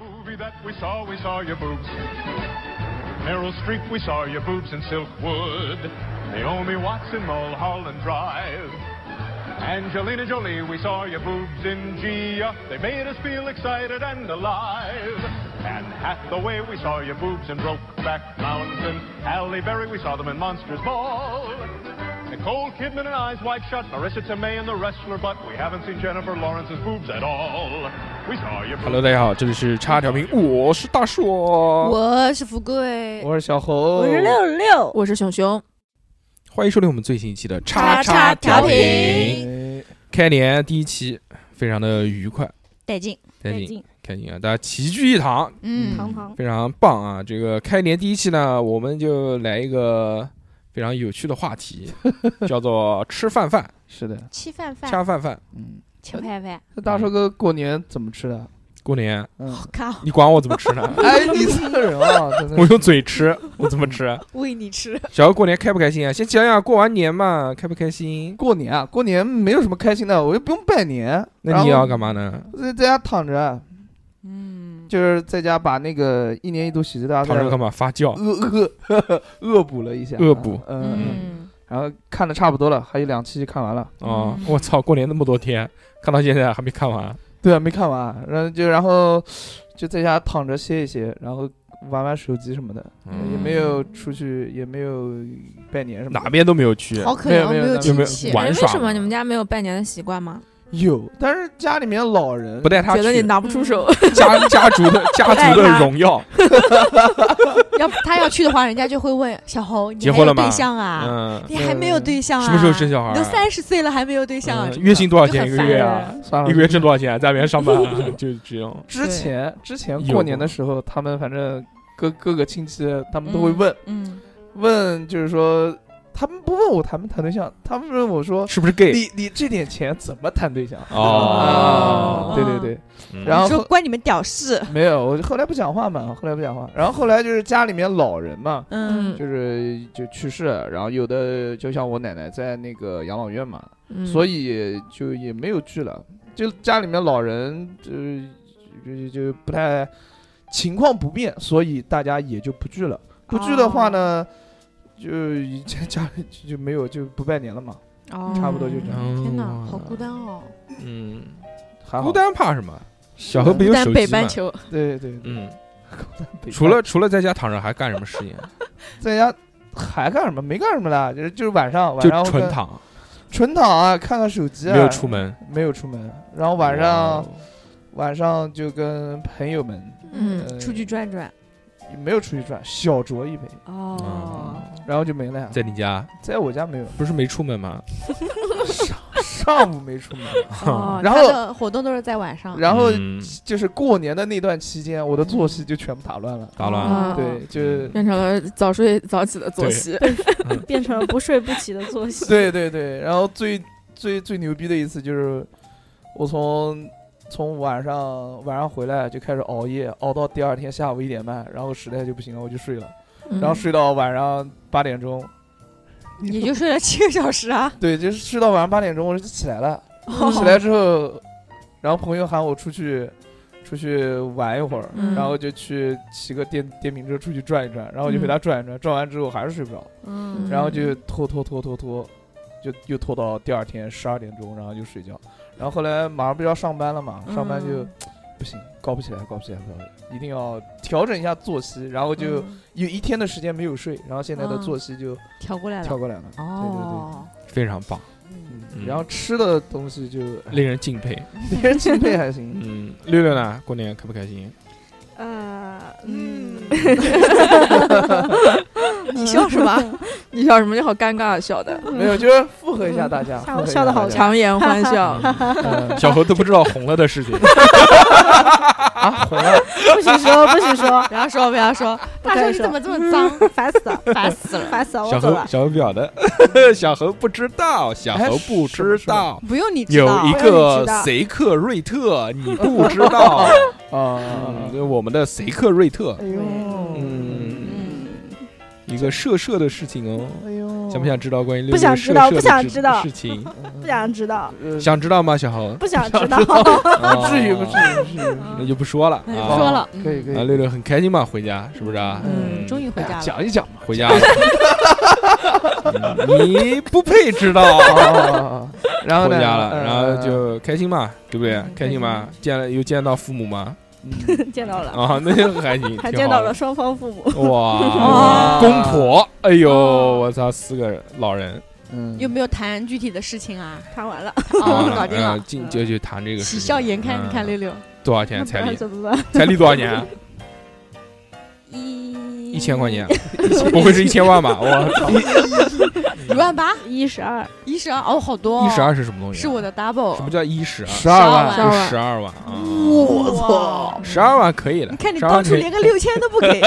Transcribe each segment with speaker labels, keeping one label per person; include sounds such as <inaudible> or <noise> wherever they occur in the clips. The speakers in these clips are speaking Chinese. Speaker 1: movie that we saw, we saw your boobs. Meryl Streep, we saw your boobs in Silkwood. Naomi Watts in Mulholland Drive. Angelina Jolie, we saw your boobs in Gia. They made us feel excited and alive. Anne Hathaway, we saw your boobs in Brokeback Mountain. Halle Berry, we saw them in Monsters Ball. Nicole Kidman and Eyes Wide Shut, Marissa Tomei and The Wrestler, but we haven't seen Jennifer Lawrence's boobs at all. We saw your boobs.
Speaker 2: Hello，大家好，这里是叉调频，我是大硕，
Speaker 3: 我是富贵，
Speaker 2: 我是小侯，
Speaker 3: 六，我是熊熊。
Speaker 2: 欢迎收听我们最新一期的
Speaker 3: 叉
Speaker 2: 叉
Speaker 3: 叉调
Speaker 2: 频。开年第一期，非常的愉快，
Speaker 4: 带劲，
Speaker 2: 开心，开心啊！大家齐聚一堂，
Speaker 4: 嗯，
Speaker 3: 糖糖，
Speaker 2: 非常棒啊！这个开年第一期呢，我们就来一个非常有趣的话题，叫做吃饭饭，
Speaker 5: 是的，
Speaker 4: 吃饭饭，
Speaker 2: 掐饭饭。
Speaker 5: 嗯，
Speaker 4: 吃饭饭，
Speaker 5: 那大寿哥过年怎么吃的？
Speaker 2: 过年
Speaker 5: 嗯，
Speaker 4: 靠，
Speaker 2: 你管我怎么吃
Speaker 5: <laughs>
Speaker 2: 呢？
Speaker 5: 哎，你这个人啊，真的
Speaker 2: 我
Speaker 5: 是
Speaker 2: 用嘴吃，我怎么吃？
Speaker 3: 喂你吃，
Speaker 2: 小何过年开不开心啊？先讲讲过完年嘛，开不开心？
Speaker 5: 过年啊，过年没有什么开心的，我又不用拜年。
Speaker 2: 那你
Speaker 5: 然
Speaker 2: 要
Speaker 5: 后
Speaker 2: 干嘛呢？
Speaker 5: 在在家躺着，
Speaker 3: 嗯，
Speaker 5: 就是在家把那个一年一度喜剧大赛
Speaker 2: 躺着干
Speaker 5: 恶
Speaker 2: 嘛？发酵。
Speaker 5: 恶恶补了一下，
Speaker 2: 恶补
Speaker 5: 嗯，
Speaker 3: 嗯，
Speaker 5: 然后看的差不多了，还有两期就看完了。
Speaker 2: 哦，
Speaker 3: 嗯
Speaker 2: 我操！过年那么多天，看到现在还没看完。
Speaker 5: 对啊，没看完，然后就然后就在家躺着歇一歇，然后玩玩手机什么的，
Speaker 3: 哎
Speaker 5: 也没有出去，也没有拜年什么
Speaker 2: 嗯哪
Speaker 5: 的。
Speaker 2: 边都没有去，
Speaker 4: 好可
Speaker 5: 没
Speaker 4: 怜，
Speaker 5: 有
Speaker 4: 我
Speaker 5: 没有
Speaker 4: 有
Speaker 2: 有没
Speaker 4: 亲
Speaker 2: 有
Speaker 4: 戚，
Speaker 2: 玩
Speaker 3: 哎
Speaker 2: 耍
Speaker 3: 为什么你们家没有拜年的习惯吗？
Speaker 5: 有，但是家里面老人
Speaker 2: 不带他
Speaker 3: 觉得你
Speaker 2: 去
Speaker 3: 拿不出手，
Speaker 4: 嗯
Speaker 3: <laughs>
Speaker 2: 家家族的家族的荣耀。
Speaker 4: 要他要去的话，人家就会问小侯，你
Speaker 2: 结
Speaker 4: 还
Speaker 2: 婚
Speaker 4: 有
Speaker 2: 了吗
Speaker 4: 对象啊？
Speaker 2: 嗯，
Speaker 4: 你还没有对象啊？
Speaker 2: 什么时候生小孩啊
Speaker 4: 你都三十岁了还没有对象啊？
Speaker 2: 嗯月薪多少钱一
Speaker 4: 就
Speaker 2: 个
Speaker 4: 很
Speaker 2: 月
Speaker 4: 烦
Speaker 2: 啊？
Speaker 5: 算了，
Speaker 2: 一个月挣多少钱？在外面上班啊就这样。
Speaker 5: 之前之前
Speaker 2: 有
Speaker 5: 过年的时候，他们反正各各个亲戚他们都会问、
Speaker 3: 嗯，
Speaker 5: 问，就是说他们不问我谈没谈对象，他们问我说 <laughs>
Speaker 2: 是不是 gay？
Speaker 5: 你你这点钱怎么谈对象？
Speaker 2: 哦
Speaker 5: 啊对对对，
Speaker 2: 嗯
Speaker 5: 然后
Speaker 4: 说关你们屌事，
Speaker 5: 没有，我后来不讲话嘛，后来不讲话，然后后来就是家里面老人嘛。
Speaker 4: 嗯，
Speaker 5: 就是就去世，然后有的就像我奶奶在那个养老院嘛，
Speaker 3: 嗯
Speaker 5: 所以就也没有聚了，就家里面老人就就就就不太情况不变，所以大家也就不聚了。不聚的话呢，就以前家里就就没有就不拜年了嘛，
Speaker 6: 哦
Speaker 5: 差不多就这样。
Speaker 3: 哦
Speaker 2: 嗯
Speaker 4: 天哪，好孤。单哦。
Speaker 2: 嗯，
Speaker 5: 还好
Speaker 2: 孤单怕什么？小
Speaker 5: 何
Speaker 2: 何不有
Speaker 3: 但
Speaker 2: 手
Speaker 3: 北
Speaker 2: 机吗
Speaker 3: 半？球，
Speaker 5: 对对，对
Speaker 2: 嗯，
Speaker 5: 北
Speaker 2: 除
Speaker 5: 方
Speaker 2: 了除了在家躺着还干什么事情？
Speaker 5: 在家还干什么？没干什么啦，就是就是晚上晚
Speaker 2: 就
Speaker 5: 上会
Speaker 2: 纯
Speaker 5: 跟
Speaker 2: 躺，
Speaker 5: 纯躺啊，看看手机啊，
Speaker 2: 没有出门。
Speaker 5: 没有出门，然后晚上
Speaker 2: 哇哦
Speaker 5: 晚上就跟朋友们
Speaker 3: 嗯，
Speaker 5: 呃
Speaker 3: 出去转转，
Speaker 5: 没有出去转，小酌一杯，
Speaker 3: 哦，
Speaker 5: 然后就没了呀。
Speaker 2: 嗯在你家
Speaker 5: 在我家没
Speaker 4: <laughs>
Speaker 5: 有。
Speaker 2: 不是没出门吗？
Speaker 5: 上午没
Speaker 4: <laughs>
Speaker 5: 出门， <laughs>
Speaker 3: 哦
Speaker 5: 然
Speaker 4: 他
Speaker 5: 后
Speaker 4: 的活动都是在晚上，
Speaker 5: 然后
Speaker 2: 嗯
Speaker 5: 就是过年的那段期间，我的作息就全部打乱了。
Speaker 2: 打乱了。
Speaker 4: 啊
Speaker 2: 嗯
Speaker 3: 哦
Speaker 5: 对，就是
Speaker 4: <laughs>
Speaker 3: 变成了早睡早起的作
Speaker 2: 对
Speaker 3: 息，
Speaker 7: 变成了不睡不起的作息。
Speaker 5: 对对对。然后最最最牛逼的一次就是，我从从晚上晚上回来就开始熬夜，熬到第二天下午一点半，然后实在就不行了，我就睡了，<laughs>
Speaker 3: 嗯
Speaker 5: 然后睡到晚上八点钟。
Speaker 6: 嗯
Speaker 4: 也就睡了七个小
Speaker 5: <laughs>
Speaker 4: 时啊。
Speaker 5: 对，就是睡到晚上八点钟，我就起来了。
Speaker 3: 哦
Speaker 5: <laughs> 嗯起来之后，然后朋友喊我出去出去玩一会儿，
Speaker 3: 嗯
Speaker 5: 然后就去骑个电电瓶车出去转一转，然后我
Speaker 3: 嗯
Speaker 5: 就陪他转一转，转完之后还是睡不着，
Speaker 4: 嗯
Speaker 5: 然后就拖拖拖拖拖，就又拖到第二天十二点钟，然后就睡觉。然后后来马上不是要上班了嘛，上班就、
Speaker 3: 嗯
Speaker 5: 不行，搞不起来，搞不起来，搞不起来，一定要调整一下作息。然后就
Speaker 3: 嗯
Speaker 5: 有一天的时间没有睡，然后现在的作息就
Speaker 4: 调过来
Speaker 5: 调
Speaker 4: 了。
Speaker 5: 过来了。
Speaker 4: 哦，
Speaker 2: 非常棒，
Speaker 5: 对对
Speaker 2: 嗯
Speaker 5: 对，然后吃的东西
Speaker 3: <laughs>
Speaker 5: 就
Speaker 2: 令人敬佩。
Speaker 5: 别人敬佩还行。
Speaker 2: 嗯，六六呢？过年开不开心？
Speaker 7: 呃，
Speaker 4: 嗯
Speaker 7: 嗯，，
Speaker 6: <laughs>
Speaker 3: 你笑什
Speaker 7: <laughs>
Speaker 3: 么？你笑什么？你好尴尬，笑
Speaker 7: 嗯
Speaker 3: 的
Speaker 5: 没有，就是附和一下大家，
Speaker 7: 笑
Speaker 5: 附和一下
Speaker 7: 笑得好
Speaker 5: 大家
Speaker 3: 强颜欢笑，
Speaker 5: 嗯
Speaker 2: 小何都不知道红了的事情。
Speaker 5: 啊，
Speaker 2: <laughs>
Speaker 5: 红了，
Speaker 7: 不许说，不许说，
Speaker 3: 不要说不要说，
Speaker 7: 不
Speaker 4: 大
Speaker 7: 可
Speaker 4: 说
Speaker 7: 以
Speaker 4: 你
Speaker 7: 说
Speaker 4: 怎，么这么脏？
Speaker 7: 烦死
Speaker 6: <laughs>
Speaker 7: 了，
Speaker 4: 烦死了！
Speaker 7: 烦死了，
Speaker 2: 小
Speaker 7: 我走
Speaker 2: 何
Speaker 7: 了。
Speaker 2: 小何表的， <laughs> 小何不知道，小何不知道。
Speaker 4: 不用
Speaker 6: 哎
Speaker 4: 你知
Speaker 2: 有
Speaker 4: 道
Speaker 2: 一，
Speaker 7: 我也
Speaker 2: 个
Speaker 7: 知道
Speaker 2: 贼克瑞特，你不知道，
Speaker 5: 啊，
Speaker 2: 嗯我们的贼克瑞特
Speaker 5: 哎，呦，
Speaker 2: 嗯，
Speaker 7: 嗯，
Speaker 2: 一个社社的事情哦，
Speaker 5: 哎呦，
Speaker 2: 想不想知道关于六
Speaker 7: 不
Speaker 2: 六
Speaker 7: 想
Speaker 2: 社
Speaker 7: 知道
Speaker 2: 社
Speaker 7: 不想
Speaker 2: 的
Speaker 7: 知道
Speaker 2: 事情？
Speaker 5: 嗯？
Speaker 7: 不想知道，
Speaker 5: 呃，
Speaker 2: 想知道吗，小豪？
Speaker 7: 不想知道。
Speaker 2: 不
Speaker 5: 不至于，不至于，不至于。
Speaker 2: 嗯那就不说了
Speaker 6: 哎
Speaker 2: 啊。
Speaker 6: 说了，
Speaker 5: 哦可以可
Speaker 2: 啊，
Speaker 5: 以，
Speaker 2: 六六很开心嘛，回家是不是啊？
Speaker 6: 嗯，终于回
Speaker 5: 哎呀
Speaker 6: 家了。
Speaker 5: 讲一讲嘛。
Speaker 2: 回家了。嗯你不配知 <laughs> 道。
Speaker 5: 哦然后
Speaker 2: 回
Speaker 5: 呢？
Speaker 2: 家了，然后
Speaker 5: 呃
Speaker 2: 就开心嘛，对不对？开心嘛
Speaker 6: 开，
Speaker 2: 见了又见到父母嘛，
Speaker 5: 嗯
Speaker 7: 见到了，
Speaker 2: 啊， <laughs> 那就还行，
Speaker 7: 还
Speaker 2: 挺
Speaker 7: 见
Speaker 2: 好
Speaker 7: 到
Speaker 2: 的
Speaker 7: 了双方父母，
Speaker 2: 哇，
Speaker 6: 哦
Speaker 2: 公婆，哎呦，
Speaker 7: 哦
Speaker 2: 我操，四个老人，
Speaker 5: <laughs> 嗯
Speaker 6: 有没有谈具体的事情啊？
Speaker 7: 谈完了，
Speaker 6: 哦， <laughs> 搞定
Speaker 2: 嗯
Speaker 5: 呃
Speaker 6: 了，
Speaker 2: 进就就谈这个事
Speaker 6: 喜
Speaker 2: 情，
Speaker 6: 笑颜开。你看
Speaker 2: 嗯
Speaker 6: 六六，
Speaker 2: 多少钱
Speaker 7: 那不
Speaker 2: 彩礼？
Speaker 7: 然 <laughs> 怎么办？
Speaker 2: 彩礼多少钱？
Speaker 7: 一
Speaker 2: 一千块钱，不会是一千万吧？我操，
Speaker 6: 一万八，
Speaker 7: 一十二，
Speaker 6: 一十二，哦，好多哦，
Speaker 2: 一十二是什么东西啊？
Speaker 6: 是我的
Speaker 2: 什
Speaker 6: double
Speaker 2: 么。叫一十二？
Speaker 5: 十二万，
Speaker 6: 12
Speaker 2: 就
Speaker 8: 万
Speaker 2: 十二万啊！
Speaker 6: 我操！
Speaker 2: 十二万可以的，
Speaker 7: 你看你
Speaker 2: 12万
Speaker 7: 当初
Speaker 2: 可以
Speaker 7: 连个六千都
Speaker 2: <laughs>
Speaker 7: 不给，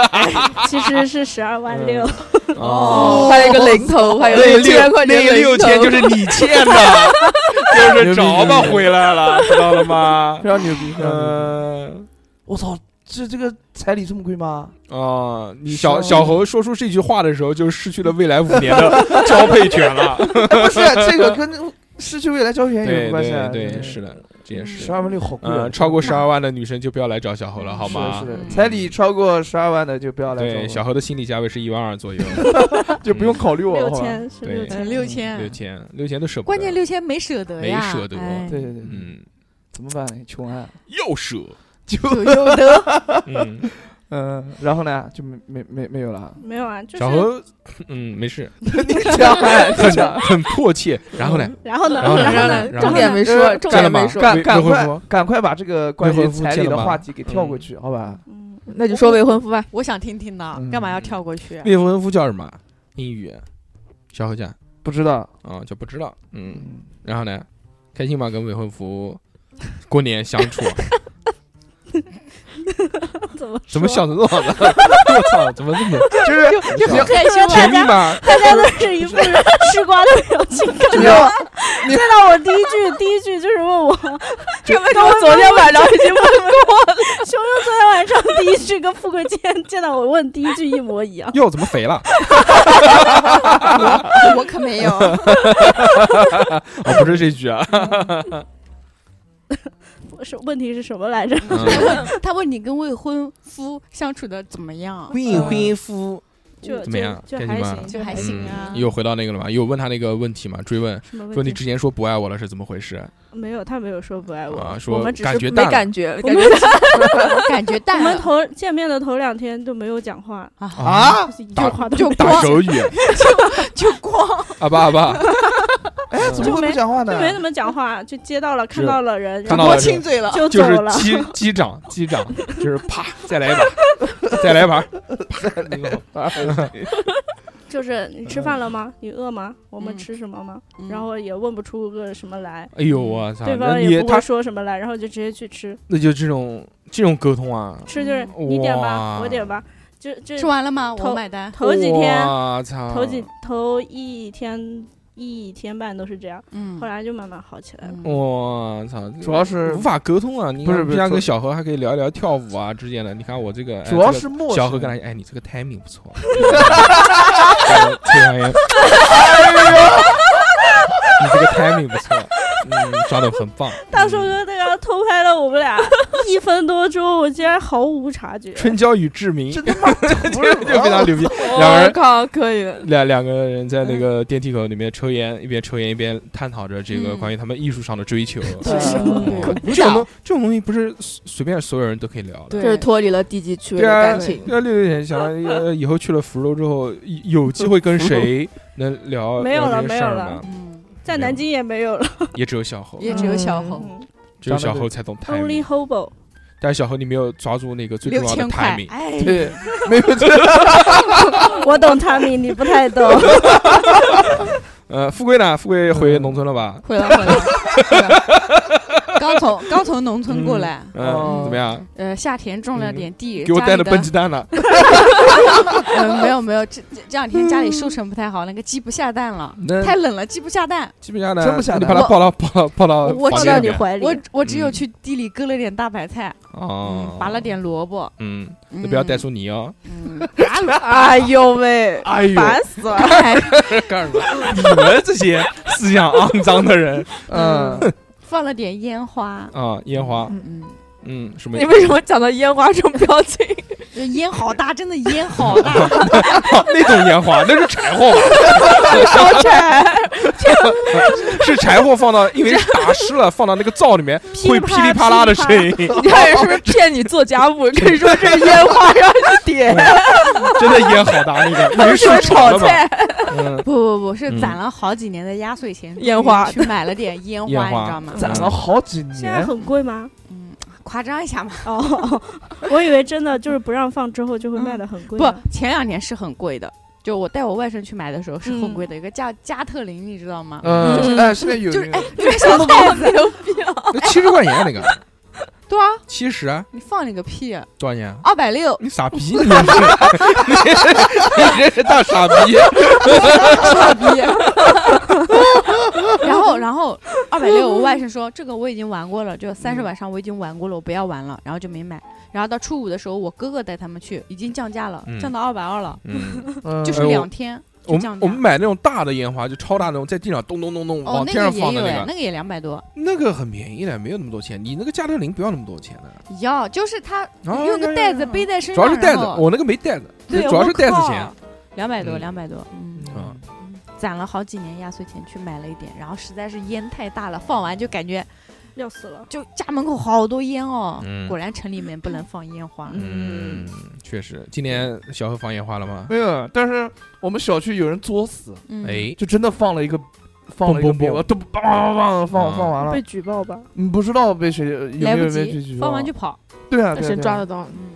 Speaker 7: 其实是十二万六，
Speaker 5: 嗯 <laughs>
Speaker 2: 哦，
Speaker 8: 还有一个零头，还
Speaker 7: 哎
Speaker 8: 有
Speaker 2: 嗯 <laughs> 那
Speaker 8: 一千
Speaker 2: 六
Speaker 8: 块钱
Speaker 2: 那
Speaker 8: 的零头，
Speaker 2: 六千就是你欠的，就是着吧回来了，知道了吗？
Speaker 5: 非常牛逼，非常牛逼。
Speaker 2: 嗯，
Speaker 5: 我操，这这个彩礼这么贵吗？
Speaker 2: 哦，你
Speaker 5: 是
Speaker 2: 小
Speaker 5: 啊
Speaker 2: 小猴说出这句话的时候，就失去了未来五年的交配权了。
Speaker 5: 哎不是，这个
Speaker 2: <laughs>
Speaker 5: 跟失去未来交钱有什
Speaker 2: 对
Speaker 5: 么关系
Speaker 2: 对
Speaker 5: 啊？
Speaker 2: 对，是的，这也是
Speaker 5: 十。二万六好贵啊，
Speaker 2: 嗯，超过十二万的女生就不要来找小猴了，好吗
Speaker 5: 是？的，是的，
Speaker 6: 嗯
Speaker 5: 彩礼超过十二万的就不要来找我
Speaker 2: 对，小猴的心理价位是一万二左右，
Speaker 5: 就不用考虑我
Speaker 7: 嗯六
Speaker 5: 了。好吧
Speaker 7: 千是六
Speaker 2: 对
Speaker 7: 千，
Speaker 6: 嗯，六千，
Speaker 2: 六千六千都舍不
Speaker 6: 关键
Speaker 2: 得。
Speaker 6: 六千没舍得呀，
Speaker 2: 没舍得
Speaker 6: 哎
Speaker 5: 对对对，对
Speaker 2: 嗯，
Speaker 5: 怎么办？穷啊！
Speaker 2: 要舍。
Speaker 5: 就
Speaker 6: 有有的，
Speaker 2: 嗯，
Speaker 5: 嗯，然后呢，就没没没没有了。
Speaker 7: 没有啊，就
Speaker 2: 小
Speaker 7: 是。
Speaker 2: 猴，嗯，没事，
Speaker 5: 你讲啊，你讲
Speaker 2: 很，很迫切。然后呢？
Speaker 7: 然后呢？
Speaker 2: 然后呢
Speaker 7: 然后
Speaker 2: 然后呢
Speaker 7: 呢？
Speaker 2: 然后
Speaker 8: 重
Speaker 2: 呢
Speaker 8: 点没说，重
Speaker 2: 干了
Speaker 8: 点
Speaker 2: 吗
Speaker 8: 没说，
Speaker 5: 赶
Speaker 2: 未
Speaker 5: 赶
Speaker 2: 未婚
Speaker 5: 快
Speaker 2: 夫
Speaker 5: 赶快把这个关
Speaker 2: 未
Speaker 5: 于
Speaker 2: 婚夫
Speaker 5: 彩
Speaker 2: 见
Speaker 5: 礼
Speaker 2: 了
Speaker 5: 的
Speaker 2: 吗
Speaker 5: 话题给跳过去，好吧？
Speaker 7: 嗯
Speaker 8: 那就说未婚夫吧。
Speaker 6: 我想听听的
Speaker 5: 嗯，
Speaker 6: 干嘛要跳过去？啊
Speaker 2: 未婚夫叫什么？英语，小何讲
Speaker 5: 不知道，
Speaker 2: 啊，就不知道。嗯，然后呢，开心吗？跟未婚夫过年相处，
Speaker 7: 怎么
Speaker 2: 怎么
Speaker 7: 说
Speaker 2: 想的这么好呢？我操，怎么这么
Speaker 5: 就是
Speaker 6: 就
Speaker 5: 你
Speaker 6: 很害羞
Speaker 2: 甜
Speaker 6: 了。
Speaker 2: 蜜吗？
Speaker 7: 大家都是一副吃瓜的表情看
Speaker 5: 你
Speaker 7: 着
Speaker 5: 要
Speaker 7: 我。见到我第一句，第一句就是问我，
Speaker 8: 这为什么昨天晚上已经问过了？
Speaker 7: <laughs> 熊熊昨天晚上第一句跟富贵见见到我问第一句一模一样。
Speaker 2: 哟，怎么肥了？
Speaker 6: 我可没有，
Speaker 2: 哦，不是这句啊。
Speaker 7: <laughs> 我是问题是什么来着？
Speaker 6: <laughs>
Speaker 2: 嗯
Speaker 6: <laughs> 他问你跟未婚夫相处的怎么样，
Speaker 2: 未
Speaker 5: 婚
Speaker 2: 夫
Speaker 7: <laughs> 就
Speaker 2: 怎么样
Speaker 7: 就
Speaker 2: 开
Speaker 7: 就
Speaker 2: 心
Speaker 7: 还
Speaker 2: 吗
Speaker 7: 行，
Speaker 6: 就还
Speaker 7: 还
Speaker 6: 行啊。
Speaker 2: 嗯又回到那个了嘛？又问他那个问题嘛？追问
Speaker 7: 什么
Speaker 2: 说
Speaker 7: 问
Speaker 2: 你
Speaker 7: 题？
Speaker 2: 之前说不爱我了是怎么回事？
Speaker 7: 没有，他没有说不爱我，
Speaker 2: 啊，
Speaker 7: 我
Speaker 2: 说
Speaker 7: 们只是
Speaker 2: 感觉
Speaker 8: 没
Speaker 2: 淡了
Speaker 8: 感觉，
Speaker 7: 我
Speaker 8: 感
Speaker 7: 们
Speaker 8: 觉
Speaker 6: <laughs> 感觉
Speaker 7: 我
Speaker 6: 淡
Speaker 7: 们
Speaker 6: 了
Speaker 7: 头见面的头两天都没有讲话，
Speaker 6: 啊，
Speaker 5: 啊，
Speaker 7: 就是一句
Speaker 2: 打
Speaker 7: 话都
Speaker 6: 就
Speaker 7: 没
Speaker 2: 打手语，
Speaker 6: 就光
Speaker 2: 阿爸阿爸，
Speaker 5: 哎，怎么会不讲话呢
Speaker 7: 就？没怎么讲话，就接到了看到了人，
Speaker 2: 看
Speaker 7: 然
Speaker 2: 到
Speaker 7: 后
Speaker 2: 了
Speaker 6: 多亲嘴了，
Speaker 7: 就走
Speaker 2: 就是
Speaker 7: 了。
Speaker 2: 击击掌击掌，就是啪，再来一把，再来一把，啪那种
Speaker 7: 就是你吃饭了
Speaker 2: 嗯
Speaker 7: 吗？你饿吗？我们
Speaker 6: 嗯
Speaker 7: 吃什么吗？
Speaker 6: 嗯
Speaker 7: 然后也问不出个什么来，
Speaker 2: 哎呦我操！
Speaker 7: 对
Speaker 2: 那
Speaker 7: 方
Speaker 2: 你
Speaker 7: 也不
Speaker 2: 他
Speaker 7: 会说什么来，然后就直接去吃，
Speaker 2: 那就这种这种沟通啊，
Speaker 7: 吃就是
Speaker 2: 嗯
Speaker 7: 你点
Speaker 2: 哇
Speaker 7: 吧，我点吧，这这
Speaker 6: 吃完了吗？
Speaker 7: 头
Speaker 6: 我买单。
Speaker 7: 头几天，
Speaker 2: 我操，
Speaker 7: 头几头一天一天半都是这样，
Speaker 6: 嗯
Speaker 7: 后，来呃就慢慢好起来了。
Speaker 2: 哦
Speaker 6: 嗯
Speaker 2: 我操，
Speaker 5: <laughs> 主要是
Speaker 2: 无法沟通啊！你看
Speaker 5: 不是不是
Speaker 2: 这样
Speaker 5: 主
Speaker 2: 跟小何还可以聊一聊跳舞啊之间的。你看我这个，哎
Speaker 5: 主要
Speaker 2: 这
Speaker 5: 是陌
Speaker 2: 个
Speaker 5: 生。
Speaker 2: 小何跟他，哎，你这个 timing 不错，啊嗯崔
Speaker 5: <laughs>
Speaker 2: 阳言，
Speaker 5: 哎
Speaker 2: 你这个 timing 不错，嗯，抓的很棒。
Speaker 7: 大寿哥那个偷拍了我们俩一分多钟，我竟然毫无察觉。
Speaker 2: 春娇与志明，<laughs>
Speaker 5: 真他妈不是
Speaker 2: 这就非常牛逼。两
Speaker 8: 我
Speaker 2: 人
Speaker 8: 靠，可以。
Speaker 2: 两两个人在那个电梯口里面抽烟，一边抽烟一边探讨着这个
Speaker 6: 嗯
Speaker 2: 关于他们艺术上的追求。哦
Speaker 5: 嗯
Speaker 6: 舞
Speaker 2: 这种东
Speaker 6: 蹈，
Speaker 2: 这种东西不是随随便所有人都可以聊的。
Speaker 6: 对
Speaker 8: 就是脱离了地级区
Speaker 2: 对
Speaker 8: 的
Speaker 2: 啊，
Speaker 8: 感
Speaker 2: 对
Speaker 8: 情，
Speaker 2: 啊，六六姐想到呃以后去了福州之后，有有机会跟谁能聊
Speaker 7: 没有
Speaker 2: 聊
Speaker 7: 了
Speaker 2: 这些
Speaker 7: 没有
Speaker 2: 事儿
Speaker 7: 了
Speaker 2: 吗？
Speaker 6: 嗯，
Speaker 7: 在南京也没有了。
Speaker 2: 也只有小猴，
Speaker 6: 也只有小猴。
Speaker 7: 嗯
Speaker 2: 只有
Speaker 5: 长
Speaker 2: 小
Speaker 5: 得
Speaker 2: 猴才懂 timing。
Speaker 7: Only hobo，
Speaker 2: 但是小猴你没有抓住那个最
Speaker 6: 六
Speaker 2: 重要的
Speaker 6: 千块
Speaker 2: timing，，
Speaker 6: 哎，
Speaker 5: 对，没有这
Speaker 7: 我懂他们，你不太懂。
Speaker 2: 呃，富贵呢？富贵回
Speaker 5: 嗯
Speaker 2: 农村了吧？
Speaker 6: 回来回来回来，刚从刚从农村过来，
Speaker 2: 嗯，
Speaker 5: 哦
Speaker 2: <laughs> 怎么样？
Speaker 6: 呃，夏天种了点地，
Speaker 2: 嗯给我
Speaker 6: 家
Speaker 2: 带
Speaker 6: 里
Speaker 2: 了
Speaker 6: 的
Speaker 2: 笨
Speaker 6: <laughs>
Speaker 2: 鸡蛋了。
Speaker 6: 嗯，没有没有，这这这两天家里收成不太好，那个鸡不下蛋了，
Speaker 2: 那
Speaker 6: 太冷了，鸡不下蛋。
Speaker 2: 基本上呢，
Speaker 5: 真不想
Speaker 2: 你
Speaker 5: 的
Speaker 2: 把它
Speaker 6: 我
Speaker 2: 抱到抱到抱到
Speaker 6: 我
Speaker 2: 房
Speaker 6: 知
Speaker 2: 间
Speaker 6: 道
Speaker 2: 里
Speaker 7: 你
Speaker 2: 面
Speaker 7: 怀哎里
Speaker 6: 我我只有
Speaker 2: 嗯
Speaker 6: 去地里割了点大白菜，
Speaker 2: 哦
Speaker 6: 嗯，拔了点萝卜，
Speaker 2: 嗯，
Speaker 6: 嗯
Speaker 2: 那不要带，出泥哦。
Speaker 6: 嗯，啊打卤，
Speaker 3: 哎呦喂，
Speaker 2: 哎呦，
Speaker 3: 烦死了！
Speaker 6: 哎
Speaker 5: 嗯
Speaker 2: 干什么？你们这些思想肮脏的人
Speaker 5: 嗯，
Speaker 6: 放了点烟花，
Speaker 2: 啊！烟花，
Speaker 6: 嗯嗯，
Speaker 2: 嗯，什么
Speaker 3: 你？为什么讲到烟花这种表情？
Speaker 6: 这嗯烟好大，真的烟好大，
Speaker 2: 哦那种烟花，那是柴火吧？
Speaker 3: 烧柴，
Speaker 2: <laughs> 是柴火放到，因为打湿了，放到那个灶里面会噼里啪啦的声音。
Speaker 3: 你看人是不是骗你做家务？跟你说这是烟花，让你点，
Speaker 2: <laughs> 真的烟好大那个，以为是
Speaker 3: 说
Speaker 2: 炒
Speaker 3: 炒
Speaker 2: 的
Speaker 3: 菜
Speaker 2: 吧？，嗯，
Speaker 6: 不不不，是攒了好几年的压岁钱，
Speaker 3: 烟花
Speaker 6: 去买了点烟
Speaker 2: 烟花
Speaker 6: 花，你知道吗？
Speaker 5: 攒了好几
Speaker 7: 现在
Speaker 5: 年，
Speaker 7: 很贵吗？
Speaker 6: 嗯，夸张一下嘛， <laughs>
Speaker 7: 哦，我以为真的就是不让放之后就会卖的很贵
Speaker 6: 不
Speaker 7: 呢。，
Speaker 6: 前两年是很贵的，就我带我外甥去买的时候是很
Speaker 3: 嗯
Speaker 6: 贵的，一个叫加特林，你知道吗？
Speaker 5: 嗯，哎，现在有
Speaker 6: 就是哎，那个小
Speaker 3: 太
Speaker 6: 袋子，
Speaker 3: 牛逼了！
Speaker 2: 那七十块钱啊那个，
Speaker 6: 对啊，
Speaker 2: 七十啊，
Speaker 6: 你放你个屁，
Speaker 2: 多少钱啊？
Speaker 6: 二百六，
Speaker 2: 你
Speaker 6: <laughs>
Speaker 2: 傻逼！你你这是大傻逼！
Speaker 6: 傻逼。啊 <laughs> 然后，然后二百六，我外甥说这个我已经玩过了，就三十晚上我已经玩过了，我不要玩了，然后就没买。然后到初五的时候，我哥哥带他们去，已经降价了，
Speaker 2: 嗯
Speaker 6: 降到二百二了，
Speaker 2: 嗯，
Speaker 5: 嗯
Speaker 6: 就是
Speaker 2: 哎我
Speaker 6: 两天
Speaker 2: <laughs> 我
Speaker 6: 就
Speaker 2: 们
Speaker 6: 降价
Speaker 2: 我。们买那种大的烟花，就超大那种，在地上咚咚咚咚
Speaker 6: 哦
Speaker 2: 往，
Speaker 6: 那
Speaker 2: 天
Speaker 6: 个
Speaker 2: 上放
Speaker 6: 也
Speaker 2: 的
Speaker 6: 有哎，
Speaker 2: 那个，
Speaker 6: 那个也两百多。
Speaker 2: 那个很便宜的，没有那么多钱。你那个加特林不要那么多钱的，
Speaker 6: 要，就是他
Speaker 2: 哦
Speaker 6: 用
Speaker 2: 要
Speaker 6: 个袋
Speaker 2: 要
Speaker 6: 子
Speaker 2: 要
Speaker 6: 背在身
Speaker 2: 主
Speaker 6: 上，
Speaker 2: 要是袋子，
Speaker 6: 然后
Speaker 2: 我那个没袋子，
Speaker 6: 对，
Speaker 2: 主要是袋子钱啊。
Speaker 6: 两百多，
Speaker 2: 嗯
Speaker 6: 两百多，嗯，
Speaker 2: 嗯
Speaker 6: 攒了好几年压岁钱去买了一点，然后实在是烟太大了，放完就感觉
Speaker 7: 要死了。
Speaker 6: 就家门口好多烟哦，
Speaker 2: 嗯
Speaker 6: 果然城里面不能放烟花，
Speaker 2: 嗯，确实。今年小何放烟花了吗？
Speaker 5: 没有，但是我们小区有人作死，
Speaker 6: 嗯，
Speaker 2: 哎，
Speaker 5: 就真的放了一个。放了一个
Speaker 2: 蹦蹦蹦
Speaker 5: 鞭炮，都梆梆梆放
Speaker 2: 嗯
Speaker 5: 放完了啊
Speaker 7: 被，举报吧，
Speaker 5: 你不知道被谁有没
Speaker 6: 来
Speaker 5: 有
Speaker 6: 不
Speaker 5: 被谁
Speaker 6: 及
Speaker 5: 举，
Speaker 6: 放
Speaker 5: 报
Speaker 6: 完
Speaker 2: 哦
Speaker 6: 就跑，
Speaker 5: 对啊，对啊
Speaker 3: 谁
Speaker 5: 对啊
Speaker 3: 抓得到？
Speaker 6: 嗯，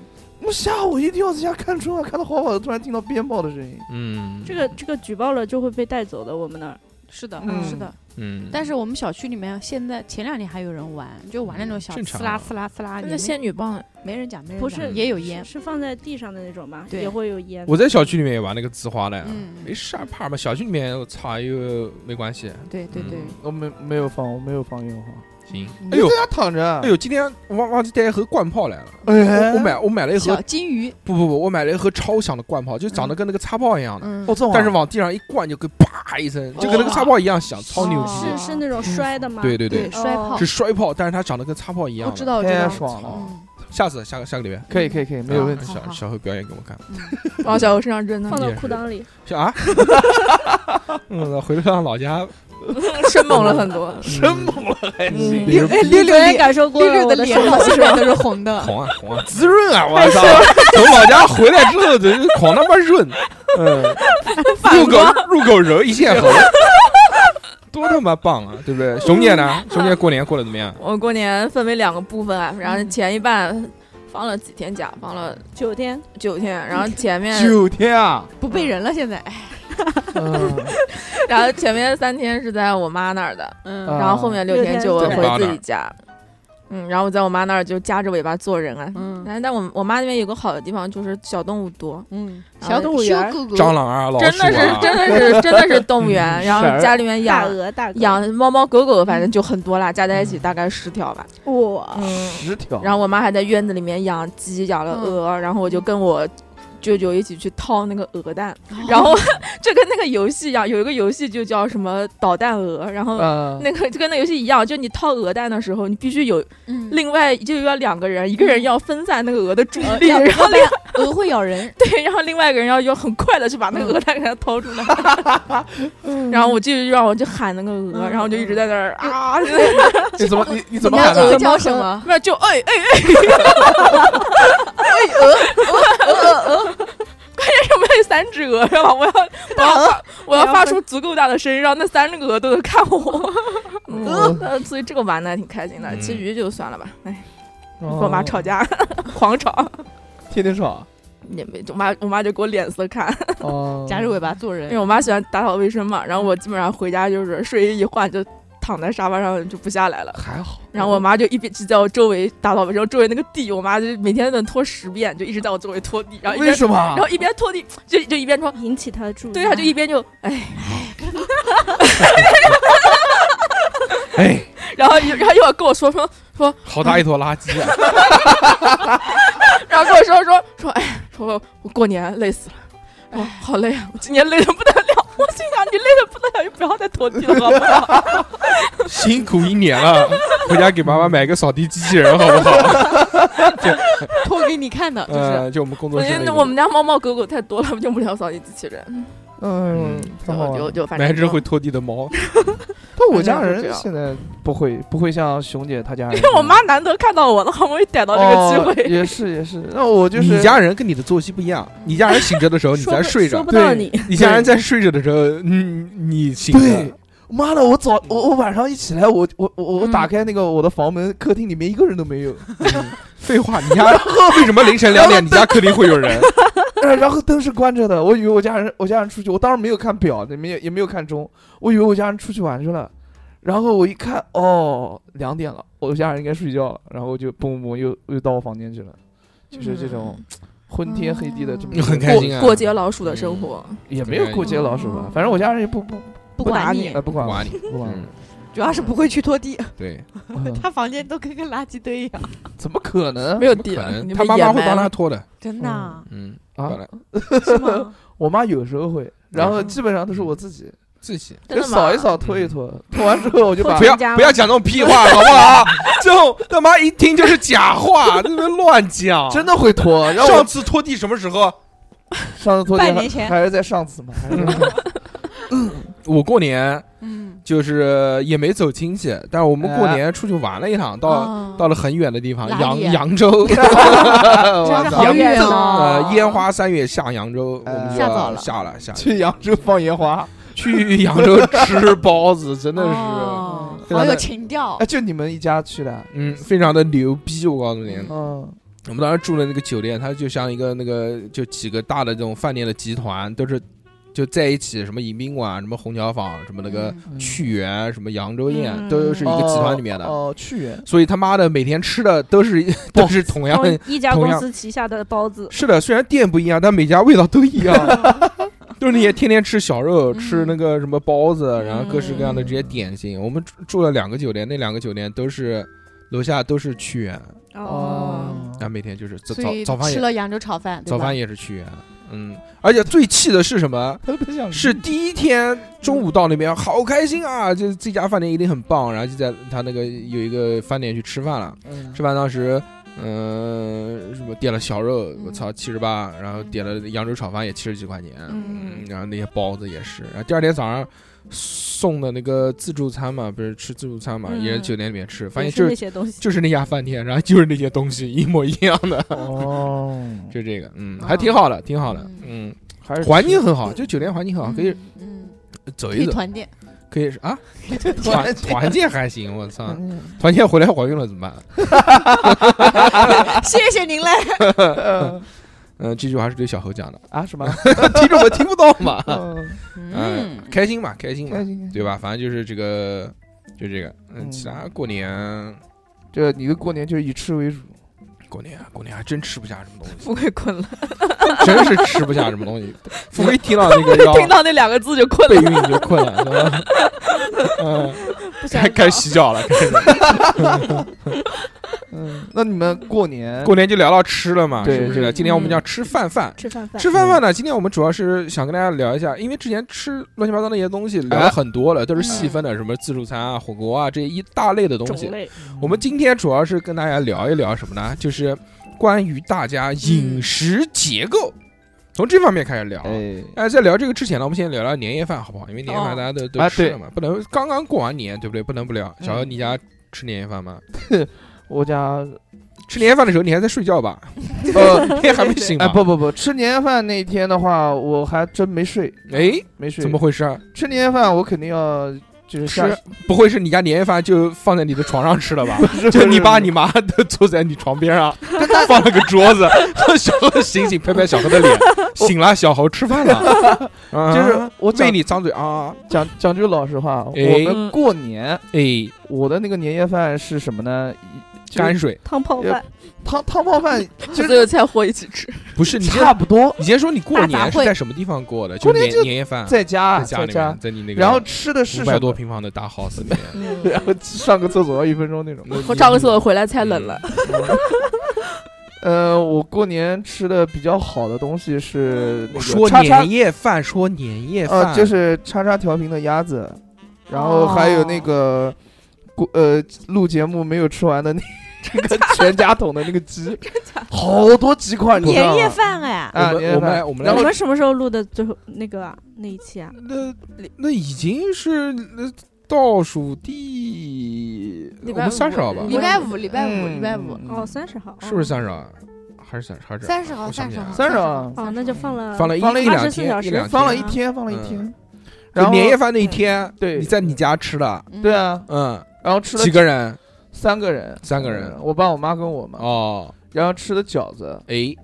Speaker 5: 我吓我一跳，在家看春晚看的好好的，突然听到鞭炮的声音。
Speaker 2: 嗯，
Speaker 7: 这个这个举报了就会被带走的。我们那儿
Speaker 6: 是的，
Speaker 5: 嗯
Speaker 6: 是的，
Speaker 2: 嗯，
Speaker 6: 但是我们小区里面现在前两年还有人玩，就玩那种小
Speaker 2: 嗯正常啊
Speaker 6: 刺啦刺啦刺啦，也
Speaker 3: 那
Speaker 6: 没
Speaker 3: 仙女棒，
Speaker 6: 没人讲，没人
Speaker 7: 不
Speaker 6: 讲
Speaker 7: 是
Speaker 6: 也有烟，
Speaker 7: 是放在地上的那种吗？
Speaker 6: 对
Speaker 7: 也会有烟。
Speaker 2: 我在小区里面也玩那个呲花的呀，
Speaker 6: 嗯
Speaker 2: 啊没事儿，怕什么？小区里面我操又没关系，
Speaker 6: 对对对
Speaker 2: 嗯，
Speaker 5: 我没没有放，我没有放烟花，
Speaker 2: 行
Speaker 6: 嗯。
Speaker 2: 哎呦
Speaker 5: 在家躺着。
Speaker 2: 哎呦，今天忘忘记带一盒罐炮来了。
Speaker 5: 哎，
Speaker 2: 我我买我买了一盒
Speaker 6: 小，金鱼，
Speaker 2: 不不不，我买了一盒超响的罐炮，就长得跟那个擦炮一样的，
Speaker 6: 嗯
Speaker 5: 哦，，这么
Speaker 2: 但是往地上一灌就跟啪一声，就跟那个擦炮一样响，超牛逼。
Speaker 3: 哦
Speaker 7: 是是那种摔的吗？
Speaker 2: 嗯对对
Speaker 6: 对，
Speaker 2: 对，
Speaker 6: 摔炮
Speaker 2: 是，摔炮，但是它长得跟擦炮一样
Speaker 6: 我
Speaker 2: 的。
Speaker 6: 知道我知
Speaker 5: 太
Speaker 6: 道，
Speaker 5: 爽了，
Speaker 6: 嗯
Speaker 2: 下次下个下个礼拜，啊
Speaker 5: 可以可以可以，没有问题。
Speaker 6: 好
Speaker 2: 小
Speaker 6: 好
Speaker 2: 小何表演给我们看。
Speaker 6: 嗯
Speaker 3: 往小欧身上扔的
Speaker 7: 放，到
Speaker 2: 也
Speaker 7: 裤
Speaker 2: 是
Speaker 7: 裆里。
Speaker 2: 小啊， <laughs> 嗯，回趟老家，
Speaker 3: 生猛了很 <laughs> 多。
Speaker 5: 真猛了，
Speaker 2: 嗯
Speaker 3: 六哎
Speaker 7: 你
Speaker 3: 六六
Speaker 7: 昨天
Speaker 3: 六
Speaker 7: 感受过
Speaker 3: 六
Speaker 7: 了
Speaker 3: 六
Speaker 7: 我
Speaker 3: 的
Speaker 7: 的
Speaker 3: 脸
Speaker 7: 手
Speaker 3: 好
Speaker 7: 感
Speaker 3: 是
Speaker 7: 受
Speaker 3: 吧？都是
Speaker 2: <laughs>
Speaker 3: 红的。
Speaker 2: 红啊红啊，滋润啊！我操，从老家回来之后，这狂他妈润，嗯，入口入口柔一线红，多他妈棒啊，对不对？熊姐呢？熊姐过年过得怎么样？
Speaker 3: 我过年分为两个部分啊，然后前一半放了几天假，放了
Speaker 7: 九天，
Speaker 3: 九天，然后前面，
Speaker 5: 九天啊！
Speaker 6: 不背人了现在，
Speaker 5: 嗯
Speaker 3: 然后前面三天是在我妈那儿的，
Speaker 6: 嗯
Speaker 5: 啊
Speaker 3: 然后后面六天就
Speaker 7: 六
Speaker 2: 天
Speaker 3: 回自己家。嗯，然后我在我妈那儿就夹着尾巴做人啊。
Speaker 6: 嗯
Speaker 3: 但是但我我妈那边有个好的地方，就是小动物多，
Speaker 6: 嗯，
Speaker 3: 然后
Speaker 6: 小动物园儿，
Speaker 2: 蟑螂啊，老
Speaker 3: 真
Speaker 2: 鼠 <laughs>
Speaker 3: 的是
Speaker 2: 啊，
Speaker 3: 真的是真的是动物园。
Speaker 5: 嗯
Speaker 3: 然后家里面
Speaker 7: 大
Speaker 3: 养
Speaker 7: 鹅大狗
Speaker 3: 养猫猫狗狗，反正就很多啦，加在一起大概十条吧。
Speaker 7: 哇，
Speaker 3: 嗯，
Speaker 5: 十条，
Speaker 3: 然后我妈还在院子里面养鸡，养了鹅，
Speaker 6: 嗯
Speaker 3: 然后我就跟我舅舅一起去掏那个鹅蛋，
Speaker 6: 哦
Speaker 3: 然后 <laughs> 就跟那个游戏一样，有一个游戏就叫什么捣蛋鹅，然后
Speaker 5: 嗯，
Speaker 3: 那个就跟那游戏一样，就你掏鹅蛋的时候，你必须有
Speaker 6: 嗯
Speaker 3: 另外就要两个人，一个人要分散那个鹅的注意力，
Speaker 6: 呃要
Speaker 3: 然后另
Speaker 6: 鹅会咬人，
Speaker 3: 对，然后另外 <laughs> 一个人要要很快的去把
Speaker 6: 嗯
Speaker 3: 那个鹅蛋给它掏出来，然后我舅舅就让我去喊那个鹅，
Speaker 6: 嗯
Speaker 3: 然后我就一直在那儿啊， <laughs> 就在
Speaker 5: 你怎么你你怎么
Speaker 6: 你
Speaker 5: 喊
Speaker 6: 的鹅
Speaker 2: 啊
Speaker 5: 的？
Speaker 6: 叫什么？
Speaker 3: 没有就哎哎哎，哎 <laughs> 鹅鹅鹅鹅，关键是我有三只鹅，知道吧？我要我要发我要发出足够大的声音，让那三只鹅都能看我。 <laughs>
Speaker 5: 嗯
Speaker 3: 呃，所以这个玩的还挺开心的，其余就算了吧。哎，
Speaker 5: 跟
Speaker 3: 跟我妈吵，架， <laughs> 狂吵，
Speaker 5: 天天吵。
Speaker 3: 也没我妈我妈就给我脸色看，
Speaker 5: 哦，
Speaker 6: 夹着尾巴做
Speaker 3: 因为
Speaker 6: 人，
Speaker 3: 我妈喜欢打扫卫生嘛，然后我基本上回家就是睡衣一换就。躺在沙发上就不下来了，
Speaker 5: 还好。
Speaker 3: 然后我妈就一直在我周围打扫卫生，周围那个地，我妈就每天能拖十遍，就一直在我周围拖地，然后一边
Speaker 5: 为什么
Speaker 3: 啊然？后一边拖地就就一边说，
Speaker 7: 引起他的注意。
Speaker 3: 对，他就一边就哎，
Speaker 2: 哎，
Speaker 3: 然后又然后又要跟我说说，
Speaker 2: 好大一坨垃圾啊！
Speaker 3: 然后跟我说说说哎，说说我过年累死了。哦，好累啊！我今年累的不得了。我心想，你累的不得了，就不要再拖地了，好不好？
Speaker 5: <laughs>
Speaker 2: 辛苦一年了，回家给妈妈买个扫地机器人好不好？
Speaker 4: 拖给你看的，就是
Speaker 2: 呃，就我们工作
Speaker 3: 我
Speaker 2: 室
Speaker 3: 觉
Speaker 2: 那
Speaker 3: 得
Speaker 2: 个
Speaker 3: 我们家猫猫狗狗太多了，用不了扫地机器人，
Speaker 5: 嗯
Speaker 2: 嗯，
Speaker 5: 太好
Speaker 3: 就
Speaker 5: 玩
Speaker 3: 就
Speaker 5: 了。
Speaker 3: 就反正
Speaker 2: 买一只会拖地的猫，
Speaker 5: 但我
Speaker 3: 反正
Speaker 5: 家
Speaker 3: 就
Speaker 5: 人
Speaker 3: 这样
Speaker 5: 现在不会，不会像熊姐她家
Speaker 2: 啊
Speaker 5: 人一
Speaker 3: 因
Speaker 5: 样，
Speaker 2: 嗯
Speaker 3: 为我妈难得看到我了，好不容易逮到这个
Speaker 5: 哦
Speaker 3: 机会。
Speaker 5: 也是也是。那我就是
Speaker 2: 你家人跟你的作息不一样，你家人醒着的时候你
Speaker 7: 说
Speaker 2: 在
Speaker 7: 不
Speaker 2: 睡
Speaker 7: 说
Speaker 2: 着
Speaker 7: 不，到
Speaker 5: 对
Speaker 7: 你，
Speaker 2: 你家人在睡着的时候，嗯，你醒
Speaker 5: 对
Speaker 2: 着，，
Speaker 5: 妈的，我早我我晚上一起来，我我我我
Speaker 3: 嗯
Speaker 5: 打开那个我的房门，客厅里面一个人都没有， <laughs>
Speaker 2: 废话，你家 <laughs> 为什么凌晨两点你家客厅会有人？
Speaker 5: 呃然后灯是关着的，我以为我家人我家人出去，我当时没有看表，也没有也没有看钟，我以为我家人出去玩去了。然后我一看，哦，两点了，我家人应该睡觉了。然后我就蹦蹦蹦又又到我房间去了，就是这种昏天黑地的这么
Speaker 2: 嗯
Speaker 5: 一个
Speaker 2: 很开
Speaker 5: 过
Speaker 2: 心啊
Speaker 3: 过街老鼠的生活，
Speaker 5: 也没有过街老鼠吧，反正我家人也不不
Speaker 4: 不
Speaker 3: 打
Speaker 4: 管
Speaker 3: 你
Speaker 4: 你
Speaker 5: 呃，不管
Speaker 2: 哇
Speaker 5: 了
Speaker 2: 你，
Speaker 5: 不管
Speaker 2: 嗯
Speaker 5: 了，，
Speaker 4: 主要是不会去拖地，
Speaker 2: 对，
Speaker 5: 嗯
Speaker 4: 他房间都跟个垃圾堆一样，
Speaker 5: 怎么可能
Speaker 3: 没？有
Speaker 2: 不
Speaker 3: 地
Speaker 2: 可
Speaker 3: 了，
Speaker 2: 能
Speaker 3: 你
Speaker 2: 他
Speaker 3: 被
Speaker 2: 妈妈
Speaker 3: 掩
Speaker 2: 会
Speaker 3: 埋
Speaker 2: 帮他
Speaker 3: 了
Speaker 2: 拖的，
Speaker 4: 真的啊
Speaker 2: 嗯，
Speaker 5: 啊
Speaker 2: 本来
Speaker 4: 是吗？
Speaker 5: <laughs> 我妈有时候会，然
Speaker 2: 嗯
Speaker 5: 后基本上都是我自己，
Speaker 2: 自己
Speaker 3: 真
Speaker 5: 就
Speaker 3: 的吗
Speaker 5: 扫一扫，拖一拖，拖完之后我就把
Speaker 2: 嗯不要
Speaker 7: 全家
Speaker 2: 不要讲这种屁
Speaker 4: <laughs>
Speaker 2: 话好不好？这种他妈一听就是假话， <laughs> 那边乱讲，
Speaker 5: 真。的会拖。然后
Speaker 2: 上
Speaker 5: 我
Speaker 2: 次拖地什么时候？
Speaker 5: 上次拖地
Speaker 4: 半年
Speaker 5: 还
Speaker 4: 前
Speaker 5: 还是在上
Speaker 2: <laughs>
Speaker 5: 次嘛，还是在上
Speaker 2: 嗯
Speaker 5: <laughs> 次
Speaker 2: 我过年
Speaker 4: 嗯，
Speaker 2: 就是也没走亲戚，但是我们过年出去玩了一趟，到
Speaker 4: 哦
Speaker 2: 到了很远的地方，
Speaker 4: 哪
Speaker 2: 扬
Speaker 4: 里啊
Speaker 2: 扬州，<laughs>
Speaker 4: 真是
Speaker 5: 我操
Speaker 4: <laughs> 好远
Speaker 2: 呃
Speaker 4: 哦，，
Speaker 2: 烟花三月下扬州，我
Speaker 5: 呃
Speaker 2: 们就
Speaker 4: 吓到了
Speaker 2: 下了下了，
Speaker 5: 去扬州放烟 <laughs> 花，
Speaker 2: 去扬州吃包子，真的是，
Speaker 4: 哦
Speaker 5: 非
Speaker 4: 好
Speaker 5: 常
Speaker 4: 有
Speaker 5: 的
Speaker 4: 情调
Speaker 5: 哎，，就你们一家去的啊，
Speaker 2: 嗯，非常的牛逼，我告诉你，
Speaker 5: 嗯，
Speaker 2: 我们当时住的那个酒店，它就像一个那个就几个大的这种饭店的集团，都是就在一起，什么迎宾馆，什么红桥坊，什么那个
Speaker 5: 嗯
Speaker 2: 趣园，什么扬州宴，
Speaker 3: 嗯
Speaker 2: 都是一个集团里面的。
Speaker 5: 哦，哦去园
Speaker 2: 所以他妈的每天吃的都是 <laughs> 都是同样
Speaker 7: 同一家
Speaker 2: 同
Speaker 7: 公
Speaker 2: 样
Speaker 7: 司旗下的包子，
Speaker 2: 是的，虽然店不一样，但每家味道都一样，都是那些天天吃小肉、
Speaker 4: 嗯
Speaker 2: 吃那个什么包子，
Speaker 4: 嗯
Speaker 2: 然后各式各样的这些点心。我们住住了两个酒店，那两个酒店都是楼下都是屈原，
Speaker 5: 哦，
Speaker 2: 然后每天就是早
Speaker 4: 所以
Speaker 2: 早早饭
Speaker 4: 吃
Speaker 2: 也
Speaker 4: 了扬州炒饭，对
Speaker 2: 早
Speaker 4: 吧
Speaker 2: 饭也是屈原，嗯，而且最气的是什么？
Speaker 5: 特别想
Speaker 2: 是第一天中午到那边，好开心啊！就是这家饭店一定很棒，然后就在他那个有一个饭店去吃饭了。
Speaker 5: 嗯
Speaker 2: 吃饭当时，嗯、什么点了小肉，
Speaker 7: 嗯
Speaker 2: 我操七十八，然后点了扬州炒饭也七十几块钱，
Speaker 4: 嗯
Speaker 2: 嗯，然后那些包子也是，然后第二天早上送的那个自助餐嘛，不是吃自助餐嘛，
Speaker 7: 嗯
Speaker 2: 也是酒店里面吃，发
Speaker 7: 也
Speaker 2: 现
Speaker 7: 是
Speaker 2: 就
Speaker 7: 那
Speaker 2: 是
Speaker 7: 些东西。
Speaker 2: 就是那家饭店，然后就是那些东西一模一样的，
Speaker 5: <laughs> 哦，
Speaker 2: 就这个，嗯，
Speaker 4: 啊
Speaker 2: 还挺好的，挺好的，嗯，
Speaker 5: 还是
Speaker 2: 环境很好，就酒店环境很好，啊可以
Speaker 4: 嗯，
Speaker 2: 走
Speaker 4: 可
Speaker 2: 一
Speaker 4: 以
Speaker 2: 走，
Speaker 4: 团建，
Speaker 2: 可以啊，团
Speaker 5: 团
Speaker 2: 团建还行，我操，
Speaker 5: 嗯
Speaker 2: 团建回来怀孕了怎么办？
Speaker 4: 谢谢您嘞。
Speaker 5: 呃
Speaker 2: 嗯，这句话是对小猴讲的，
Speaker 5: 啊什么？ <laughs>
Speaker 2: 听众们听不到嘛，
Speaker 5: 嗯
Speaker 2: 嗯，
Speaker 4: 嗯，
Speaker 2: <laughs> 开心嘛，开心嘛
Speaker 5: 开，心
Speaker 2: 对吧？反正就是这个，就这个，嗯，
Speaker 5: 嗯
Speaker 2: 其他过年，
Speaker 5: 这你的过年就是以吃为主，
Speaker 2: 过年，啊过年还真吃不下什么东
Speaker 3: 富贵困了，
Speaker 2: 西，真是吃不下什么东西。富贵听到那个要
Speaker 3: <laughs> 听到那两个字就困
Speaker 2: 备
Speaker 3: 了。
Speaker 2: 孕就困了，是吧嗯，
Speaker 7: 不想
Speaker 2: 开
Speaker 7: 搞
Speaker 2: 开始洗脚了，开始
Speaker 5: 嗯，那你们过年
Speaker 2: 过年就聊到吃了嘛，
Speaker 5: 对
Speaker 2: 是不是？
Speaker 5: 对
Speaker 2: 今天我们叫吃饭饭。
Speaker 7: 吃饭饭，
Speaker 2: 吃饭饭呢？今天我们主要是想跟大家聊一下，因为之前吃乱七八糟那些东
Speaker 5: 啊
Speaker 2: 西聊了很多了，都是细分的，什么自助餐啊、火锅啊这一大类的东西
Speaker 7: 种。类
Speaker 2: 我
Speaker 5: 嗯
Speaker 2: 们今天主要是跟大家聊一聊什么呢？就是关于大家饮食结构，从这方面开始聊。
Speaker 5: 哎，
Speaker 2: 哎，在聊这个之前呢，我们先聊聊年夜饭好不好？因为年夜饭
Speaker 4: 哦
Speaker 2: 大家都、
Speaker 5: 啊
Speaker 2: 都吃
Speaker 5: 对嗯
Speaker 2: 了嘛，不能刚刚过完年，对不对？不能不聊。小何，你家吃年夜饭吗？
Speaker 5: 我家
Speaker 2: 吃年夜饭的时候你还在睡
Speaker 5: <laughs>
Speaker 2: 觉吧？
Speaker 5: 呃
Speaker 2: 你还没醒吧？
Speaker 5: 哎不不不，吃年夜饭那天的话，我还真没睡，
Speaker 2: 哎，
Speaker 5: 没睡。
Speaker 2: 怎么回事？啊？
Speaker 5: 吃年夜饭？我肯定要就是下
Speaker 2: 吃不会是你家年夜饭就放在你的床上吃
Speaker 5: <laughs>
Speaker 2: 了吧？就你爸你妈都坐在你床边上， <laughs> 放了个桌子，小何醒醒，拍拍小何的
Speaker 5: <laughs>
Speaker 2: 脸，醒了，小侯吃饭了，啊
Speaker 5: 就是我
Speaker 2: 喂
Speaker 5: 讲
Speaker 2: 你张嘴啊，
Speaker 5: 讲讲句老实话，
Speaker 2: 哎
Speaker 5: 我们过年
Speaker 2: 哎，
Speaker 5: 我的那个年夜饭是什么呢？就是
Speaker 2: 泔水
Speaker 7: 汤泡饭，
Speaker 5: 汤汤泡饭
Speaker 3: 所有菜和一起吃，
Speaker 2: 不 <laughs> 是你先
Speaker 5: 差不多，
Speaker 2: 你先说你过
Speaker 4: 大杂
Speaker 2: 年是
Speaker 4: 烩
Speaker 2: 在什么地方过的？就
Speaker 5: 过年
Speaker 2: 年
Speaker 5: 就
Speaker 2: 年夜饭
Speaker 5: 在家
Speaker 2: 啊在家
Speaker 5: 在
Speaker 2: 里
Speaker 5: 家
Speaker 2: 面，，在你那个
Speaker 5: 然后吃的是
Speaker 2: 五
Speaker 5: 什
Speaker 2: 百多
Speaker 5: 么？
Speaker 2: 平方的大 house 里面，
Speaker 5: 嗯然后上个厕所要一分钟那种。
Speaker 2: 那嗯
Speaker 3: 我上个厕所回来太冷了，
Speaker 5: 呃，我过年吃的比较好的东西是那个
Speaker 2: 说
Speaker 5: 叉叉
Speaker 2: 年，夜饭，说年夜
Speaker 5: 呃，
Speaker 2: 饭，哦
Speaker 5: 就是叉叉调频的鸭子，然后还有那个，过呃，录节目没有吃完的那这个全家桶的那个 <laughs> 鸡，好多鸡块，你知道
Speaker 7: 年夜
Speaker 5: 吗？
Speaker 7: 饭哎，
Speaker 5: 啊，
Speaker 2: 我们
Speaker 5: 年夜
Speaker 2: 我们来
Speaker 5: 饭，
Speaker 2: 我们来
Speaker 5: 然
Speaker 7: 你
Speaker 5: 后
Speaker 7: 们什么时候录的最后那个啊那一期啊？
Speaker 2: 那那已经是呃倒数第
Speaker 3: 礼
Speaker 2: 我
Speaker 3: 拜
Speaker 2: 们
Speaker 3: 五
Speaker 2: 三十号吧
Speaker 3: 礼？
Speaker 6: 礼拜五，礼拜五，
Speaker 5: 嗯
Speaker 6: 礼拜五，
Speaker 7: 哦，三十号
Speaker 2: 是不是三十号？还是三还是
Speaker 6: 三十号，
Speaker 2: 我想
Speaker 6: 三
Speaker 2: 不
Speaker 6: 十
Speaker 2: 起来了
Speaker 6: 号，
Speaker 5: 三十啊号
Speaker 7: 哦，那就放了
Speaker 2: 放了一
Speaker 5: 放了
Speaker 2: 一
Speaker 5: 一
Speaker 2: 两
Speaker 7: 24
Speaker 2: 天，
Speaker 7: 小
Speaker 2: 一
Speaker 7: 时
Speaker 2: 两
Speaker 5: 放了
Speaker 2: 天嗯
Speaker 5: 一天，放了一天，
Speaker 2: 就
Speaker 5: 然后
Speaker 2: 年夜饭那一天，
Speaker 5: 对
Speaker 2: 你在你家吃的，
Speaker 6: 嗯
Speaker 5: 对，啊，
Speaker 2: 嗯，
Speaker 5: 然后吃了
Speaker 2: 几个人？
Speaker 5: 三个人，
Speaker 2: 三个人
Speaker 5: 我爸、我妈跟我嘛，
Speaker 2: 哦，
Speaker 5: 然后吃的饺子，
Speaker 2: 哎，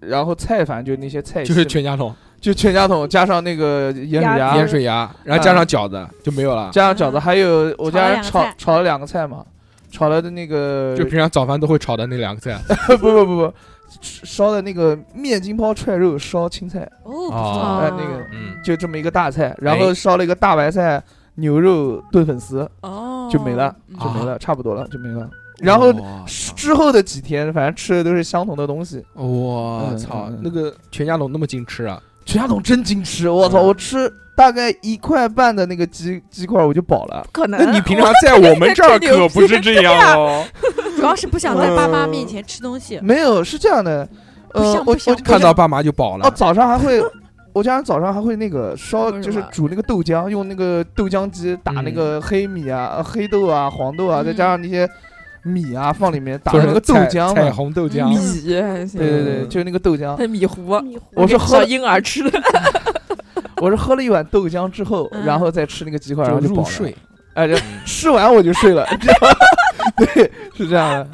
Speaker 5: 然后菜反正就那些菜
Speaker 2: 就是
Speaker 5: 系
Speaker 2: 全家桶
Speaker 5: 就全家桶加上那个盐水
Speaker 7: 啊
Speaker 5: 鸭
Speaker 2: 盐，水鸭，然后加上饺子就没有了。
Speaker 5: 啊加上饺子，还有我家人
Speaker 6: 嗯炒了两个
Speaker 5: 炒
Speaker 6: 菜
Speaker 5: 炒了两个菜嘛，炒了的那个
Speaker 2: 就平常早饭都会炒的那两个菜，
Speaker 5: 不不不不，烧的那个面筋泡踹肉烧青菜，
Speaker 6: 哦，不
Speaker 2: 哦
Speaker 6: 错，
Speaker 5: 哎那个
Speaker 2: 嗯，
Speaker 5: 就这么一个大菜，然后烧了一个大白菜牛肉炖粉丝，
Speaker 3: 哦
Speaker 5: 就没了，
Speaker 6: 嗯
Speaker 5: 就没了，差不多了，就没了。然后
Speaker 2: 哇
Speaker 5: 之后的几天，反正吃的都是相同的东西。
Speaker 2: 我
Speaker 5: 嗯
Speaker 2: 操
Speaker 5: 嗯嗯，
Speaker 2: 那个全家桶那么精吃啊！
Speaker 5: 全家桶真精吃，我操！
Speaker 2: 嗯
Speaker 5: 我吃大概一块半的那个鸡鸡块，我就饱了。
Speaker 3: 可
Speaker 2: 那
Speaker 3: 能
Speaker 2: 你平常在我们这儿可不是这样
Speaker 3: <laughs>
Speaker 2: 哦，
Speaker 6: 主要是不想
Speaker 2: <laughs>
Speaker 6: 在爸妈面前吃东西，
Speaker 5: 没有，是这样的，
Speaker 6: 不
Speaker 5: 呃
Speaker 6: 像，
Speaker 5: 我
Speaker 6: 不像
Speaker 5: 我
Speaker 2: 看到爸妈就饱了
Speaker 5: 哦，。早上还会，我家人早上还会那个烧，
Speaker 3: 为什
Speaker 5: 就是
Speaker 3: 么
Speaker 5: 煮那个豆浆，用那个豆浆机打那个
Speaker 6: 嗯
Speaker 5: 黑米啊、呃黑豆啊、黄豆啊，再加上那些米啊放里面打
Speaker 2: 做
Speaker 5: 成
Speaker 2: 成
Speaker 5: 那个豆
Speaker 2: 彩
Speaker 5: 浆
Speaker 2: 彩
Speaker 5: 嘛。
Speaker 2: 虹豆
Speaker 6: 嗯
Speaker 2: 浆，
Speaker 3: 米还行，
Speaker 5: 对对对，
Speaker 2: 嗯
Speaker 5: 就是那个豆浆。
Speaker 3: 还米糊，
Speaker 7: 迷糊
Speaker 5: 我是喝
Speaker 3: 小
Speaker 5: 了，
Speaker 3: 婴儿吃的，
Speaker 5: 我是喝了一碗豆浆之后，
Speaker 6: 嗯
Speaker 5: 然后再吃那个鸡块，然后就饱
Speaker 2: 入
Speaker 5: 了
Speaker 2: 睡。。嗯
Speaker 5: 哎，就吃完我就睡了，知道吗 <laughs> 对，是这样的，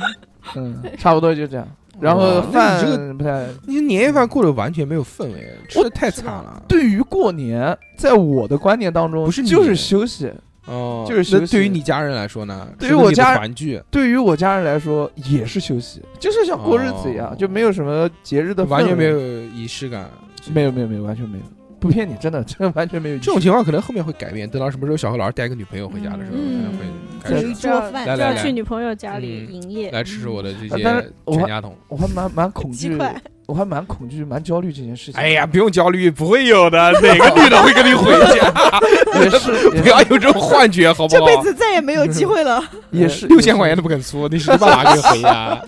Speaker 5: 嗯，差不多就这样。然后
Speaker 2: 哇那你这个
Speaker 5: 饭不太。
Speaker 2: 你年夜饭过得完全没有氛围，吃的太惨了。
Speaker 5: 对于过年，在我的观念当中，
Speaker 2: 不是你
Speaker 5: 就是休息。
Speaker 2: 哦，
Speaker 5: 就是休息
Speaker 2: 那对于你家人来说呢？
Speaker 5: 对于
Speaker 2: 是不是
Speaker 5: 我
Speaker 2: 你的
Speaker 5: 家
Speaker 2: 团聚，
Speaker 5: 对于我家人来说也是休息，就是像过日子一样，
Speaker 2: 哦
Speaker 5: 就没有什么节日的氛围
Speaker 2: 完全没，有仪式感。
Speaker 5: 没有没有没有，完全没有，不骗你，真的真的完全没有仪式
Speaker 2: 这种情况可能后面会改变，等到什么时候小何老师带一个女朋友回家的时候，可
Speaker 6: 嗯
Speaker 2: 能会
Speaker 7: 就
Speaker 2: 开
Speaker 6: 有
Speaker 7: 是
Speaker 6: 一
Speaker 2: 始
Speaker 6: 桌饭
Speaker 2: 来
Speaker 7: 就
Speaker 2: 来
Speaker 7: 要
Speaker 2: 来
Speaker 7: 去女朋友家里
Speaker 2: 嗯
Speaker 7: 营业，
Speaker 2: 来吃呃吃我的这
Speaker 5: 啊但是
Speaker 2: 些
Speaker 5: 我
Speaker 2: 全家桶。
Speaker 5: 我还蛮蛮恐
Speaker 7: 鸡
Speaker 5: 惧，
Speaker 7: 块
Speaker 5: 我还蛮恐惧，蛮焦虑这件事情。
Speaker 2: 哎呀，，不用焦虑，不会有的。哪个女的会跟你回家？ <laughs>
Speaker 5: 也是也
Speaker 2: 不要有这种幻觉，好不
Speaker 6: 这
Speaker 2: 好？
Speaker 6: 辈子再也没有机会了。
Speaker 5: 也是
Speaker 2: 六千块钱都不肯出，你是把哪个回家？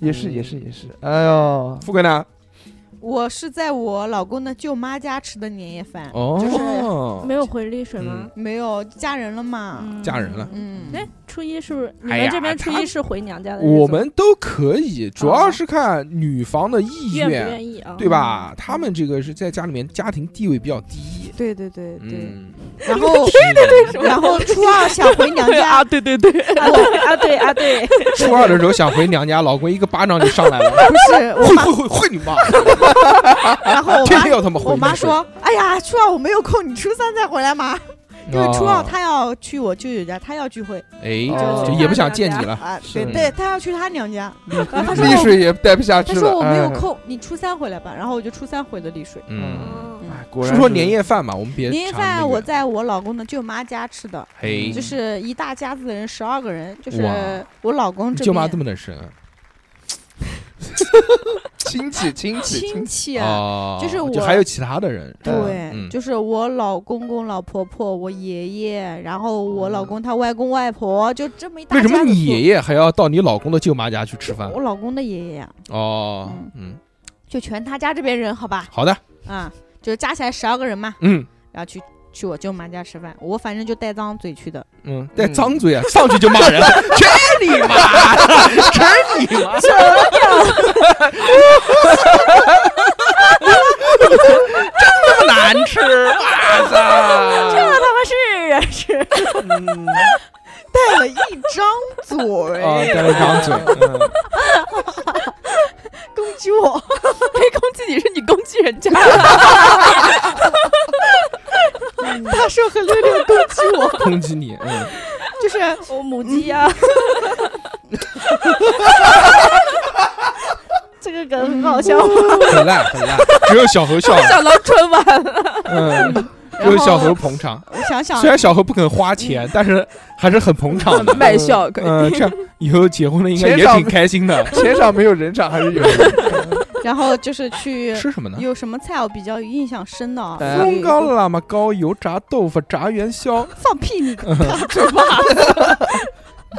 Speaker 5: 也是也是也是，哎呦，
Speaker 2: <laughs> 富贵呢？
Speaker 6: <laughs> 我是在我老公的舅妈家吃的年夜饭，
Speaker 2: 哦
Speaker 7: 没有回丽水吗？
Speaker 6: 没有嫁人了嘛。
Speaker 7: 嗯
Speaker 2: 嫁人了。
Speaker 6: 嗯，
Speaker 7: 哎，初一是不是你
Speaker 2: 哎
Speaker 7: 们
Speaker 2: 呀
Speaker 7: 这边初
Speaker 2: 他
Speaker 7: 一是回娘
Speaker 6: 呃
Speaker 7: 家的日子吗？
Speaker 2: 我们都可以，主
Speaker 6: 啊
Speaker 2: 要是看女方的意
Speaker 7: 愿不
Speaker 2: 愿，
Speaker 7: 愿意 <laughs> 啊？
Speaker 2: 对吧？
Speaker 6: 嗯
Speaker 2: 他们这个是在家里面家庭地位比较低，
Speaker 6: 对对对对。
Speaker 2: 嗯，
Speaker 6: 然后
Speaker 2: 对对
Speaker 6: 然后初二想回娘家，
Speaker 3: <laughs> 啊，对对对，
Speaker 7: 啊对啊对
Speaker 2: <laughs>
Speaker 7: 啊对，
Speaker 2: 初二的时候想回娘家，老公一个巴掌就上来
Speaker 6: <laughs>
Speaker 2: 了，
Speaker 6: 不是我
Speaker 2: 会 <laughs>
Speaker 6: 妈，
Speaker 2: 会会会你妈！
Speaker 6: 然后我
Speaker 2: 天
Speaker 6: 妈
Speaker 2: 天要他们回。
Speaker 6: 我妈说：“哎呀，初二我没有空，你初三再回来嘛。”因为初二
Speaker 2: 哦，
Speaker 6: 她要去我舅舅家，她要聚会
Speaker 2: 哎，
Speaker 5: 哦
Speaker 2: 就也不想见你了。
Speaker 6: 啊，
Speaker 5: 是
Speaker 6: 对对，她要去她娘家。然后她说
Speaker 5: 丽
Speaker 6: 我
Speaker 5: 水也待不下
Speaker 6: 她
Speaker 5: 去
Speaker 6: 说
Speaker 5: 了。
Speaker 6: 我没有
Speaker 5: 哎，
Speaker 6: 空，你初三回来吧。然后我就初三回的丽水。
Speaker 2: 嗯，
Speaker 7: 哦
Speaker 5: 哎果
Speaker 2: 说
Speaker 5: 然是
Speaker 2: 说年夜饭吧，我们别
Speaker 6: 年夜
Speaker 2: 查那
Speaker 6: 饭
Speaker 2: 个
Speaker 6: 我在我老公的舅妈家吃的，
Speaker 2: 嘿
Speaker 6: 就，是一大家子人，十二个人，就是
Speaker 2: 哇
Speaker 6: 我老公
Speaker 2: 你
Speaker 6: 这
Speaker 2: 舅妈
Speaker 6: 边
Speaker 2: 这么能生
Speaker 6: <laughs>
Speaker 2: 啊
Speaker 5: 亲戚亲戚
Speaker 6: 亲
Speaker 5: 亲戚，
Speaker 6: 戚，啊
Speaker 2: 哦
Speaker 6: 就是我
Speaker 2: 就还有其他的人，
Speaker 6: 对，
Speaker 2: 嗯
Speaker 6: 就是我老公公、老婆婆、我爷爷，然后我老公他外公外婆，就这么一
Speaker 2: 嗯
Speaker 6: 大
Speaker 2: 为
Speaker 6: 家嗯
Speaker 2: 什
Speaker 6: 子
Speaker 2: 么你爷啊
Speaker 6: 爷？
Speaker 2: 爷还要到你老公的舅妈家去吃饭？
Speaker 6: 我老公的爷爷呀，
Speaker 2: 哦，嗯，
Speaker 6: 就全他家这边人，好吧，
Speaker 2: 好的，
Speaker 6: 啊，就加起来十二个人嘛，
Speaker 2: 嗯
Speaker 6: 然后去去我舅妈家吃饭，我反正就带脏嘴去的，
Speaker 2: 嗯，带脏嘴啊，上去就骂人，全你妈，全你妈，这么难吃，我操！
Speaker 3: 啊
Speaker 7: 他们是是
Speaker 3: <laughs>
Speaker 6: 带了一张嘴，
Speaker 2: 哦，带了张嘴，嗯
Speaker 6: 攻击我，
Speaker 3: 没攻击你是你攻击人家，
Speaker 6: 大手和六六攻击我，
Speaker 2: <laughs> 攻击你，嗯，
Speaker 6: 就是
Speaker 7: 我母鸡呀、 <laughs> 这个梗很好笑，
Speaker 2: 很烂很烂，只有小何笑了，
Speaker 3: 想到春晚，
Speaker 2: 嗯，
Speaker 6: 然
Speaker 2: 为
Speaker 6: 后
Speaker 2: 小猴捧场。
Speaker 6: 我想想
Speaker 2: 虽，然小何不肯花钱，但是还是很捧场的。
Speaker 3: 卖笑可以。
Speaker 2: 嗯， <laughs> 这样以后结婚了 <laughs> 应该
Speaker 5: 钱
Speaker 2: 也
Speaker 5: 少
Speaker 2: 挺开心的。
Speaker 5: <laughs> 钱少没有人少还是有的。
Speaker 6: 然后就是去
Speaker 2: 吃什么呢？
Speaker 6: 有什么菜我比较有印象深的啊？
Speaker 5: 哎
Speaker 6: 有一
Speaker 2: 风
Speaker 6: 个
Speaker 2: 干喇嘛糕、油炸豆腐、炸元宵，
Speaker 6: 放屁你！
Speaker 2: 嗯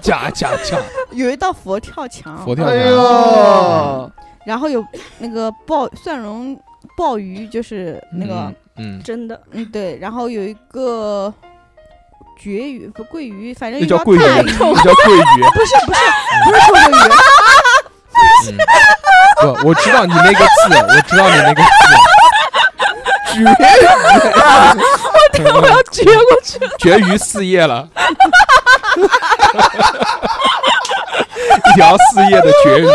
Speaker 2: 假假假！
Speaker 6: 有一道佛跳墙
Speaker 2: 佛，跳
Speaker 5: <laughs> 哎
Speaker 2: 墙，
Speaker 5: 呦，
Speaker 6: 然后有那个鲍蒜蓉鲍鱼，就是那个
Speaker 2: 嗯，嗯，
Speaker 7: 真的
Speaker 6: 嗯对，然后有一个绝鱼不桂鱼，反正
Speaker 2: 那
Speaker 6: 一
Speaker 2: 叫
Speaker 6: 道 <laughs>
Speaker 2: 桂鱼，
Speaker 6: 大
Speaker 2: 那
Speaker 6: 鱼，
Speaker 2: 叫桂鱼。
Speaker 6: 不是不是不是臭鳜鱼，
Speaker 2: 嗯不，我知道你那个字，我知道你那个字。绝鱼！我天，我要绝过去了！绝鱼四叶了，一条四叶的绝鱼。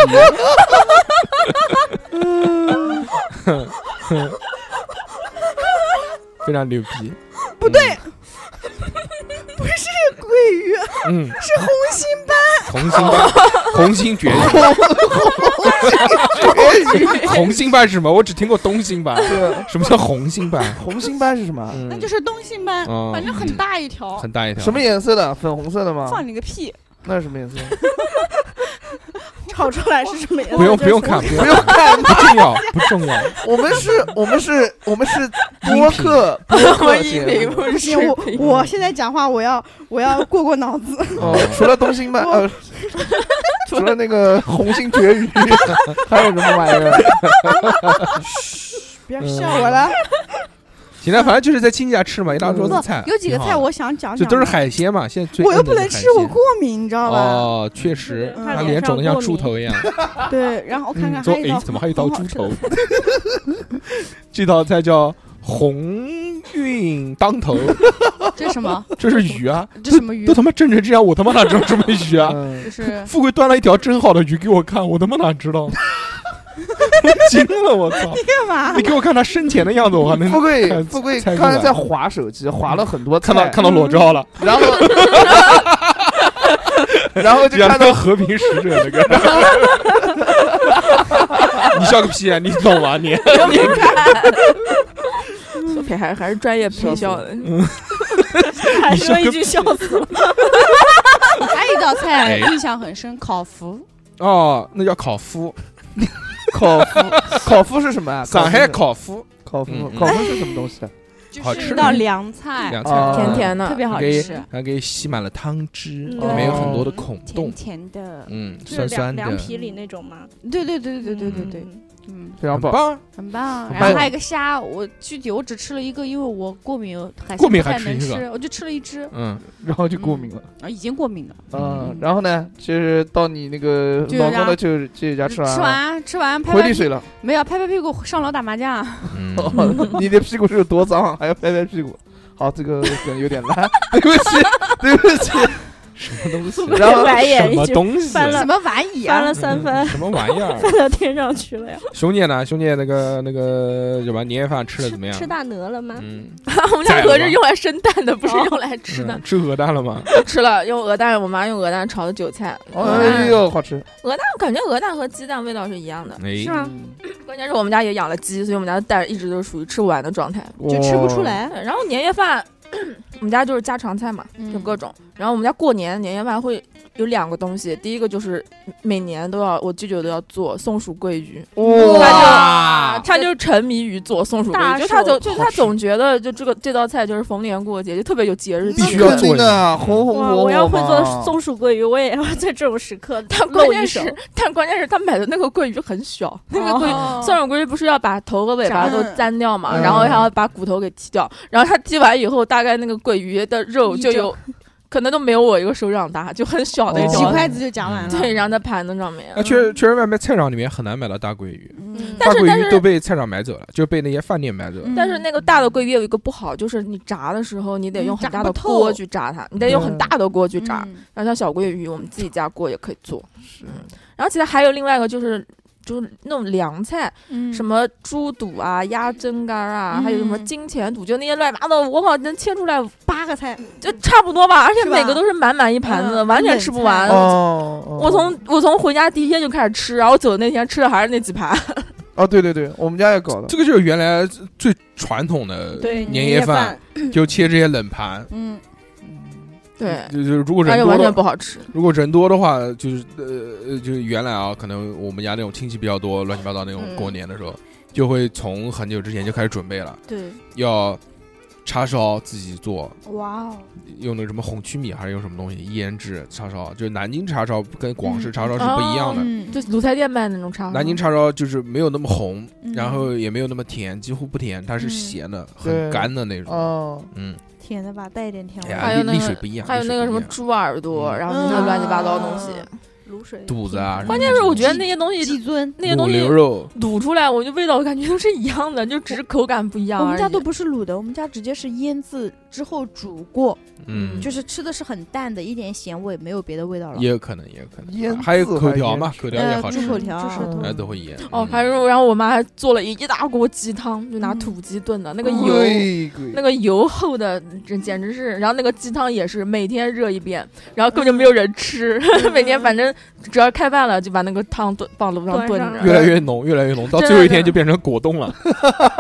Speaker 2: 非常牛逼，不对，
Speaker 6: 桂鱼
Speaker 2: 嗯，
Speaker 6: 是红心斑，
Speaker 2: 红星斑，红星绝育，红星斑是什么？我只听过东星斑，
Speaker 5: 对
Speaker 2: 什么叫红星斑？
Speaker 5: 红心斑是什么？
Speaker 6: 那
Speaker 2: 那
Speaker 6: 就是东星斑，
Speaker 2: 嗯哦嗯
Speaker 6: 反正很大一条。
Speaker 2: 很大一条，
Speaker 5: 什么颜色的？粉红色的吗？
Speaker 6: 放你个屁！
Speaker 5: 那是什么颜色？
Speaker 7: 炒出来是什么颜色？
Speaker 2: 不用
Speaker 7: 就
Speaker 2: 不
Speaker 7: 是
Speaker 2: 用
Speaker 7: 红
Speaker 2: 看，不
Speaker 5: 不
Speaker 2: 用 <laughs>
Speaker 5: 用
Speaker 2: 看，不
Speaker 5: 看，
Speaker 2: 重要，不重 <laughs> 要。
Speaker 5: 我们是，我们是，我们
Speaker 2: <laughs>
Speaker 5: 是播客，播客节目。
Speaker 3: 不
Speaker 6: 不行，我我现在讲话，我要我要过过脑
Speaker 2: 嗯
Speaker 6: 子。
Speaker 5: 哦，除了东星斑，呃，除了那个红星绝
Speaker 2: <laughs>
Speaker 5: 鱼，还有什么玩意儿？
Speaker 6: 不要
Speaker 2: 嗯
Speaker 6: 笑我了。
Speaker 2: 行了，反正就是在亲戚家吃嘛，一大桌子菜，
Speaker 6: 有几个
Speaker 2: 挺好
Speaker 6: 菜
Speaker 2: 的
Speaker 6: 我想讲
Speaker 2: 这
Speaker 6: 讲，
Speaker 2: 都是海鲜嘛，现在最
Speaker 6: 我又
Speaker 2: 硬的
Speaker 6: 不能
Speaker 2: 是海
Speaker 6: 吃，我
Speaker 2: 鲜
Speaker 6: 过敏，你知道吧？
Speaker 2: 哦，确实，
Speaker 6: 嗯
Speaker 2: 他脸肿的像猪头一样。
Speaker 6: 对，然后我
Speaker 2: 嗯，
Speaker 6: 看看还
Speaker 2: 说
Speaker 6: 有一道
Speaker 2: 哎，怎么还有一道
Speaker 6: 很好
Speaker 2: 猪
Speaker 6: 吃的
Speaker 2: 头？ <laughs> 这道菜叫鸿运当头，
Speaker 6: 这是什么？
Speaker 2: 这是鱼啊，
Speaker 6: <laughs> 这什么鱼
Speaker 2: 都？他妈蒸成这样，我他妈哪知道什么鱼
Speaker 6: <laughs>
Speaker 2: 啊？
Speaker 5: 嗯
Speaker 6: 就，是
Speaker 2: 富贵端了一条蒸好的鱼给我看，我他妈哪知道？惊了，我操！
Speaker 6: 干嘛
Speaker 2: 你？给我看他生前的样子，我还能
Speaker 5: 富贵，
Speaker 2: 看
Speaker 5: 富贵
Speaker 2: 猜
Speaker 5: 刚
Speaker 2: 不出来
Speaker 5: 才在划手机，划了很多菜
Speaker 2: 看到看到裸照了，
Speaker 5: 然
Speaker 2: <laughs>
Speaker 5: 后，然后就
Speaker 2: 原
Speaker 5: 看
Speaker 2: 来
Speaker 5: 到
Speaker 2: 和平使者那个。 <laughs> 你笑个屁啊！你懂吗？你
Speaker 3: <laughs> 还还还是专业陪笑的， <laughs>
Speaker 7: 还说一句笑死了。
Speaker 6: 还有一道菜
Speaker 2: 哎
Speaker 6: 印象很深，烤麸。
Speaker 2: <laughs> 哦，那叫烤麸，
Speaker 5: 烤麸，烤麸是什么啊？
Speaker 2: 上海
Speaker 5: 烤
Speaker 2: 烤麸，
Speaker 5: 麸是什
Speaker 2: 嗯
Speaker 5: 么，
Speaker 2: 嗯
Speaker 5: 烤麸，烤麸是什么东西啊？
Speaker 2: 好
Speaker 6: 就是
Speaker 2: 吃
Speaker 6: 一道凉菜，
Speaker 2: 凉菜，
Speaker 5: 哦
Speaker 3: 甜甜
Speaker 6: 特
Speaker 3: 的。
Speaker 6: 别好
Speaker 2: 啊给
Speaker 6: 吃，
Speaker 2: 还给吸满了汤汁，
Speaker 7: 嗯
Speaker 2: 里面有很多的孔洞
Speaker 6: 甜，甜的。
Speaker 2: 嗯，
Speaker 7: 就是
Speaker 2: 酸酸的
Speaker 7: 凉，凉皮里那种吗？
Speaker 6: 对对对对对对
Speaker 2: 嗯
Speaker 6: 对，嗯，
Speaker 5: 非常
Speaker 2: 很
Speaker 5: 棒。
Speaker 2: 棒。
Speaker 6: 很棒。
Speaker 2: 很
Speaker 6: 然后
Speaker 5: 棒
Speaker 6: 还有一个虾，我具体我只吃了一个，因为我过敏，海鲜
Speaker 2: 过敏
Speaker 6: 不太
Speaker 2: 还吃
Speaker 6: 能
Speaker 2: 一个
Speaker 6: 吃，我就吃了一只，
Speaker 2: 嗯， <laughs>
Speaker 5: 然后就过敏了，
Speaker 6: 啊，已经过敏了。
Speaker 5: 嗯
Speaker 2: 嗯，
Speaker 5: 然后呢，就是到你那个
Speaker 6: 舅舅
Speaker 5: 老公
Speaker 6: 家
Speaker 5: 的舅舅舅家吃完了，
Speaker 6: 吃完吃完拍
Speaker 5: 回
Speaker 6: 拍
Speaker 5: 丽
Speaker 6: 屁
Speaker 5: 水了，
Speaker 6: 没有拍拍屁股上楼打
Speaker 2: <laughs>
Speaker 6: 麻将，
Speaker 2: 嗯
Speaker 6: <laughs>
Speaker 5: <laughs> 你的屁股是有多脏，啊还要拍拍屁股。好，这个梗有点烂， <laughs> 对不起，对不起。
Speaker 2: 什么东西？啊
Speaker 5: 然后
Speaker 7: <laughs> 白眼
Speaker 2: 什
Speaker 7: 哎一
Speaker 2: 么
Speaker 7: 句
Speaker 2: 东嗯西？嗯
Speaker 7: 翻了
Speaker 6: 什么玩意
Speaker 7: 翻
Speaker 6: 啊？
Speaker 7: 了三番，
Speaker 2: 什么玩意儿？
Speaker 7: 翻到天上去了呀！
Speaker 2: 熊姐呢？熊姐那个那个什么年夜饭吃的怎么样？
Speaker 7: 吃大鹅了吗？
Speaker 2: 嗯，
Speaker 3: 我们家鹅是用来生蛋的，不是用来吃的
Speaker 2: 嗯。吃鹅蛋了吗？
Speaker 3: 吃了用鹅蛋，我妈用鹅蛋炒的韭菜。嗯
Speaker 5: 哎呦，好吃。
Speaker 3: 鹅蛋我感觉鹅蛋和鸡蛋味道是啊一样的，
Speaker 2: 哎
Speaker 7: 是，吗？
Speaker 3: 关键是我们家也养了鸡，所以我们家的蛋一直都是属于吃不完的状态。
Speaker 6: 就吃不出来。
Speaker 3: 然后年夜饭， <clears throat> 我们家就是家常菜嘛，
Speaker 6: 嗯
Speaker 3: 就各种。然后我们家过年年夜饭会有两个东西，第一个就是每年都要我舅舅都要做松鼠桂鱼，
Speaker 5: 啊
Speaker 3: 啊
Speaker 2: 哇
Speaker 3: 他就沉迷于做松鼠桂
Speaker 7: 大
Speaker 3: 鱼，就他
Speaker 7: 手
Speaker 3: 总就
Speaker 2: 好
Speaker 3: 他
Speaker 2: 吃
Speaker 3: 总觉得就这个这道菜就是逢年过节就特别有节日
Speaker 5: 必
Speaker 3: 气
Speaker 5: 须
Speaker 3: 氛。
Speaker 5: 要做的，红红火
Speaker 7: 哇！
Speaker 5: 火。
Speaker 7: 我要会做松鼠桂鱼，我也要在这种时刻
Speaker 3: 但关
Speaker 7: 露一
Speaker 3: 键
Speaker 7: 手。
Speaker 3: 是，但关键是他买的那个桂鱼很小，那个桂鱼
Speaker 6: 哦
Speaker 3: 松鼠桂鱼不是要把头和尾巴都
Speaker 6: 斩
Speaker 3: 粘掉嘛，
Speaker 5: 嗯
Speaker 3: 然后还要把骨头给剔掉，然后他剔完以后，大概那个桂鱼的肉
Speaker 6: 一
Speaker 3: 就
Speaker 6: 整
Speaker 3: 有，可能都没有我一个手掌大，就很小的一
Speaker 5: 哦
Speaker 6: 几
Speaker 3: 条，
Speaker 6: 筷子就夹完了。
Speaker 3: 对，然后在盘子上面
Speaker 2: 那，啊确实确实，外面菜场里面很难买到大桂鱼，
Speaker 6: 嗯，
Speaker 3: 但
Speaker 2: 大
Speaker 3: 是
Speaker 2: 桂
Speaker 3: 但
Speaker 2: 鱼
Speaker 3: 是
Speaker 2: 都被菜场买走了，就被那些饭店买走了。
Speaker 3: 但是
Speaker 6: 嗯
Speaker 3: 那个大的桂鱼有一个不好，就是你炸的时候，你得用很大
Speaker 6: 嗯
Speaker 3: 的
Speaker 6: 炸不透嗯
Speaker 3: 锅去炸它，你得用很大的锅去
Speaker 6: 就
Speaker 3: 炸。然后像小桂鱼，我们自己家锅也可以做。嗯，然后其他还有另外一个就是。就是那种凉菜，什么猪肚啊、鸭胗肝啊，还有什么
Speaker 6: 嗯
Speaker 3: 金钱肚，就那些乱七八糟，我靠，能切出来
Speaker 6: 八个菜，
Speaker 3: 就差不多吧，而且
Speaker 6: 是吧
Speaker 3: 每个都是满满一盘子，
Speaker 6: 嗯
Speaker 3: 完全吃不完。
Speaker 5: 哦，
Speaker 3: 我从我从回家第一天就开始吃，然后走的那天吃的还是那几盘，
Speaker 5: 哦，对对对，我们家也搞了。
Speaker 2: 这个就是原来最传统的，
Speaker 7: 对
Speaker 2: 年夜饭，就切这些冷盘。
Speaker 4: 嗯，
Speaker 3: 对，
Speaker 2: 就嗯就是如果
Speaker 3: 而
Speaker 2: 人
Speaker 3: 且
Speaker 2: 多
Speaker 3: 完全
Speaker 2: 的，
Speaker 3: 不好吃。
Speaker 2: 如果人多的话，就是呃呃，就是原来啊，可能我们家那种亲戚比较多，乱七八糟那种
Speaker 3: 嗯
Speaker 2: 过年的时候，就会从很久之前就开始准备了，
Speaker 7: 对，
Speaker 2: 要叉烧自己做，
Speaker 7: 哇哦，
Speaker 2: 用那个什么红曲米还是用什么东西腌制叉烧，就是南京叉烧跟广
Speaker 7: 嗯
Speaker 2: 式叉烧是不一样的。
Speaker 4: 嗯，
Speaker 3: 就卤菜店卖的那种
Speaker 7: 哦
Speaker 3: 叉烧，
Speaker 2: 南京叉烧就是没有那么红，
Speaker 4: 嗯
Speaker 2: 然后也没有那么甜，几乎不甜，它是
Speaker 4: 嗯
Speaker 2: 咸的，
Speaker 5: 对
Speaker 2: 很干的那种。
Speaker 5: 哦，
Speaker 2: 嗯，
Speaker 7: 甜的吧，带一点甜
Speaker 2: 哎
Speaker 7: 味，
Speaker 2: 呀
Speaker 3: 还有那
Speaker 2: 沥
Speaker 3: 个
Speaker 2: 水不一样
Speaker 3: 还有
Speaker 2: 沥
Speaker 3: 那
Speaker 2: 水
Speaker 3: 个
Speaker 2: 不
Speaker 3: 什
Speaker 2: 一
Speaker 3: 么
Speaker 2: 样
Speaker 3: 猪耳朵，
Speaker 2: 嗯
Speaker 3: 然后那些乱七八糟的东西。
Speaker 7: 卤水
Speaker 2: 肚子啊什么的
Speaker 3: 关键是我觉得那些东
Speaker 4: 鸡
Speaker 3: 西
Speaker 4: 尊，
Speaker 3: 那些
Speaker 2: 卤
Speaker 3: 东西
Speaker 2: 牛肉，
Speaker 3: 卤出来，我就味道我感觉都是一样的，就只是口感不一样
Speaker 4: 我
Speaker 3: 而已。
Speaker 4: 们家都不是卤的，我们家直接是腌制之后煮过，
Speaker 2: 嗯，
Speaker 4: 就是吃的是很淡的，一点咸味，没有别的味道了。
Speaker 2: 也有可能，也有可能。啊
Speaker 5: 腌
Speaker 2: 还有
Speaker 5: 制
Speaker 2: 口条嘛口
Speaker 5: 腌，制
Speaker 2: 条也
Speaker 4: 呃，
Speaker 2: 好
Speaker 4: 猪
Speaker 2: 吃，
Speaker 4: 口条
Speaker 7: 猪舌
Speaker 5: 头
Speaker 2: 哎，都会腌。
Speaker 3: 哦
Speaker 2: 嗯，
Speaker 3: 还有然后我妈还做了一一大锅鸡汤，就拿土鸡炖的，那
Speaker 5: 嗯
Speaker 3: 个油。
Speaker 5: 贵哎贵
Speaker 3: 那个油厚的，这简直是，然后那个鸡汤也是每天热一遍，然后根本就没有人吃，
Speaker 5: 嗯
Speaker 3: <laughs> 每天反正只要开饭了就把那个汤炖放炉上
Speaker 7: 端
Speaker 3: 炖
Speaker 7: 上
Speaker 3: 着，
Speaker 2: 越来越浓，越来越浓，到
Speaker 3: 真的
Speaker 2: 最后一
Speaker 3: 真
Speaker 2: 天
Speaker 3: 的
Speaker 2: 就变成果冻了。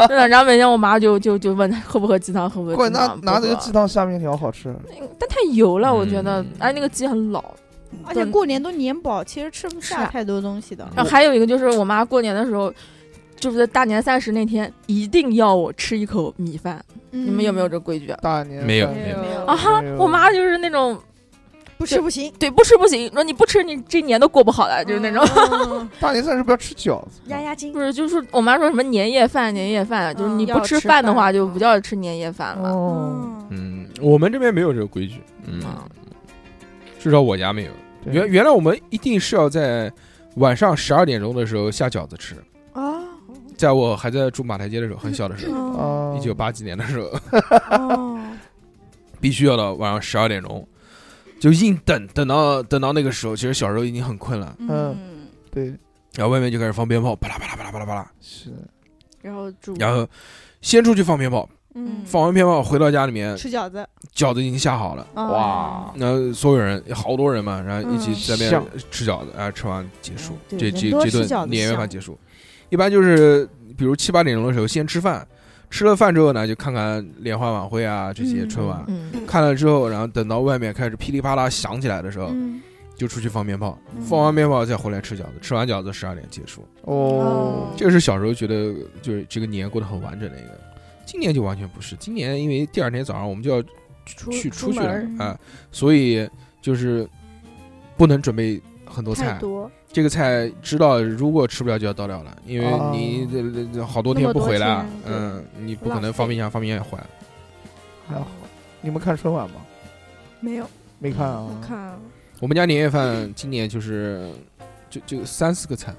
Speaker 3: 对的。然后每天我妈就就就问喝不喝鸡汤，喝不喝
Speaker 5: 怪
Speaker 3: 鸡
Speaker 5: 拿
Speaker 3: 汤，不啊
Speaker 5: 拿这个
Speaker 3: 喝
Speaker 5: 鸡汤下面条好吃，
Speaker 3: 但太油了，我觉得
Speaker 2: 嗯，
Speaker 3: 哎，那个鸡很老。
Speaker 4: 而且过年都年饱，其实吃不
Speaker 3: 是
Speaker 4: 下
Speaker 3: 啊
Speaker 4: 太多东西的。
Speaker 3: <laughs>
Speaker 2: 嗯
Speaker 3: 然后还有一个就是我妈过年的时候，就是在大年三十那天一定要我吃一口米饭，你
Speaker 4: 你
Speaker 3: 们有
Speaker 5: 嗯
Speaker 3: 没有这个规矩啊？
Speaker 5: 大年
Speaker 2: 没有
Speaker 5: 三
Speaker 2: 没
Speaker 5: 十
Speaker 2: 有
Speaker 3: 啊哈
Speaker 5: 哎，呦
Speaker 3: 我妈就是那种
Speaker 4: 不吃不行？
Speaker 3: 对不吃不行，说你不吃你这年都过不好
Speaker 4: 啊
Speaker 3: 了，就是那种。
Speaker 2: 哦
Speaker 4: 种
Speaker 5: 大年三十不要吃饺子
Speaker 4: <laughs> 压
Speaker 5: 吗，
Speaker 4: 压惊
Speaker 3: 不。是，就是我妈说什么年夜饭，年夜饭，就是你不嗯吃饭的话，就不叫吃年夜饭了。
Speaker 5: 哦，
Speaker 2: 嗯，我们这边没有这个规矩，嗯，
Speaker 3: 啊
Speaker 2: 至少我家没有。
Speaker 5: 对
Speaker 2: 原原来我们一定是要在晚上十二点钟的时候下饺子吃，
Speaker 3: 哦
Speaker 7: 啊，
Speaker 2: 在我还在住马台街的时候，
Speaker 3: 嗯
Speaker 2: 很小的时候，
Speaker 7: 哦
Speaker 5: 啊，
Speaker 2: 一九八几年的
Speaker 3: <laughs>
Speaker 2: 时候，
Speaker 7: 哦，
Speaker 2: <laughs> 必须要到晚上十二点钟，就硬等等到等到那个时候，其实小时候已经很困了，
Speaker 5: 嗯，对
Speaker 2: 然后外面就开始放鞭炮，啪啦啪啦啪啦啪啦啪啦，
Speaker 5: 是
Speaker 4: 然后煮，
Speaker 2: 然后先出去放鞭炮，
Speaker 4: 嗯
Speaker 2: 放完鞭炮回到家里面，
Speaker 4: 吃饺子。
Speaker 2: 饺子已经下好了。
Speaker 4: 啊
Speaker 5: 哇，
Speaker 2: 然后所有人好多人嘛，然后一起在那
Speaker 5: 香
Speaker 2: 边吃饺子，啊，吃完结束，
Speaker 4: 嗯
Speaker 2: 这
Speaker 4: 对
Speaker 2: 这
Speaker 4: 人多
Speaker 2: 这
Speaker 4: 吃饺
Speaker 2: 顿
Speaker 4: 子
Speaker 2: 年夜饭
Speaker 4: 香
Speaker 2: 结束。一般就是比如七八点钟的时候先吃饭，吃了饭之后呢，就看看联欢晚会啊这些
Speaker 4: 嗯
Speaker 2: 春晚，
Speaker 3: 嗯，
Speaker 2: 看了之后，然后等到外面开始噼里啪啦响起来的时候，
Speaker 4: 嗯，
Speaker 2: 就出去放鞭炮，放完鞭炮再回来吃饺子，吃完饺子十二点结束。
Speaker 5: 哦
Speaker 4: 哦，
Speaker 2: 这个是小时候觉得就是这个年过得很完整的一个，今年就完全不是。今年因为第二天早上我们就要
Speaker 7: 出
Speaker 2: 去
Speaker 7: 出
Speaker 2: 出去
Speaker 7: 门
Speaker 2: 了
Speaker 7: 儿嗯
Speaker 2: 啊、
Speaker 4: 嗯
Speaker 2: 所以就是不能准备很多
Speaker 7: 太
Speaker 2: 菜。
Speaker 7: 多，
Speaker 2: 这个菜知道如果吃不了就要倒掉了，因为
Speaker 5: 哦
Speaker 2: 你这这这好多
Speaker 7: 那
Speaker 2: 天
Speaker 7: 么
Speaker 2: 不
Speaker 7: 多
Speaker 2: 回来
Speaker 7: 天，对
Speaker 2: 嗯，你不可
Speaker 7: 浪
Speaker 2: 能放
Speaker 7: 费
Speaker 2: 冰箱，放冰箱也坏了。
Speaker 5: 还好。你们看春晚吗？
Speaker 7: 没有，
Speaker 2: 哦
Speaker 5: 没看
Speaker 7: 我
Speaker 5: 啊，
Speaker 7: 看
Speaker 2: 我们家年夜
Speaker 7: <laughs>
Speaker 2: 饭今年就是就就三四个菜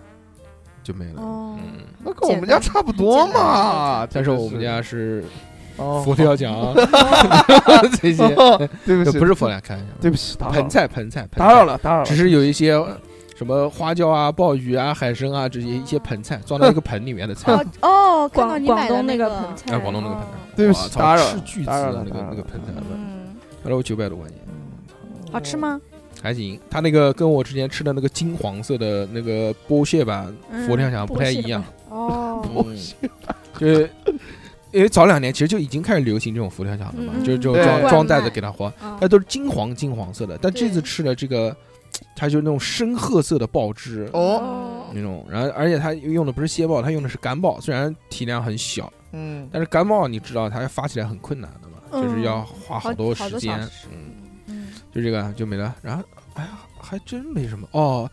Speaker 2: 就没了，
Speaker 7: 哦
Speaker 2: 嗯。
Speaker 5: 那跟我们家差不多嘛。
Speaker 2: 但
Speaker 5: 是
Speaker 2: 是我们家是
Speaker 5: 哦
Speaker 2: 佛跳
Speaker 5: <laughs>
Speaker 2: 墙啊 <laughs> 这些，
Speaker 5: 哦对不起，
Speaker 2: 不是佛，跳
Speaker 5: <laughs>
Speaker 2: 墙，开玩笑
Speaker 5: 对不起，打扰
Speaker 2: 盆
Speaker 5: 了
Speaker 2: 菜盆菜盆
Speaker 5: 打扰了，打扰
Speaker 2: 只
Speaker 5: 了。
Speaker 2: 是有一些什么花椒啊、鲍鱼啊、海参啊这些一些盆菜装在一个盆里面的
Speaker 5: <laughs>
Speaker 2: 菜。
Speaker 4: 哦哦，看到
Speaker 7: 广
Speaker 4: 你
Speaker 7: 广
Speaker 4: 买的
Speaker 7: 东
Speaker 4: 那
Speaker 7: 个盆菜，哦
Speaker 2: 哎，广东那个盆菜，
Speaker 5: 对不起
Speaker 2: 哇操
Speaker 5: 打扰了
Speaker 2: 斥巨资
Speaker 5: 打扰
Speaker 2: 的
Speaker 5: 了
Speaker 2: 那个
Speaker 5: 打扰
Speaker 2: 那个
Speaker 5: 了
Speaker 2: 盆菜，
Speaker 4: 嗯，
Speaker 2: 花了我九百多块钱，
Speaker 4: 好吃？吗？
Speaker 2: 还行。它那个跟我之前吃的那个金黄色的那个剥蟹吧
Speaker 4: 嗯
Speaker 2: 佛跳墙不太一样，
Speaker 7: 哦，
Speaker 2: 嗯就是。因为早两年其实就已经开始流行这种佛跳墙了嘛，
Speaker 7: 嗯嗯
Speaker 2: 就就
Speaker 5: 对
Speaker 2: 装
Speaker 5: 对
Speaker 2: 装袋子给它花，
Speaker 7: 啊
Speaker 2: 它都是金黄金黄色的，但这
Speaker 4: 对
Speaker 2: 次吃的这个，它就是那种深褐色的爆汁
Speaker 5: 哦，
Speaker 7: 哦，
Speaker 2: 那种，然后而且它用的不是蟹爆，它用的是干爆，虽然体量很小，
Speaker 5: 嗯，
Speaker 2: 但是干爆你知道它发起来很困难的嘛，就是要花嗯好多时间
Speaker 4: 好好多小时，
Speaker 2: 嗯， <laughs>
Speaker 4: 嗯，
Speaker 2: 就这个就没了。然后哎呀，还真没什么哦，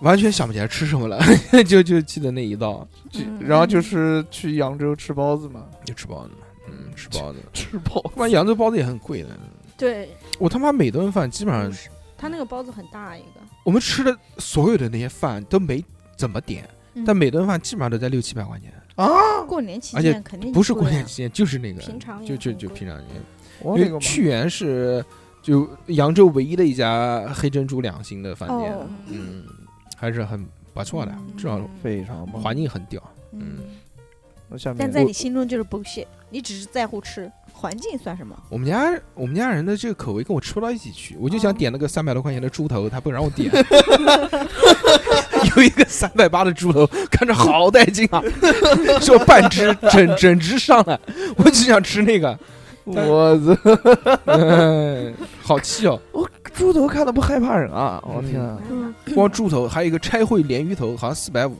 Speaker 2: 完全想不起来吃什么了， <laughs> 就就记得那一道
Speaker 5: 就
Speaker 4: 嗯
Speaker 5: 然后就是去扬州吃包子
Speaker 4: <laughs>
Speaker 5: 嘛，
Speaker 2: 就吃包子嘛，嗯，吃包子。
Speaker 5: 吃包子
Speaker 2: 他妈扬州包子也很贵的，
Speaker 7: 对，
Speaker 2: 我他妈每顿饭基本上
Speaker 7: 50他那个包子很大一个，
Speaker 2: 我们吃的所有的那些饭都没怎么点，
Speaker 4: 嗯
Speaker 2: 但每顿饭基本上都在六七百块钱，
Speaker 4: 过年期
Speaker 2: 而且
Speaker 4: 间肯定
Speaker 2: 不是
Speaker 4: 贵
Speaker 2: 过年
Speaker 4: 啊
Speaker 2: 期间就是那个
Speaker 7: 平常也
Speaker 2: 就就
Speaker 7: 很
Speaker 2: 就
Speaker 7: 贵
Speaker 2: 平常年。
Speaker 5: 我
Speaker 2: 因
Speaker 5: 那个
Speaker 2: 为
Speaker 5: 嘛
Speaker 2: 去源是就扬州唯一的一家黑珍珠两星的饭店，
Speaker 7: 哦
Speaker 2: 嗯，还是很不错的，
Speaker 4: 嗯
Speaker 2: 至少
Speaker 5: 非常棒。
Speaker 2: 环境很屌。
Speaker 4: 嗯，
Speaker 5: 那下面
Speaker 4: 但在你心中就是 bullshit，你只是在乎吃，环境算什么？
Speaker 2: 我们家我们家人的这个口味
Speaker 7: 哦 <laughs>
Speaker 2: 跟我吃不到一起去，我就想点那个三百多块钱的猪头，他不让我点， <laughs> 有一个三百八的猪头，看着好带劲啊， <laughs> 就半只整整只上来，我就想吃那个，
Speaker 5: 我操！
Speaker 2: 嗯，好气哦！
Speaker 5: 我猪头看的不害怕人啊！
Speaker 2: 嗯
Speaker 5: 我天啊，
Speaker 2: 光猪头，还有一个拆烩鲢鱼头，好像四百五，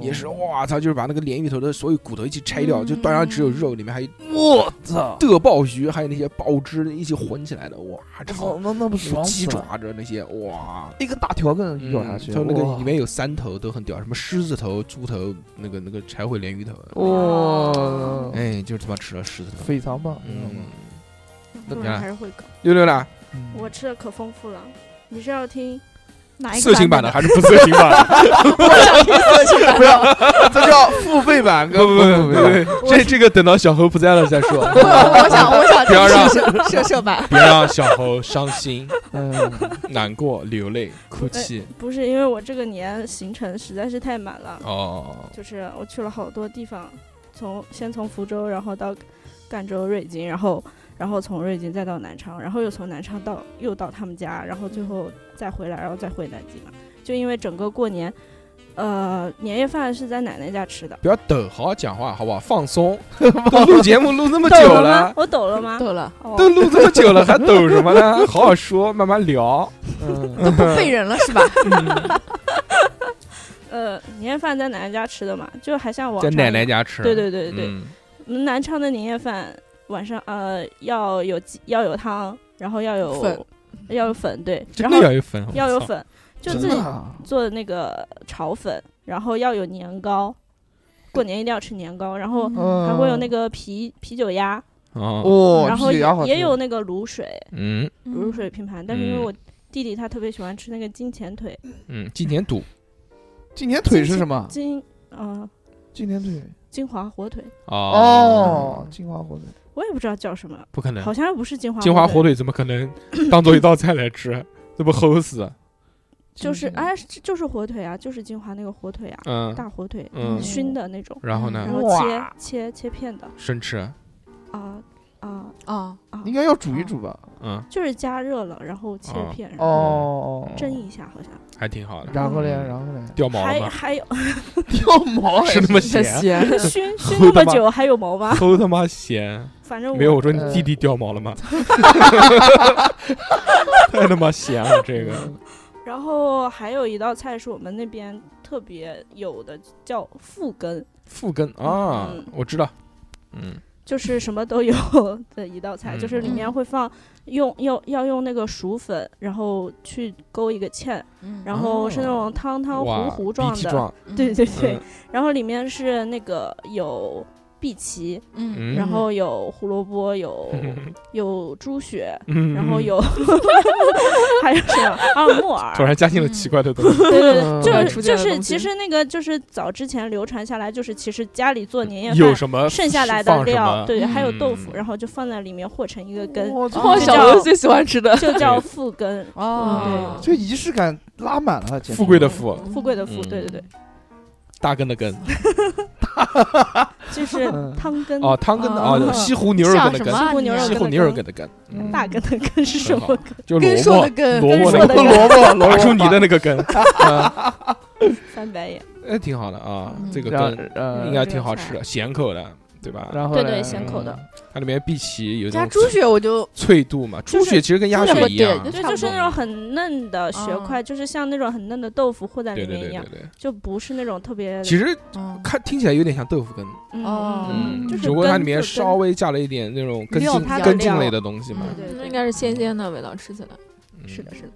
Speaker 2: 也
Speaker 5: 哦
Speaker 2: 是哇操，就是把那个鲢鱼头的所有骨头一起拆掉，就当然只有肉，里面还有
Speaker 5: 我操！
Speaker 2: 的鲍鱼，还有那些鲍汁一起混起来的，哇
Speaker 5: 操，
Speaker 2: 操！
Speaker 5: 那那不爽
Speaker 2: 鸡
Speaker 5: 死了！
Speaker 2: 爪子那啊些，哇！
Speaker 5: 一个大条更咬下去，
Speaker 2: 它嗯那个
Speaker 5: 哇
Speaker 2: 里面有三头都很屌，什么狮子头、猪头，那个那个柴烩鲢鱼头，
Speaker 5: 哇，
Speaker 2: 哎，就是他妈吃了狮子头。
Speaker 5: 非常棒！
Speaker 2: 嗯，
Speaker 7: 不
Speaker 2: 你看
Speaker 7: 然还是会搞。
Speaker 2: 六六呢？
Speaker 5: 嗯
Speaker 7: 我吃的可丰富了，你是要听
Speaker 4: 哪一个
Speaker 2: 色情版的？还是不色情版的？
Speaker 5: 不要，这叫付费版
Speaker 2: 不不不不
Speaker 5: 不
Speaker 2: 不，这这个等到小猴不在了再说，
Speaker 4: 我 <laughs> 我想我想
Speaker 2: 不要让
Speaker 4: 射射射版， <laughs>
Speaker 2: 别让小猴伤心、
Speaker 5: 嗯，
Speaker 2: 难过、流泪、哭泣。
Speaker 7: 不是因为我这个年行程实在是太满了，
Speaker 2: 哦，
Speaker 7: 就是我去了好多地方，从先从福州，然后到赣州、瑞金，然后然后从瑞金再到南昌，然后又从南昌到又到他们家，然后最后再回来，然后再回南京嘛。就因为整个过年，呃，年夜饭是在奶奶家吃的。
Speaker 2: 不要抖，好好讲话，好不好？放松。都 <laughs> 录节目录那么
Speaker 7: 抖
Speaker 2: 久
Speaker 7: 了吗
Speaker 2: 了？，
Speaker 7: 我抖了吗？
Speaker 4: 够了，
Speaker 7: 哦
Speaker 2: 都录这么久了，还抖什么呢？好好说，慢慢聊。
Speaker 4: 都不废人了是吧？
Speaker 7: 呃，年夜饭在奶奶家吃的嘛，就还像往
Speaker 2: 在奶奶家吃。
Speaker 7: 对对对对对，
Speaker 2: 嗯
Speaker 7: 嗯南昌的年夜饭晚上呃要有鸡要有汤，然后要有
Speaker 3: 粉
Speaker 7: 要有粉对，
Speaker 2: 真
Speaker 7: 然
Speaker 2: 的
Speaker 7: 后
Speaker 2: 要有粉，
Speaker 7: 要有
Speaker 2: 我操。
Speaker 7: 粉，就
Speaker 5: 真
Speaker 7: 自己
Speaker 5: 的啊
Speaker 7: 做的那个炒粉，然后要有年糕，过年一定要吃年糕，然
Speaker 3: 哦
Speaker 7: 后
Speaker 5: 嗯
Speaker 7: 还会有那个啤啤酒鸭，
Speaker 2: 哦，
Speaker 5: 哦，
Speaker 7: 然
Speaker 5: 这个
Speaker 7: 后也
Speaker 5: 牙好
Speaker 7: 也
Speaker 5: 吃
Speaker 7: 有那个卤水
Speaker 2: 嗯
Speaker 7: 卤水拼盘，但是因为
Speaker 2: 嗯
Speaker 7: 我弟弟他特别喜欢吃那个金钱腿，
Speaker 2: 嗯，今年赌
Speaker 5: 今年腿是什么？
Speaker 7: 金呃
Speaker 5: 今年腿
Speaker 7: 金华火腿，
Speaker 5: 哦，，金华火腿。
Speaker 7: 我也不知道叫什么，
Speaker 2: 不可能
Speaker 7: 好，像不是金华
Speaker 2: 金华火
Speaker 7: 腿，
Speaker 2: 腿怎么可能当做一道菜来吃？这不齁死？
Speaker 7: 就是
Speaker 5: 金
Speaker 7: 哎是就是火腿啊，就是金华那个火腿啊，
Speaker 2: 嗯
Speaker 7: 大嗯火腿，
Speaker 2: 嗯，
Speaker 7: 熏的那种，
Speaker 2: 然后
Speaker 7: 然
Speaker 2: 呢？
Speaker 7: 后
Speaker 5: 哇
Speaker 7: 切切切片的
Speaker 2: 生吃，
Speaker 7: 啊啊，
Speaker 3: 哦
Speaker 4: 啊，
Speaker 5: 应该要煮一煮吧？
Speaker 2: 嗯，
Speaker 7: 就是加热了，然后切
Speaker 2: 啊
Speaker 7: 片，然后
Speaker 5: 哦，
Speaker 7: 蒸一下，好像
Speaker 2: 还挺好的。
Speaker 5: 然后嘞，然后嘞，
Speaker 2: 掉毛了
Speaker 7: 还
Speaker 2: 吗？
Speaker 7: 还
Speaker 5: <laughs>
Speaker 7: 有
Speaker 5: 掉毛
Speaker 2: <laughs> 是那么
Speaker 3: 这
Speaker 2: 咸，
Speaker 3: 些
Speaker 7: 熏
Speaker 2: 齁
Speaker 7: 熏那
Speaker 2: 他妈
Speaker 7: 么久还有毛吗？
Speaker 2: 齁他妈咸。
Speaker 7: 反正我
Speaker 2: 没有，我说你
Speaker 5: 呃
Speaker 2: 弟弟掉毛了
Speaker 7: <laughs>
Speaker 2: 吗？太他妈咸了，这
Speaker 7: 嗯
Speaker 2: 个
Speaker 7: 然后还有一道菜是我们那边特别有的，叫复根，
Speaker 2: 复根啊
Speaker 7: 嗯，
Speaker 2: 我知道，嗯，
Speaker 7: 就是什么都有 <laughs> 的一道菜，
Speaker 2: 嗯
Speaker 7: 就是里面会放用要要用那个薯粉，然后去勾一个芡，
Speaker 3: 嗯
Speaker 7: 然后是那种汤汤
Speaker 2: 哇，
Speaker 7: 糊糊状
Speaker 2: 鼻涕
Speaker 7: 的，
Speaker 2: 状，
Speaker 7: <laughs> 对对对，
Speaker 2: 嗯
Speaker 7: 然后里面是那个有碧琪，
Speaker 4: 嗯，
Speaker 2: 嗯
Speaker 7: 然后有胡萝
Speaker 2: <laughs>
Speaker 7: 卜，有有猪血，
Speaker 2: 嗯
Speaker 7: 然
Speaker 2: <laughs>
Speaker 7: 后有 <laughs> 还有什么啊木
Speaker 2: 突
Speaker 7: 耳，
Speaker 2: 然加进了奇怪的东西，
Speaker 7: 对对
Speaker 5: 嗯
Speaker 7: 对，
Speaker 3: 出
Speaker 7: 就是就
Speaker 3: 现的
Speaker 7: 是
Speaker 3: 东西
Speaker 7: 其实那个就是早之前流传下来，就是其实家里做年夜
Speaker 2: 嗯有
Speaker 7: 饭
Speaker 2: 什么
Speaker 7: 嗯剩下来的
Speaker 2: 放什
Speaker 7: 料，
Speaker 2: 么
Speaker 7: 对，还有
Speaker 2: 嗯
Speaker 7: 豆腐，然后就放在里面和成一个羹，
Speaker 5: 我操
Speaker 3: 哦，小
Speaker 7: 叫
Speaker 3: 时候最喜欢吃的
Speaker 7: 就叫复羹，
Speaker 4: <laughs> 哦，
Speaker 5: 这仪式感拉满了，简直
Speaker 2: 富贵的富，
Speaker 7: 富贵的富，
Speaker 2: 嗯
Speaker 7: 对对对，
Speaker 2: 大根的根，
Speaker 7: 就是
Speaker 5: 嗯
Speaker 7: 汤羹，
Speaker 2: 哦，汤根的
Speaker 4: 哦
Speaker 2: 哦，西湖牛肉
Speaker 4: 像
Speaker 2: 根的
Speaker 4: 什么
Speaker 2: 根，
Speaker 4: 啊
Speaker 7: 西湖牛肉
Speaker 2: 西
Speaker 7: 羹
Speaker 2: 湖牛肉根的根，
Speaker 5: 嗯
Speaker 7: 大羹的羹是什
Speaker 2: 很
Speaker 7: 么
Speaker 2: 好
Speaker 7: 羹？
Speaker 2: 就
Speaker 4: 跟
Speaker 2: 是
Speaker 4: 说
Speaker 2: 萝
Speaker 4: 的
Speaker 2: 卜，
Speaker 4: 跟
Speaker 2: 萝卜
Speaker 7: 跟说
Speaker 2: 那
Speaker 7: 的
Speaker 2: 个
Speaker 7: 跟
Speaker 5: <laughs> 萝卜，萝卜
Speaker 2: 拔出你的那个根，嗯
Speaker 7: 翻白眼，
Speaker 2: 哎，挺好的啊，
Speaker 4: 嗯
Speaker 2: 这个
Speaker 5: 然后
Speaker 2: 根
Speaker 5: 呃
Speaker 2: 应该挺好吃的，咸口的，对吧？嗯
Speaker 5: 然后
Speaker 7: 对
Speaker 5: 嘞嗯
Speaker 7: 对咸口的，
Speaker 2: 它里面碧琪有一
Speaker 4: 加
Speaker 2: 种
Speaker 4: 猪血我 <laughs> 就
Speaker 2: 脆度嘛，
Speaker 7: 就
Speaker 2: 猪
Speaker 7: 是
Speaker 2: 血其实跟鸭
Speaker 4: 就是
Speaker 2: 血一样，
Speaker 4: 对
Speaker 7: 对，
Speaker 4: 差不
Speaker 7: 就是
Speaker 4: 多
Speaker 7: 那种很嫩的血
Speaker 4: 嗯
Speaker 7: 块，就是像那种很嫩的豆腐和在
Speaker 2: 对
Speaker 7: 里
Speaker 2: 对对
Speaker 7: 面一
Speaker 2: 对
Speaker 7: 样，
Speaker 2: 对。
Speaker 7: 就不是那种特别
Speaker 2: 其实
Speaker 4: 嗯
Speaker 2: 看听起来有点像豆腐根，
Speaker 7: 嗯
Speaker 4: 哦
Speaker 7: 嗯，就是
Speaker 2: 只不过它
Speaker 7: 跟
Speaker 2: 里面
Speaker 7: 就跟
Speaker 2: 稍微加了一点那种根
Speaker 4: 料
Speaker 2: 茎
Speaker 4: 它
Speaker 7: 的
Speaker 2: 根
Speaker 7: 料
Speaker 2: 茎类的东西嘛
Speaker 4: 嗯。
Speaker 7: 对
Speaker 3: 那
Speaker 7: 对
Speaker 3: 应该是鲜鲜的味道，吃起来
Speaker 2: 嗯
Speaker 7: 是的，是的。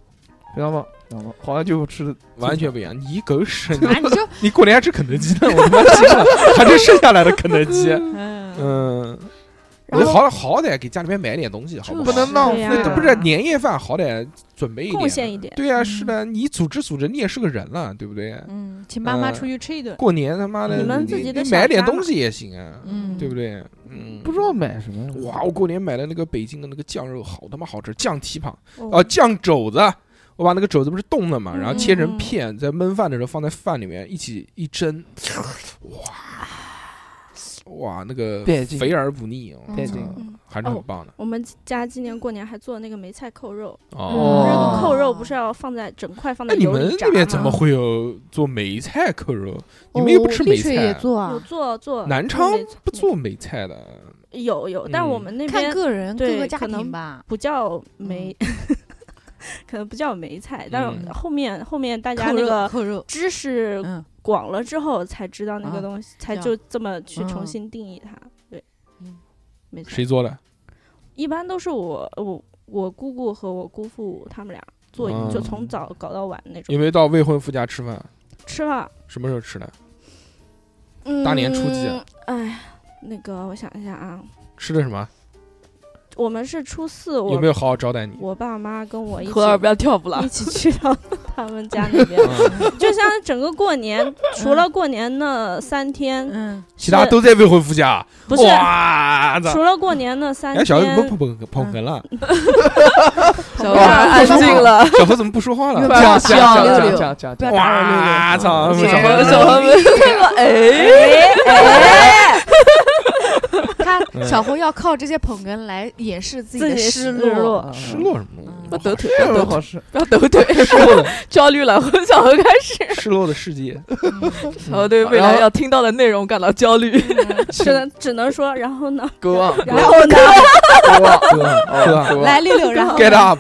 Speaker 5: 非常棒，非常棒，好像就吃的
Speaker 2: 完全不一样。你狗屎！你
Speaker 4: 啊，你就
Speaker 2: 你过年还吃肯德基呢？我他妈
Speaker 7: <laughs>
Speaker 2: 气了，还吃剩下来的肯德基。
Speaker 4: 嗯，
Speaker 2: 嗯，我
Speaker 7: 然
Speaker 2: 就
Speaker 7: 后
Speaker 2: 好好歹给家里面买点东西，好
Speaker 5: 不
Speaker 2: 好？
Speaker 5: 能浪
Speaker 7: 对
Speaker 5: 费
Speaker 7: 呀
Speaker 5: 的，
Speaker 2: 不是年夜饭，好歹准备一点，
Speaker 7: 啊贡献一点嗯
Speaker 2: 对呀，是的，你组织组织，你也是个人了，对不对？
Speaker 4: 嗯，请妈妈
Speaker 2: 嗯
Speaker 4: 出去吃一顿，
Speaker 2: 过年他妈的，
Speaker 7: 你们
Speaker 2: 你
Speaker 7: 自己的
Speaker 2: 你
Speaker 7: 小
Speaker 2: 买点
Speaker 7: 家嘛
Speaker 2: 东西也行啊，
Speaker 4: 嗯，
Speaker 2: 对不对？嗯，
Speaker 5: 不知道买什么。
Speaker 7: 嗯
Speaker 2: 哇，我过年买的那个北京的那个酱肉好他妈好吃，酱蹄膀哦、
Speaker 7: 哦
Speaker 2: 酱肘子，我把那个肘子不是冻的嘛，然后切
Speaker 4: 嗯
Speaker 2: 成
Speaker 4: 嗯
Speaker 2: 片，在焖饭的时候放在饭里面一起一
Speaker 7: <laughs>
Speaker 2: 蒸，哇哇那个
Speaker 5: 带劲
Speaker 2: 肥而不腻，我
Speaker 4: 嗯
Speaker 5: 带
Speaker 2: 操
Speaker 5: 劲
Speaker 4: 嗯
Speaker 2: 还是很棒的
Speaker 7: 我们家今年过年还做那个梅菜扣肉，嗯
Speaker 2: 哦。
Speaker 7: 那个
Speaker 4: 哦
Speaker 7: 扣肉不是要放在整块放
Speaker 2: 那
Speaker 7: 在
Speaker 2: 你
Speaker 7: 嗯油
Speaker 2: 们
Speaker 7: 里炸
Speaker 2: 那
Speaker 7: 吗？
Speaker 2: 边怎么会有做梅菜扣肉？你们又
Speaker 7: 哦
Speaker 2: 不吃梅
Speaker 4: 丽水
Speaker 2: 菜
Speaker 4: 也，做
Speaker 7: 有
Speaker 4: 啊，
Speaker 7: 做做
Speaker 2: 南昌
Speaker 7: 没
Speaker 2: 不做梅菜的。
Speaker 7: 有有，但
Speaker 2: 嗯
Speaker 7: 我们那
Speaker 4: 看
Speaker 7: 边
Speaker 4: 个人各
Speaker 7: 对
Speaker 4: 个家
Speaker 7: 可能
Speaker 4: 庭吧。
Speaker 7: 不叫梅， <laughs> 可能不叫梅菜，但
Speaker 2: 嗯
Speaker 7: 是后面后面大家
Speaker 4: 扣
Speaker 7: 那
Speaker 4: 肉，
Speaker 7: 个
Speaker 4: 扣肉，
Speaker 7: 知识
Speaker 4: 嗯，
Speaker 7: 广了之后才知道那
Speaker 4: 啊
Speaker 7: 个东西，才
Speaker 4: 这样
Speaker 7: 就这么去重
Speaker 4: 嗯
Speaker 7: 新定义它。对，
Speaker 4: 嗯
Speaker 7: 没错
Speaker 2: 谁，做的？
Speaker 7: 一般都是我我我姑姑和我姑父他们俩做，
Speaker 2: 嗯
Speaker 7: 就从早搞到晚那种
Speaker 2: 有。没有到未婚夫家吃饭？
Speaker 7: 吃了，
Speaker 2: 什么时候吃的？大年初几啊
Speaker 7: 嗯？哎，那个我想一下啊，
Speaker 2: 吃的什么？
Speaker 7: 我们是初四，我
Speaker 2: 有没有好好招待你？
Speaker 7: 我爸妈跟我一起
Speaker 3: 何二不要跳舞了
Speaker 7: 一，起去到他们家那边，
Speaker 2: 啊
Speaker 7: <laughs> 就像整个过年，除了过年那三天，
Speaker 4: <laughs> 嗯，
Speaker 2: 其他
Speaker 7: 是
Speaker 2: 都在未婚夫家。
Speaker 7: 不是
Speaker 2: 哇，操！
Speaker 7: 除了过年那三
Speaker 2: 哎，小何怎么
Speaker 7: 天，
Speaker 2: 捧哏捧哏了？
Speaker 3: 小
Speaker 7: 我
Speaker 3: 何
Speaker 4: 啊
Speaker 3: 安静了，
Speaker 2: 小何怎么不说话了？
Speaker 7: <laughs>
Speaker 5: 这样这样
Speaker 4: 不
Speaker 5: 这样
Speaker 4: 要六
Speaker 5: 这
Speaker 4: 六
Speaker 5: 样这样这
Speaker 4: 不要
Speaker 5: 样，
Speaker 4: 打扰六
Speaker 2: 哇，操！小
Speaker 4: 六嗯
Speaker 3: 小
Speaker 2: 何
Speaker 3: 何小何没看过，哎，
Speaker 4: <laughs> 他
Speaker 2: 嗯
Speaker 4: 小红要靠这些捧哏来掩饰自己
Speaker 7: 自
Speaker 4: 的
Speaker 7: 己
Speaker 4: 失
Speaker 7: 失
Speaker 4: 落
Speaker 7: 落。
Speaker 5: 嗯
Speaker 2: 失落什么东西？
Speaker 3: 不抖腿，
Speaker 5: 这 <laughs>
Speaker 3: 不
Speaker 5: 有
Speaker 3: 抖
Speaker 5: 好
Speaker 3: 腿，
Speaker 5: 事，
Speaker 3: 不要抖 <laughs> 腿，焦虑了，从小何开始，
Speaker 2: <laughs> 失落的世界。
Speaker 3: 小何对未来要听到的内容感到焦虑。
Speaker 7: <laughs> 只能只能说，然后呢，
Speaker 5: go on
Speaker 7: 然后呢，
Speaker 5: go on
Speaker 2: 哥哥
Speaker 5: 哥
Speaker 4: 来六六，然后
Speaker 2: <laughs> ，get up！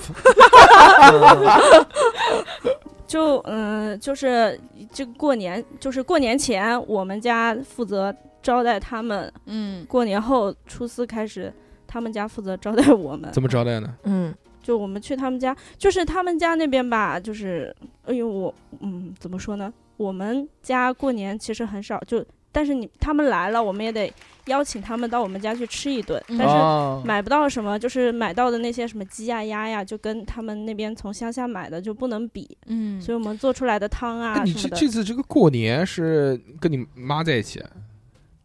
Speaker 7: <laughs> 就嗯，就是这过年，就是过年前，我们家负责招待他们，
Speaker 4: 嗯，
Speaker 7: 过年后初四开始，他们家负责招待我们。
Speaker 2: 怎么招待呢？
Speaker 3: <laughs> 嗯，
Speaker 7: 就我们去他们家，就是他们家那边吧，就是哎呦我嗯怎么说呢？我们家过年其实很少，就但是你他们来了，我们也得邀请他们到我们家去吃一顿，
Speaker 4: 嗯
Speaker 7: 但是。
Speaker 5: 哦
Speaker 7: 买不到什么，就是买到的那些什么鸡呀、鸭呀，就跟他们那边从乡下买的就不能比，
Speaker 4: 嗯，
Speaker 7: 所以我们做出来的汤
Speaker 2: 那
Speaker 7: 啊
Speaker 2: 哎你这
Speaker 7: 什么的，
Speaker 2: 这次这个过年是跟你妈在一起？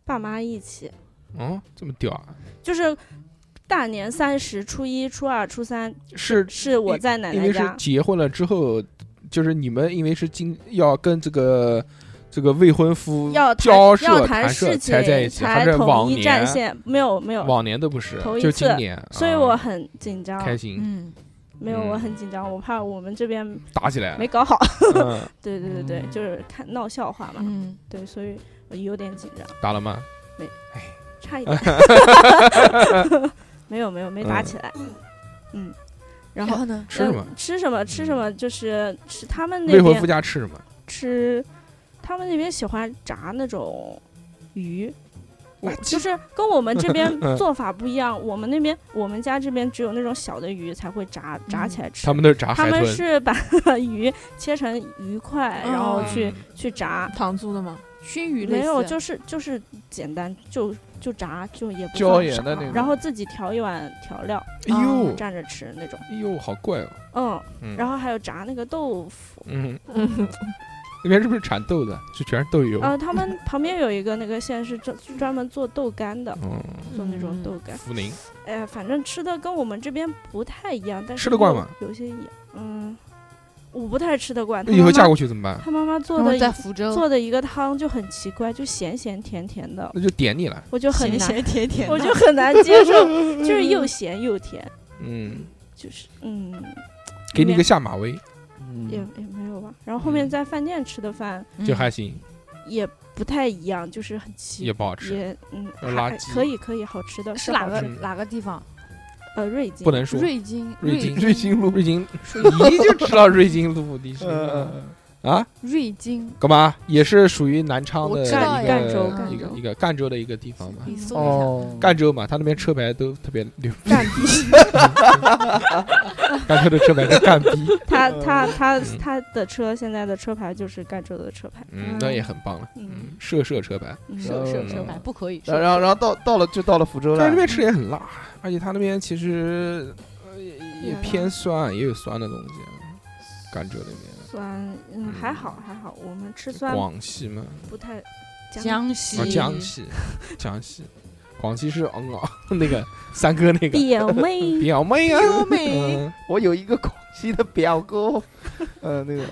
Speaker 7: 爸妈一起，
Speaker 2: 嗯，这么屌啊？
Speaker 7: 就是大年三十、初一、初二、初三
Speaker 2: 是
Speaker 7: 是我在奶
Speaker 2: 因
Speaker 7: 奶
Speaker 2: 为是
Speaker 7: 家，
Speaker 2: 结婚了之后，就是你们因为是今要跟这个这个未婚夫
Speaker 7: 要谈
Speaker 2: 交涉
Speaker 7: 要谈
Speaker 2: 涉
Speaker 7: 事情
Speaker 2: 才在一起，还是往
Speaker 7: 统一战
Speaker 2: 年
Speaker 7: 线，没有没有，
Speaker 2: 往年都不是
Speaker 7: 头，一
Speaker 2: 就
Speaker 7: 次
Speaker 2: 今年，
Speaker 7: 所以
Speaker 2: 啊
Speaker 7: 我很紧张，
Speaker 2: 开心
Speaker 4: 嗯，
Speaker 7: 没有，
Speaker 2: 嗯
Speaker 7: 我很紧张，我怕我们这边
Speaker 2: 打起来
Speaker 7: 没
Speaker 2: 了。
Speaker 7: 搞好。 <laughs>
Speaker 2: 嗯，
Speaker 7: 对对对对，就是看闹笑话嘛，
Speaker 4: 嗯，
Speaker 7: 对，所以我有点紧张，
Speaker 2: 打了吗？
Speaker 7: 差一点，
Speaker 2: <laughs>
Speaker 7: 没有没有没打起来，嗯，然
Speaker 4: 然
Speaker 7: 后
Speaker 4: 后呢？
Speaker 2: 吃什么？嗯
Speaker 7: 呃吃什么吃什么就是吃他们
Speaker 2: 未
Speaker 7: 那
Speaker 2: 婚夫
Speaker 7: 边
Speaker 2: 家吃什么？
Speaker 7: 吃，他们那边喜欢炸那种鱼。
Speaker 2: 哇
Speaker 7: 就是跟我们这边做法不一
Speaker 2: <laughs>
Speaker 7: 样，我们那边我们家这边只有那种小的鱼才会炸炸起来吃，
Speaker 2: 嗯他们都是炸
Speaker 7: 他
Speaker 2: 海
Speaker 7: 们
Speaker 2: 豚，
Speaker 7: 是把鱼切成鱼块，然后
Speaker 2: 嗯
Speaker 7: 去、去炸。
Speaker 3: 糖醋的吗？
Speaker 4: 熏鱼类
Speaker 7: 没
Speaker 4: 似
Speaker 7: 有，就是就是简单，就就炸，就也不
Speaker 5: 椒
Speaker 7: 放
Speaker 5: 盐
Speaker 7: 啥
Speaker 5: 的那种
Speaker 7: 然后自己调一碗调料，
Speaker 2: 嗯
Speaker 7: 嗯
Speaker 2: 哎呦
Speaker 7: 蘸着吃那种。
Speaker 2: 哎呦，好怪哦。
Speaker 7: 嗯，
Speaker 2: 嗯，
Speaker 7: 然后还有炸那个豆腐。
Speaker 2: 嗯，
Speaker 3: 嗯，
Speaker 2: 那边是不是产豆的？就全是豆油。
Speaker 7: 啊，他们旁边有一个那个县是专专门做豆干的，
Speaker 2: 嗯，
Speaker 7: 做那种豆干。
Speaker 2: 福宁
Speaker 7: 哎呀，反正吃的跟我们这边不太一样，但是
Speaker 2: 吃得惯吗
Speaker 7: 有？有些也，嗯，我不太吃得惯。
Speaker 2: 那以后
Speaker 7: 他妈妈
Speaker 2: 嫁过去怎么办？
Speaker 7: 他妈妈做
Speaker 4: 然后
Speaker 7: 的
Speaker 4: 在福州
Speaker 7: 做的一个汤就很奇怪，就咸咸甜甜的，
Speaker 2: 那就点你了。
Speaker 7: 我就很
Speaker 4: 咸
Speaker 7: 难，
Speaker 4: 咸甜
Speaker 2: 啊
Speaker 4: 甜
Speaker 7: <laughs>
Speaker 4: 的，
Speaker 7: 我就很难接受，就是又咸又甜，
Speaker 2: 嗯，
Speaker 7: 就是嗯，
Speaker 2: 给你一
Speaker 7: 里
Speaker 2: 个下马威
Speaker 7: 面也
Speaker 5: 嗯
Speaker 7: 也没有吧。然后后
Speaker 2: 嗯
Speaker 7: 面在饭店吃的饭
Speaker 3: 嗯
Speaker 2: 就还行，
Speaker 7: 也不太一样，就是很奇，
Speaker 2: 也不好吃。
Speaker 7: 嗯也嗯，
Speaker 2: 有垃
Speaker 7: 还
Speaker 2: 圾
Speaker 7: 可以可以好吃的，
Speaker 4: 是哪
Speaker 7: 好
Speaker 4: 个
Speaker 7: 吃的
Speaker 2: 嗯
Speaker 4: 哪个地方？
Speaker 7: 呃瑞金
Speaker 2: 不能说
Speaker 4: 瑞金，
Speaker 2: 瑞金
Speaker 5: 瑞金路
Speaker 2: 瑞金，你就知道瑞金路地
Speaker 7: 嗯
Speaker 2: 区
Speaker 5: 呃
Speaker 2: 啊？
Speaker 4: 瑞金，
Speaker 2: 干嘛？也是属于南昌的
Speaker 4: 我
Speaker 2: 一
Speaker 4: 知道
Speaker 2: 个
Speaker 7: 赣州
Speaker 2: 一个
Speaker 7: 赣州
Speaker 2: 一个赣州的一个地方嘛。
Speaker 4: 你搜一
Speaker 5: 哦，
Speaker 2: 赣州嘛，他那边车牌都特别牛逼，
Speaker 7: 干
Speaker 2: 赣州的车牌叫赣逼，
Speaker 7: 他他他
Speaker 2: 嗯
Speaker 7: 他的车现在的车牌就是赣州的车牌，
Speaker 2: <laughs> 嗯，那也很棒了。
Speaker 7: 嗯
Speaker 2: 嗯，社社车牌，
Speaker 7: 嗯
Speaker 4: 下，是是
Speaker 2: 嗯
Speaker 4: 是，不可以，
Speaker 5: 然后然后到到了就到了福州
Speaker 2: 但
Speaker 5: 了
Speaker 2: 是那，边吃也很辣，而且他那边其实呃也也偏酸，也有酸的东西。啊赣州那边，
Speaker 7: 酸嗯还好还好，我们吃酸
Speaker 2: 广西嘛，
Speaker 7: 不太
Speaker 4: 江西
Speaker 2: 啊，江西，江西，广西是嗯啊， <laughs> 那个三哥那个 <laughs>
Speaker 7: 点味。
Speaker 2: 表 <laughs> 妹啊，
Speaker 4: 妹
Speaker 2: 嗯
Speaker 7: <laughs>
Speaker 5: 我有一个广西的表哥，呃，那个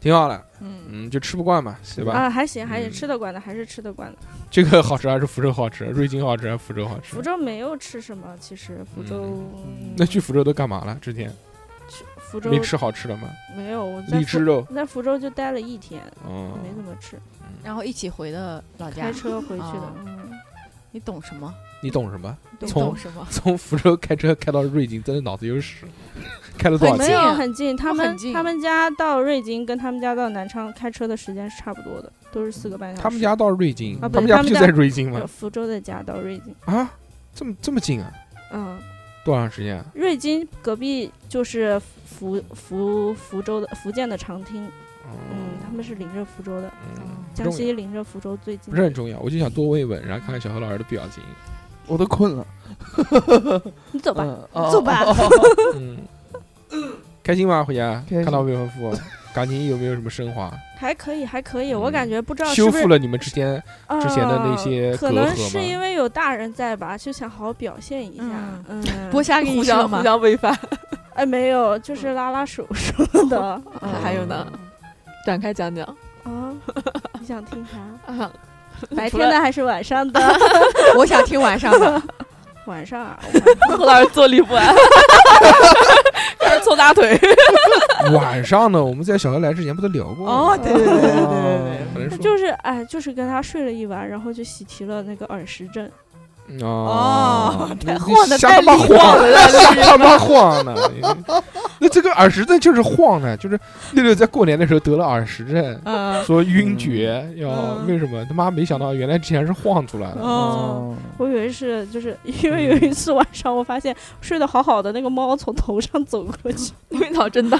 Speaker 2: 挺好的，
Speaker 7: 嗯
Speaker 2: 嗯，就吃不惯嘛，对吧？
Speaker 7: 啊，还行，还行，
Speaker 2: 嗯
Speaker 7: 吃得惯的，还是吃得惯的。
Speaker 2: 这个好吃还是福州好吃？瑞金好吃还是福州好吃
Speaker 7: 福？州没有吃什么，其实福州
Speaker 2: 嗯那去福州都干嘛了？之前
Speaker 7: 去福州
Speaker 2: 没吃好吃的吗？
Speaker 7: 没有，我在
Speaker 2: 荔枝
Speaker 7: 福
Speaker 2: 肉，
Speaker 7: 在福州就待了一天，
Speaker 2: 嗯，
Speaker 7: 没怎么吃，
Speaker 4: 然后一起回的老家
Speaker 7: 开。车回去的
Speaker 4: 哦。
Speaker 7: 嗯
Speaker 4: 你懂什么？
Speaker 2: 你懂什么？
Speaker 4: 你
Speaker 2: 从
Speaker 4: 懂什么？
Speaker 2: 从福州开车开到瑞金，真的脑子有屎，开了多少
Speaker 4: 很
Speaker 7: 没
Speaker 2: 钱？
Speaker 7: 有
Speaker 4: 近
Speaker 7: 很近，他
Speaker 4: 哦
Speaker 7: 们
Speaker 4: 很近
Speaker 7: 他们家到瑞金跟他们家到南昌开车的时间是差不多的，都是四个半小时。
Speaker 2: 他们家到瑞金，
Speaker 7: 啊不
Speaker 2: 他们
Speaker 7: 是
Speaker 2: 家不
Speaker 7: 他们
Speaker 2: 就在
Speaker 7: 家
Speaker 2: 瑞金吗
Speaker 7: 呃？福州的家到瑞金，
Speaker 2: 啊，这么这么近啊？
Speaker 7: 嗯，
Speaker 2: 多长时间啊？
Speaker 7: 瑞金隔壁就是福福福州的福建的长汀，嗯，他们是临着福州的，
Speaker 2: 嗯，哦不
Speaker 7: 江
Speaker 2: 重要，
Speaker 7: 西临着福州最近
Speaker 2: 不。是很重要。我就想多问一问，然后看看小何老师的表情。
Speaker 5: 我都困了，
Speaker 7: 你走
Speaker 3: 呃
Speaker 7: 吧，
Speaker 5: 嗯哦
Speaker 4: 走吧
Speaker 5: 哦
Speaker 2: 嗯，开心吗？回家
Speaker 5: 开心
Speaker 2: 看到未婚夫，感情有没有什么升华？
Speaker 7: 还可以，还可以，
Speaker 2: 嗯
Speaker 7: 我感觉不知道是
Speaker 2: 修
Speaker 7: 不是
Speaker 2: 复了你们之间之前的那
Speaker 7: 呃
Speaker 2: 些
Speaker 7: 可
Speaker 2: 隔
Speaker 7: 能
Speaker 2: 阂
Speaker 7: 是
Speaker 2: 吗
Speaker 7: 因为有大人在吧，就想好好表现一下。嗯，
Speaker 4: 剥虾给你
Speaker 3: 互
Speaker 4: 吃了
Speaker 3: 相互
Speaker 4: 吗？
Speaker 3: 相违反。
Speaker 7: 哎，没有，就是拉拉手说的 <laughs>
Speaker 3: 还有呢，展开讲讲
Speaker 7: 啊。你想听啥？
Speaker 3: 啊，
Speaker 7: <laughs> 白
Speaker 3: 除
Speaker 7: 天
Speaker 3: 了
Speaker 7: 的还是晚上 <laughs> 的？
Speaker 4: 我想听晚上的。
Speaker 7: <laughs> 晚上啊，
Speaker 3: 何老师坐立不安， <laughs> 开始搓大腿。
Speaker 2: 晚上呢，我们在小何来之前不都聊过吗？
Speaker 3: 对对对
Speaker 2: 可能说
Speaker 7: 就是哎，就是跟他睡了一晚，然后就喜提了那个耳石症。
Speaker 2: 嗯
Speaker 4: 哦
Speaker 2: 哦，
Speaker 4: 太
Speaker 2: 你
Speaker 4: 晃得
Speaker 2: 瞎
Speaker 4: 太
Speaker 2: 他妈
Speaker 4: 厉
Speaker 2: 晃了， <laughs> 瞎他妈晃呢。那这个耳石症就是晃呢，就是六六在过年的时候得了耳石症，
Speaker 4: 嗯，
Speaker 2: 说晕厥，要
Speaker 4: 嗯
Speaker 2: 为什么？他妈没想到原来之前是晃出来的。
Speaker 4: 哦，
Speaker 5: 哦
Speaker 7: 我以为是就是因为有一次晚上，我发现睡得好好的那个猫从头上走过去，
Speaker 3: 为脑震 <laughs> 荡，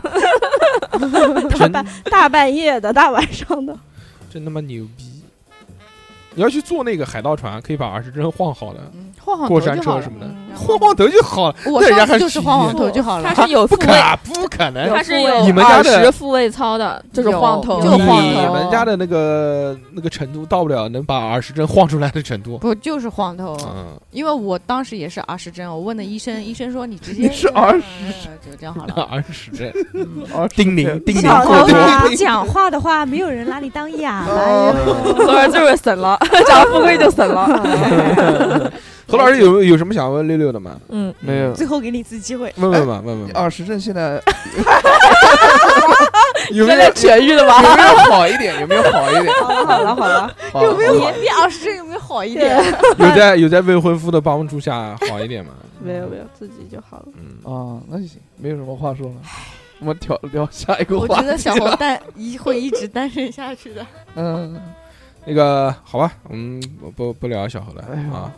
Speaker 7: 大半大半夜的大晚上的。
Speaker 4: 嗯
Speaker 2: <laughs> 真他妈牛逼！你要去坐那个海盗船，可以把耳石针晃好的，
Speaker 4: 嗯晃晃
Speaker 2: 过
Speaker 4: 头
Speaker 2: 山
Speaker 4: 就好
Speaker 2: 车
Speaker 4: 了
Speaker 2: 什。么的，
Speaker 7: 嗯
Speaker 2: 晃晃头就好了。
Speaker 4: 我
Speaker 2: 那人家
Speaker 4: 上
Speaker 2: 还
Speaker 4: 次就是
Speaker 2: 体
Speaker 4: 晃晃
Speaker 2: 验
Speaker 4: 头就好了
Speaker 3: 它。是有复
Speaker 2: 不
Speaker 3: 位
Speaker 2: 可，不可能！
Speaker 3: 它是有
Speaker 2: 你们家的
Speaker 3: 20复位操的，就是
Speaker 4: 有
Speaker 3: 晃头，
Speaker 4: 就
Speaker 2: 你
Speaker 4: 晃头
Speaker 3: <laughs>
Speaker 2: 们家的那个那个程度到不了能把耳石针晃出来的程度。
Speaker 4: 不就是晃头？
Speaker 2: 嗯，
Speaker 4: 因为我当时也是二十针，我问的医生，医生说你直
Speaker 2: <laughs>
Speaker 5: 你
Speaker 4: 接
Speaker 5: 是二十，
Speaker 4: 呃就这样
Speaker 5: 啊
Speaker 4: 好了。
Speaker 2: 耳石针，
Speaker 5: 二十
Speaker 2: 叮
Speaker 5: 天
Speaker 2: 咛叮咛
Speaker 5: 小
Speaker 2: 过
Speaker 5: 猴
Speaker 2: 多。
Speaker 5: 啊
Speaker 4: 讲话的话，没有人拿你当哑
Speaker 5: 哦
Speaker 3: 何老师就是省 <laughs> 了，讲富贵就省了。
Speaker 2: <laughs> 何老师有有什么想问六六的吗？
Speaker 3: 嗯，
Speaker 5: 没有
Speaker 4: 最后给你一次机会，
Speaker 2: 问问吧，问问吧，
Speaker 4: 哦
Speaker 5: 二十证 <laughs> 现在
Speaker 2: 有没有
Speaker 3: 现在痊愈了吧？
Speaker 5: 有没有好一点？有没有好一点？
Speaker 7: 好了好了好 <laughs> 了，
Speaker 5: 好了好了
Speaker 4: 比二十针有没有好一
Speaker 7: 点？
Speaker 2: 有在有在未婚夫的帮助下好一点吗？
Speaker 7: 没有没有，自己就好了。
Speaker 2: 嗯，
Speaker 5: 啊，那就行，没有什么话说了。我们跳聊下一个
Speaker 4: 我
Speaker 5: 话
Speaker 4: 觉
Speaker 5: 题。
Speaker 4: 得小红单一会一直单身下去的。
Speaker 5: 嗯，
Speaker 2: 那个好吧，我们不不不聊小何了
Speaker 5: 哎呦
Speaker 2: 啊，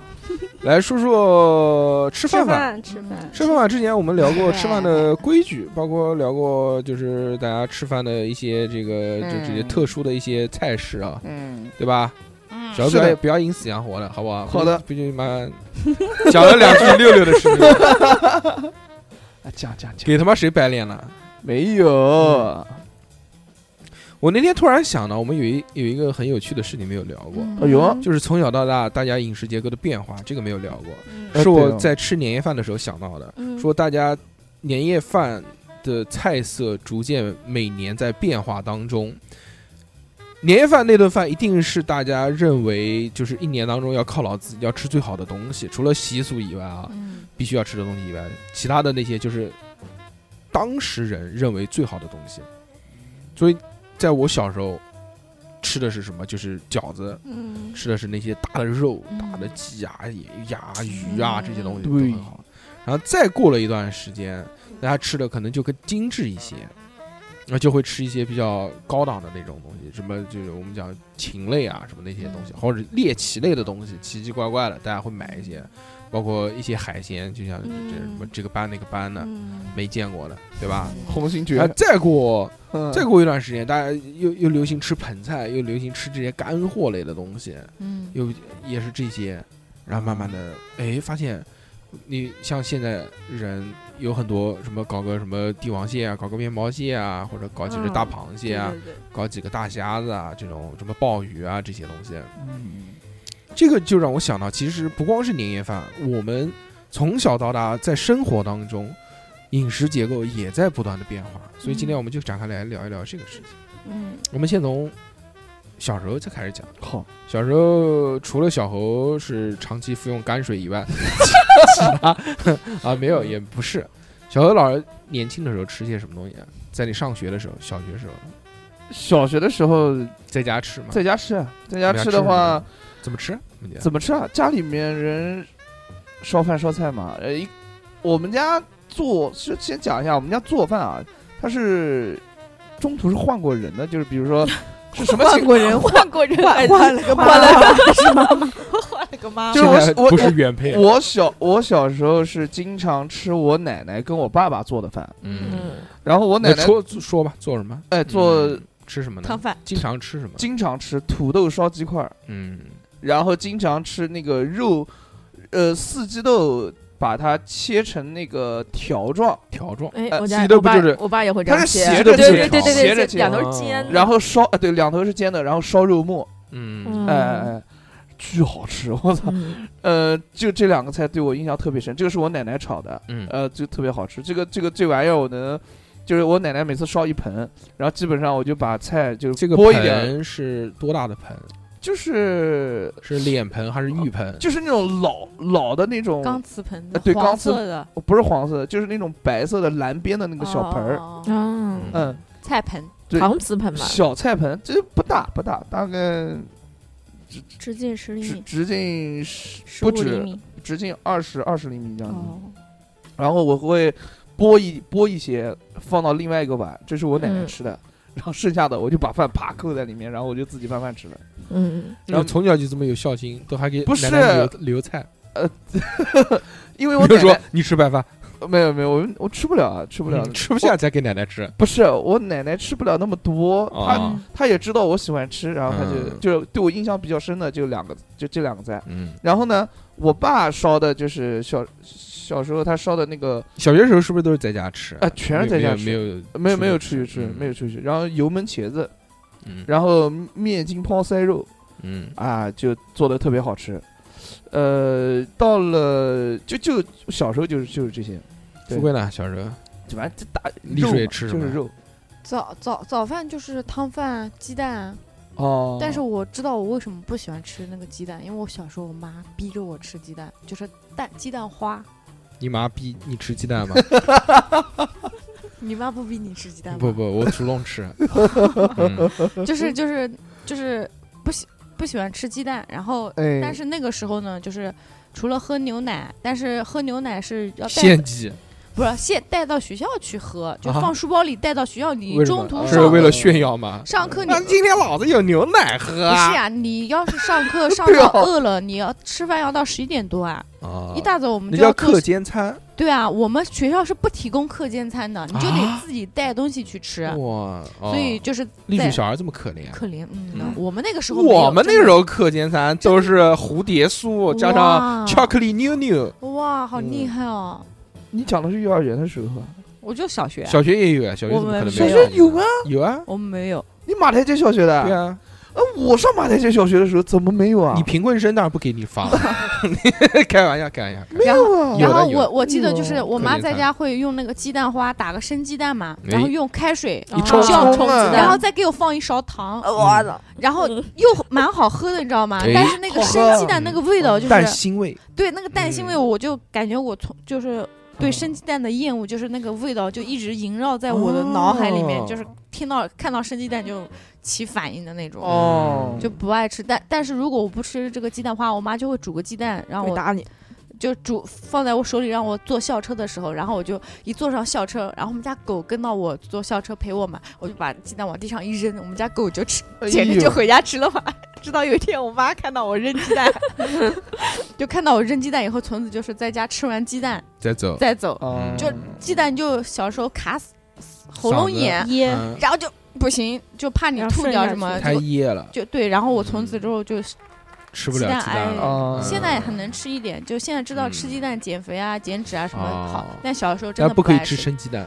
Speaker 2: 来说说吃
Speaker 7: 吃
Speaker 2: 饭吧。
Speaker 7: 饭吃饭，
Speaker 2: 吃饭之前我们聊过
Speaker 4: 对
Speaker 2: 吃饭
Speaker 4: 哎
Speaker 2: 的规矩，包括聊过就是大家吃饭的一些这个就这些
Speaker 4: 嗯
Speaker 2: 特殊的一些菜式啊，
Speaker 4: 嗯
Speaker 2: 对吧？
Speaker 4: 嗯
Speaker 2: 小何
Speaker 5: 是
Speaker 2: 不
Speaker 5: 的
Speaker 2: 要不要因死养活了，好不好？
Speaker 5: 好的
Speaker 2: 毕竟妈讲了两句六六的事情，
Speaker 5: <laughs> 啊讲讲讲，
Speaker 2: 给他妈谁摆脸了？
Speaker 5: 没有，
Speaker 2: 我那天突然想到，我们有一有一个很有趣的事情没有聊过，
Speaker 5: 哎呦
Speaker 2: 就是从小到大大家饮食结构的变化，这个没有聊过，
Speaker 7: 嗯
Speaker 5: 哎
Speaker 2: 是
Speaker 5: 对
Speaker 2: 我
Speaker 5: 哦
Speaker 2: 在吃年夜饭的时候想到的，
Speaker 7: 嗯
Speaker 2: 说大家年夜饭的菜色逐渐每年在变化当中。年夜饭那顿饭一定是大家认为就是一年当中要犒劳自己要吃最好的东西，除了习俗以外啊，
Speaker 4: 嗯
Speaker 2: 必须要吃的东西以外，其他的那些就是当时人认为最好的东西。所以，在我小时候吃的是什么？就是饺子，
Speaker 7: 嗯
Speaker 2: 吃的是那些大的肉、
Speaker 4: 嗯
Speaker 2: 大的鸡啊、鸭啊、
Speaker 7: 嗯
Speaker 2: 鱼啊这些东西都
Speaker 5: 对
Speaker 2: 很好。然后再过了一段时间，大家吃的可能就更精致一些，那就会吃一些比较高档的那种东西，什么就是我们讲禽类啊，什么那些东西，
Speaker 7: 嗯
Speaker 2: 或者猎奇类的东西，奇奇怪怪的，大家会买一些，包括一些海鲜，就像
Speaker 7: 嗯
Speaker 2: 这什么这个班那个班的，
Speaker 7: 嗯，
Speaker 2: 没见过的，对吧？
Speaker 5: 红星
Speaker 2: 啊
Speaker 5: 爵，，
Speaker 2: 再过
Speaker 5: 嗯
Speaker 2: 再过一段时间，大家又又流行吃盆菜，又流行吃这些干货类的东西，
Speaker 4: 嗯
Speaker 2: 又也是这些，然后慢慢的，哎，发现你像现在人有很多什么搞个什么帝王蟹啊，搞个面包蟹啊，或者搞几只
Speaker 7: 嗯
Speaker 2: 大螃蟹啊，
Speaker 7: 对对对
Speaker 2: 搞几个大虾子啊，这种什么鲍鱼啊这些东西，
Speaker 5: 嗯
Speaker 2: 这个就让我想到，其实不光是年夜饭，我们从小到大在生活当中，饮食结构也在不断的变化，所以今天我们就展开来聊一聊这个事情。
Speaker 7: 嗯，
Speaker 2: 我们先从小时候再开始讲。
Speaker 5: 好，
Speaker 2: 小时候除了小猴是长期服用泔水以外， <laughs> 其他啊没有也不是。小何老师年轻的时候吃些什么东西啊？在你上学的时候，小学时候
Speaker 5: 小学的时候
Speaker 2: 在家吃吗？
Speaker 5: 在家吃，啊，在家
Speaker 2: 在家
Speaker 5: 吃的话
Speaker 2: 什么怎么吃？你觉得
Speaker 5: 怎么吃啊？家里面人烧饭烧菜嘛，呃，一我们家做是先讲一下，我们家做饭啊，它是中途是换过人的，就是比如
Speaker 3: <laughs>
Speaker 5: 说是什么情况？
Speaker 4: 人
Speaker 7: 换过人
Speaker 5: 哎
Speaker 4: 换换了个
Speaker 7: 换了
Speaker 4: 妈妈，
Speaker 7: 换了个妈
Speaker 5: 就是我
Speaker 2: 现在
Speaker 5: 我
Speaker 2: 不是原配，
Speaker 5: 我小我小时候是经常吃我奶奶跟我爸爸做的饭，
Speaker 2: 嗯，
Speaker 5: 然后我奶
Speaker 2: 那
Speaker 5: 奶
Speaker 2: 说说吧，做什么？
Speaker 5: 哎做、
Speaker 2: 嗯吃什么呢
Speaker 4: 汤？饭，
Speaker 2: 经常吃什么？
Speaker 5: 经常吃土豆烧鸡块，
Speaker 2: 嗯，
Speaker 5: 然后经常吃那个肉，呃四季豆把它切成那个条状，
Speaker 2: 条状，
Speaker 3: 哎，
Speaker 5: 呃
Speaker 3: 我
Speaker 5: 四
Speaker 3: 家
Speaker 2: 季豆
Speaker 3: 我
Speaker 2: 不
Speaker 3: 爸
Speaker 2: 就是
Speaker 3: 我爸也会这样
Speaker 5: 它是
Speaker 3: 切，
Speaker 5: 斜
Speaker 3: 对
Speaker 5: 着
Speaker 3: 对
Speaker 5: 切
Speaker 3: 对对
Speaker 2: 炒
Speaker 3: 对
Speaker 5: 斜着
Speaker 3: 对，
Speaker 5: 切
Speaker 3: 两头
Speaker 2: 哦
Speaker 3: 是尖的，
Speaker 5: 然后烧啊对两头是煎的，然后烧肉末，
Speaker 2: 嗯，
Speaker 5: 哎哎哎，巨好吃， <laughs> 我操！
Speaker 3: 嗯
Speaker 5: 呃，就这两个菜对我印象特别深，这个是我奶奶炒的，
Speaker 2: 嗯
Speaker 5: 呃，就特别好吃。这个这个这玩意儿我能，就是我奶奶每次烧一盆，然后基本上我就把菜就是
Speaker 2: 这个
Speaker 5: 拨一点，
Speaker 2: 盆是多大的盆？
Speaker 5: 就是
Speaker 2: 是脸盆还是浴盆？
Speaker 5: 就是那种老老的那种，
Speaker 4: 钢瓷盆
Speaker 5: 呃
Speaker 4: 子，
Speaker 5: 对
Speaker 4: 黄
Speaker 5: 钢瓷
Speaker 4: 色的
Speaker 5: 不是黄色的，就是那种白色的蓝边的那个小盆儿，
Speaker 4: 儿，
Speaker 3: 嗯，
Speaker 5: 嗯，
Speaker 4: 菜盆，
Speaker 5: 对
Speaker 3: 搪瓷盆嘛，
Speaker 5: 小菜盆，这不大不大，大概
Speaker 7: 直径十厘
Speaker 5: 直
Speaker 7: 米，
Speaker 5: 直径十
Speaker 7: 嗯十
Speaker 5: 不
Speaker 7: 五厘
Speaker 5: 止
Speaker 7: 米，
Speaker 5: 直径二十二十厘米
Speaker 2: 嗯
Speaker 5: 这样子。
Speaker 4: 哦，
Speaker 5: 然后我会拨一拨一些放到另外一个碗，这是我奶奶
Speaker 3: 嗯
Speaker 5: 吃的，然后剩下的我就把饭啪扣在里面，然后我就自己慢慢吃了。
Speaker 3: 嗯，
Speaker 2: 然 <laughs> 后从小就这么有孝心，都还给
Speaker 5: 不是
Speaker 2: 奶奶留留菜。
Speaker 5: 因为我
Speaker 2: 比如
Speaker 5: 奶
Speaker 2: 说
Speaker 5: 奶
Speaker 2: 你吃白饭，
Speaker 5: 没有没有，我我吃不了啊，吃不了，
Speaker 2: 嗯吃不下再给奶奶吃。
Speaker 5: 我。不是我奶奶吃不了那么多，她
Speaker 2: 啊，
Speaker 5: 她也知道我喜欢吃，然后她就、
Speaker 2: 嗯
Speaker 5: 就对我印象比较深的就两个，就这两个菜。
Speaker 2: 嗯，
Speaker 5: 然后呢，我爸烧的就是小小时候他烧的那个
Speaker 2: 小学时候是不是都是在家吃？
Speaker 5: 啊全是在家吃
Speaker 2: 没有
Speaker 5: 没有没有出
Speaker 2: 出
Speaker 5: 去吃，没有
Speaker 2: 吃
Speaker 5: 出去。然后油焖茄子，
Speaker 2: 嗯。嗯
Speaker 5: 然后面筋泡塞肉，
Speaker 2: 嗯，
Speaker 5: 啊，就做的特别好吃。呃，到了就就小时候就是就是这些，对
Speaker 2: 富贵呢？小时候
Speaker 5: 反正这大
Speaker 2: 丽
Speaker 5: 肉
Speaker 2: 水
Speaker 5: 嘛
Speaker 2: 吃什
Speaker 5: 就
Speaker 2: 么
Speaker 5: 是
Speaker 2: 呀
Speaker 5: 肉
Speaker 4: 早早早饭就是汤饭、啊鸡蛋，
Speaker 5: 哦
Speaker 4: 但是我知道我为什么不喜欢吃那个鸡蛋，因为我小时候我妈逼着我吃鸡蛋，就是蛋鸡蛋花。
Speaker 2: 你妈逼你吃鸡
Speaker 5: <laughs>
Speaker 2: 蛋吗？
Speaker 4: 你妈不逼你吃鸡蛋吗？
Speaker 2: 不不，我主动
Speaker 4: <laughs>
Speaker 2: 吃。嗯
Speaker 4: 就是就是就是不喜不喜欢吃鸡蛋，然后、
Speaker 5: 哎
Speaker 4: 但是那个时候呢，就是除了喝牛奶，但是喝牛奶是要带
Speaker 2: 献祭
Speaker 4: 不是现带到学校去喝，就
Speaker 2: 啊
Speaker 4: 放书包里带到学校，你
Speaker 2: 为什
Speaker 4: 中
Speaker 2: 么？
Speaker 4: 途
Speaker 2: 是
Speaker 4: 上
Speaker 2: 为了炫耀吗？
Speaker 4: 上课你。
Speaker 5: 啊
Speaker 2: 那啊今天老子有牛奶喝
Speaker 4: 不
Speaker 2: 啊！
Speaker 4: 是呀、你要是上
Speaker 5: <laughs>
Speaker 4: 课上
Speaker 5: 对
Speaker 4: 到
Speaker 5: 哦
Speaker 4: 饿了，你要吃饭要到十一点多啊！
Speaker 2: 啊
Speaker 4: 一大早我们
Speaker 2: 那
Speaker 4: 就要
Speaker 2: 叫
Speaker 4: 做
Speaker 2: 课。间餐。
Speaker 4: 对啊，我们学校是不提供课间餐的，你就得
Speaker 2: 啊
Speaker 4: 自己带东西去吃。
Speaker 2: 哇，哦
Speaker 4: 啊所以就是
Speaker 2: 栗
Speaker 4: 在
Speaker 2: 树小孩这么可怜。
Speaker 4: 可怜，嗯，
Speaker 2: 嗯
Speaker 4: 我们那个时候没有
Speaker 2: 我们那
Speaker 4: 真的
Speaker 2: 时候课间餐都是蝴蝶酥加上
Speaker 4: 哇啊
Speaker 2: 巧克力妞妞，
Speaker 4: 哇，好厉
Speaker 2: 嗯
Speaker 4: 害哦！
Speaker 5: 你讲的是幼儿园的时候啊，
Speaker 4: 我就小学啊，
Speaker 2: 小学也有啊，小学
Speaker 4: 我
Speaker 2: 怎么可
Speaker 4: 们
Speaker 2: 能
Speaker 4: 没
Speaker 2: 有
Speaker 5: 小学有啊，
Speaker 2: 有啊，
Speaker 4: 我们没有，
Speaker 5: 你马台街小学的
Speaker 2: 对
Speaker 5: 啊？
Speaker 2: 啊，
Speaker 5: 呃，我上马台街小学的时候怎么没有啊
Speaker 2: 你？贫困生当然不给你
Speaker 4: <laughs>
Speaker 2: 发了，开玩笑，开玩笑，开玩笑
Speaker 5: 没有啊，
Speaker 2: 有
Speaker 4: 然
Speaker 2: 的
Speaker 4: 后
Speaker 2: 有的
Speaker 4: 我我记得就是
Speaker 5: 嗯
Speaker 4: 我妈
Speaker 2: 可怜
Speaker 4: 在
Speaker 2: 她
Speaker 4: 家会用那个鸡蛋花打个生鸡蛋嘛，然后
Speaker 2: 哎
Speaker 4: 用开水
Speaker 2: 一
Speaker 3: 哦
Speaker 2: 抽
Speaker 4: 这样
Speaker 5: 冲
Speaker 3: 冲嗯
Speaker 5: 啊
Speaker 3: 子
Speaker 4: 然后
Speaker 3: 弹，
Speaker 4: 再给我放一勺糖，
Speaker 2: 我
Speaker 3: 操，
Speaker 4: 然后
Speaker 7: 嗯
Speaker 4: 又蛮好喝的，你知道吗
Speaker 2: 哎？
Speaker 4: 但是那个
Speaker 5: 好喝
Speaker 4: 生鸡蛋那个味道就
Speaker 2: 但
Speaker 4: 是
Speaker 2: 腥味，
Speaker 4: 对那个蛋腥味，
Speaker 2: 嗯
Speaker 4: 我就感觉我从就是对生鸡蛋的厌恶，就是那个味道就一直萦绕在我的脑海里面
Speaker 2: 哦，
Speaker 4: 就是听到看到生鸡蛋就起反应的那种。
Speaker 5: 哦，
Speaker 4: 就不爱吃，但但是如果我不吃这个鸡蛋花，我妈就会煮个鸡蛋让
Speaker 3: 会
Speaker 4: 我
Speaker 3: 打 <laughs> 你，
Speaker 4: 就煮放在我手里让我坐校车的时候，然后我就一坐上校车，然后我们家狗跟到我坐校车陪我嘛，我就把鸡蛋往地上一扔，我们家狗就吃，
Speaker 5: 哎呦
Speaker 4: 捡着就回家吃了嘛。 <laughs> 直到有一天我妈看到我扔鸡蛋， <laughs> 就看到我扔鸡蛋以后，从此就是在家吃完鸡蛋
Speaker 2: 再走，
Speaker 4: 再走，
Speaker 2: 嗯
Speaker 5: 啊
Speaker 4: 嗯就鸡蛋就小时候卡死喉
Speaker 2: 嗓
Speaker 4: 咙
Speaker 2: 子
Speaker 4: 眼，
Speaker 7: 耶，
Speaker 2: 嗯
Speaker 4: 然后就不行，就怕你
Speaker 7: 要
Speaker 4: 吐
Speaker 7: 顺
Speaker 4: 掉
Speaker 7: 下
Speaker 4: 什么
Speaker 7: 去
Speaker 2: 太
Speaker 4: 就。
Speaker 2: 噎了，
Speaker 4: 就对，然后我从此之后就
Speaker 2: 嗯吃不了
Speaker 4: 鸡蛋
Speaker 2: 鸡蛋
Speaker 4: 癌
Speaker 2: 了。嗯
Speaker 5: 啊，
Speaker 4: 现在很能吃一点，就现在知道吃鸡蛋减肥啊、减脂啊什么
Speaker 2: 哦
Speaker 4: 好，但小时候真
Speaker 2: 但
Speaker 4: 的
Speaker 2: 不可以
Speaker 4: 爱
Speaker 2: 吃
Speaker 4: 吃，
Speaker 2: 生鸡蛋，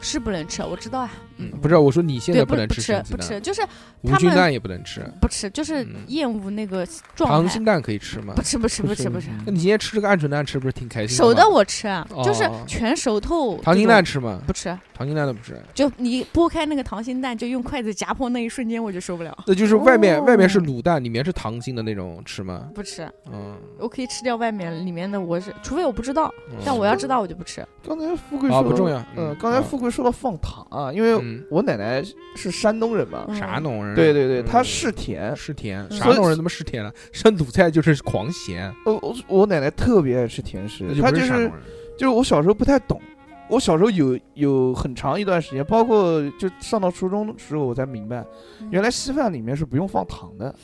Speaker 4: 是不能吃，我知道啊，
Speaker 2: 嗯，不是，我说你现在
Speaker 4: 对，不
Speaker 2: 能
Speaker 4: 不
Speaker 2: 吃
Speaker 4: 吃
Speaker 2: 生鸡
Speaker 4: 不吃，
Speaker 2: 蛋，
Speaker 4: 就是
Speaker 2: 无
Speaker 4: 他
Speaker 2: 菌
Speaker 4: 们
Speaker 2: 蛋也不能吃，
Speaker 4: 不吃，就是
Speaker 2: 嗯
Speaker 4: 厌恶那个状
Speaker 2: 溏
Speaker 4: 态
Speaker 2: 心。蛋可以吃吗
Speaker 4: 不？吃不吃不吃不吃，
Speaker 5: 嗯
Speaker 2: 那你今天吃这个鹌鹑蛋吃不是挺开心的
Speaker 4: 熟
Speaker 2: 吗
Speaker 4: 的我吃啊，就是
Speaker 2: 哦
Speaker 4: 全熟透。
Speaker 2: 溏心蛋吃吗？
Speaker 4: 不吃，
Speaker 2: 溏心蛋都不吃，
Speaker 4: 就你剥开那个溏心蛋，就用筷子夹破那一瞬间，我就受不了。
Speaker 2: 那就是外面
Speaker 3: 哦
Speaker 2: 外面是卤蛋，里面是溏心的那种吃吗？
Speaker 4: 不吃，
Speaker 2: 嗯，
Speaker 4: 我可以吃掉外面里面的，我是除非我不知道，
Speaker 2: 嗯
Speaker 4: 但我要知道我就不吃。
Speaker 5: 刚才富贵
Speaker 2: 啊
Speaker 5: 说
Speaker 2: 不重要
Speaker 5: 嗯
Speaker 2: 嗯，
Speaker 5: 刚才
Speaker 2: 啊
Speaker 5: 富贵说到放糖啊，因为
Speaker 2: 嗯
Speaker 5: 我奶奶是山东人嘛，
Speaker 2: 啥弄人？
Speaker 5: 对对对，
Speaker 2: 嗯
Speaker 5: 她是甜，
Speaker 2: 是甜，
Speaker 4: 嗯
Speaker 2: 啥弄人他妈是甜了？山鲁菜就是狂咸，
Speaker 5: 呃，我我奶奶特别爱吃甜
Speaker 2: 那
Speaker 5: 食，
Speaker 2: 就
Speaker 5: 她
Speaker 2: 不
Speaker 5: 就是
Speaker 2: 山
Speaker 5: 是
Speaker 2: 东人。
Speaker 5: 就是我小时候不太懂，我小时候有有很长一段时间，包括就上到初中的时候，我才明白，
Speaker 4: 嗯
Speaker 5: 原来稀饭里面是不用放糖的。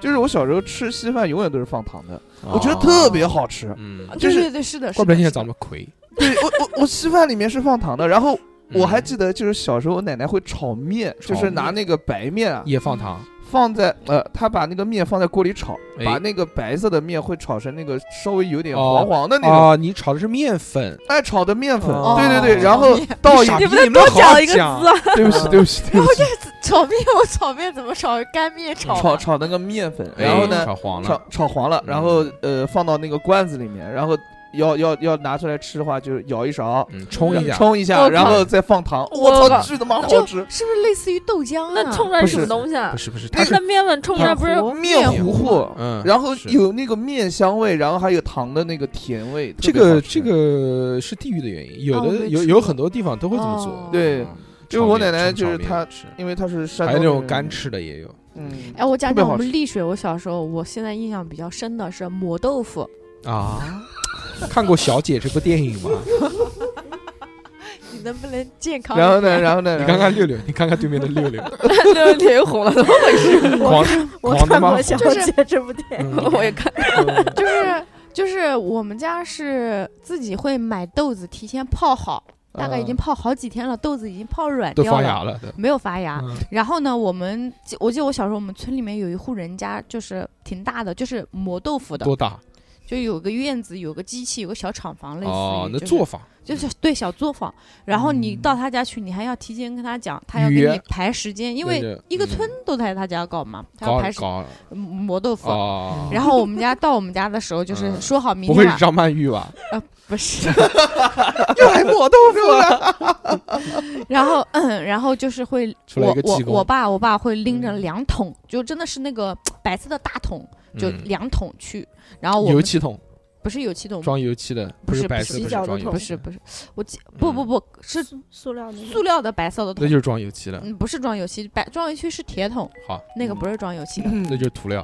Speaker 5: 就是我小时候吃稀饭永远都是放糖的，
Speaker 2: 哦
Speaker 5: 我觉得特别好吃。
Speaker 2: 嗯，
Speaker 4: 啊
Speaker 5: 就
Speaker 4: 对
Speaker 5: 是
Speaker 4: 对对，是的，
Speaker 2: 怪
Speaker 4: 是
Speaker 2: 不得
Speaker 4: 的。
Speaker 2: 现在
Speaker 4: 是
Speaker 2: 长
Speaker 4: 的
Speaker 2: 得魁。
Speaker 5: 对我我我稀饭里面是放糖的，然后我还记
Speaker 2: 得
Speaker 5: 得就是小时候我奶奶会炒面，
Speaker 2: 嗯炒
Speaker 5: 就是拿那个白面啊，
Speaker 2: 也放糖，
Speaker 5: 放在呃，她把那个面放在锅里炒，
Speaker 2: 哎
Speaker 5: 把那个白色的面会炒成那个稍微有点
Speaker 2: 哦
Speaker 5: 黄黄的那种，
Speaker 2: 哦，你炒的是面粉，
Speaker 5: 哎，炒的面粉，
Speaker 2: 哦
Speaker 5: 对对对，
Speaker 2: 哦
Speaker 5: 然后
Speaker 4: 炒面
Speaker 5: 倒
Speaker 2: 你
Speaker 5: 一
Speaker 2: 傻逼你
Speaker 3: 你不
Speaker 2: 们
Speaker 3: 能多
Speaker 2: 好
Speaker 3: 讲一个
Speaker 2: 讲
Speaker 3: 词啊！
Speaker 5: 对不起，对不起，对不起，
Speaker 4: 炒面，我炒面怎么炒？干面炒啊。
Speaker 5: 炒炒那个面粉，
Speaker 2: 哎
Speaker 5: <laughs> 然后呢，
Speaker 2: 炒黄
Speaker 5: 炒
Speaker 2: 了，
Speaker 5: 炒黄了，然后
Speaker 2: 嗯
Speaker 5: 呃放到那个罐子里面，然后要要要拿出来吃的话，就舀一勺，
Speaker 2: 嗯，冲一下，
Speaker 5: 冲一
Speaker 3: 我
Speaker 5: 下，
Speaker 3: 靠
Speaker 5: 然后再放糖，
Speaker 3: 我
Speaker 5: 我操，
Speaker 3: 靠
Speaker 5: 巨他妈好
Speaker 4: 就
Speaker 5: 吃
Speaker 4: 是！不是类似于豆浆啊？
Speaker 3: 那冲出来
Speaker 5: 不
Speaker 3: 是什
Speaker 5: 是
Speaker 3: 么东西啊
Speaker 2: 不？是不是，它
Speaker 3: 那
Speaker 2: 是
Speaker 3: 那面粉冲出来不是 <laughs>
Speaker 5: 面
Speaker 2: 糊
Speaker 5: 糊糊，
Speaker 2: 嗯，
Speaker 5: 然后
Speaker 2: 是
Speaker 5: 有那个面香味，然后还有糖的那个甜味，
Speaker 2: 这
Speaker 5: 特别好
Speaker 2: 个
Speaker 5: 吃
Speaker 2: 这，个是地域的原因，有
Speaker 4: 哦我
Speaker 2: 的
Speaker 4: 没
Speaker 2: 有
Speaker 4: 吃
Speaker 2: 有
Speaker 4: 过
Speaker 2: 很多地方都会这么
Speaker 4: 哦
Speaker 2: 做。
Speaker 5: 对
Speaker 2: 嗯
Speaker 5: 就是我
Speaker 2: 炒面
Speaker 5: 奶奶
Speaker 2: 冲
Speaker 5: 就是
Speaker 2: 炒面
Speaker 5: 她
Speaker 2: 吃
Speaker 5: 因为它是山
Speaker 2: 还
Speaker 5: 东
Speaker 2: 有那种
Speaker 5: 人
Speaker 2: 干，吃的也有，
Speaker 5: 嗯，
Speaker 4: 哎，我讲
Speaker 5: 特别
Speaker 4: 讲
Speaker 5: 好
Speaker 4: 我们
Speaker 5: 吃
Speaker 4: 丽水，我小时候，我现在印象比较深的是磨豆腐，
Speaker 2: 啊。 <laughs> 看过《小姐》这部电影吗？
Speaker 4: 你能不能健康一点？
Speaker 5: 然后
Speaker 4: <laughs>
Speaker 5: 呢，然后呢，
Speaker 2: 你
Speaker 5: 然
Speaker 2: 看
Speaker 5: 后
Speaker 2: 看六六，你看看对面的六六，
Speaker 3: 那脸红了，怎么回事？
Speaker 2: 狂
Speaker 7: 我
Speaker 2: 狂他
Speaker 7: 看
Speaker 2: 妈
Speaker 7: 过
Speaker 2: 红
Speaker 7: 《小姐》这部电影，
Speaker 2: 嗯
Speaker 3: 我也看，
Speaker 4: <laughs> 就是就是我们家是自己会买豆子，提前泡好，大概已经
Speaker 5: 嗯
Speaker 4: 泡好几天了，豆子已经泡软
Speaker 2: 都
Speaker 4: 掉
Speaker 2: 发
Speaker 4: 了，
Speaker 2: 芽了，都
Speaker 4: 没有发芽。
Speaker 2: 嗯
Speaker 4: 然后呢，我们记我记得我小时候，我们村里面有一户人家，就是挺大的，就是磨豆腐的，
Speaker 2: 多大？
Speaker 4: 就有个院子，有个机器，有个小厂房，类似于、
Speaker 2: 哦，那
Speaker 4: 就是
Speaker 2: 做法
Speaker 4: 就是对小作坊。然后你
Speaker 2: 嗯
Speaker 4: 到他家去，你还要提前跟他讲，他要
Speaker 2: 预
Speaker 4: 给
Speaker 2: 约
Speaker 4: 你排时间，因
Speaker 2: 对
Speaker 4: 为
Speaker 2: 对
Speaker 4: 一个
Speaker 2: 嗯
Speaker 4: 村都在他家搞嘛，他要
Speaker 2: 搞
Speaker 4: 排时
Speaker 2: 搞
Speaker 4: 磨豆腐。
Speaker 2: 哦，
Speaker 4: 然后我们家到我们家的时候，就是
Speaker 2: 嗯
Speaker 4: 说好明
Speaker 2: 不
Speaker 4: 天
Speaker 2: 会
Speaker 4: 晚
Speaker 2: 是张曼玉吧？<laughs>
Speaker 4: 不是，
Speaker 5: 又来磨豆腐了，
Speaker 4: <laughs> 然后嗯，然后就是会
Speaker 2: 出来一
Speaker 4: 我
Speaker 2: 个
Speaker 4: 我
Speaker 2: 济公
Speaker 4: 我爸我爸会拎着
Speaker 2: 嗯
Speaker 4: 两桶，就真的是那个白色的大桶，就
Speaker 2: 嗯
Speaker 4: 两桶去。然后我
Speaker 2: 油
Speaker 4: 们
Speaker 2: 漆桶
Speaker 4: 不是油漆桶，
Speaker 2: 装油漆的，
Speaker 4: 不
Speaker 2: 是
Speaker 4: 是不
Speaker 2: 白
Speaker 4: 是
Speaker 2: 色
Speaker 7: 洗
Speaker 2: 的，
Speaker 7: 脚的
Speaker 2: 装油
Speaker 7: 桶
Speaker 4: 不
Speaker 2: 漆
Speaker 4: 是
Speaker 2: 的
Speaker 4: 不是，我记不不
Speaker 2: 嗯
Speaker 4: 不
Speaker 7: <laughs>
Speaker 4: 是
Speaker 7: 塑塑料那
Speaker 5: <laughs>
Speaker 4: 塑
Speaker 7: 个，
Speaker 4: 料的白色
Speaker 2: 那
Speaker 4: 的桶，
Speaker 2: 就是装油漆的。
Speaker 4: 嗯，不是装油漆，白装油漆是铁桶，
Speaker 2: 好，
Speaker 4: 那个不是装油漆的。
Speaker 5: 嗯
Speaker 2: 那就是涂料。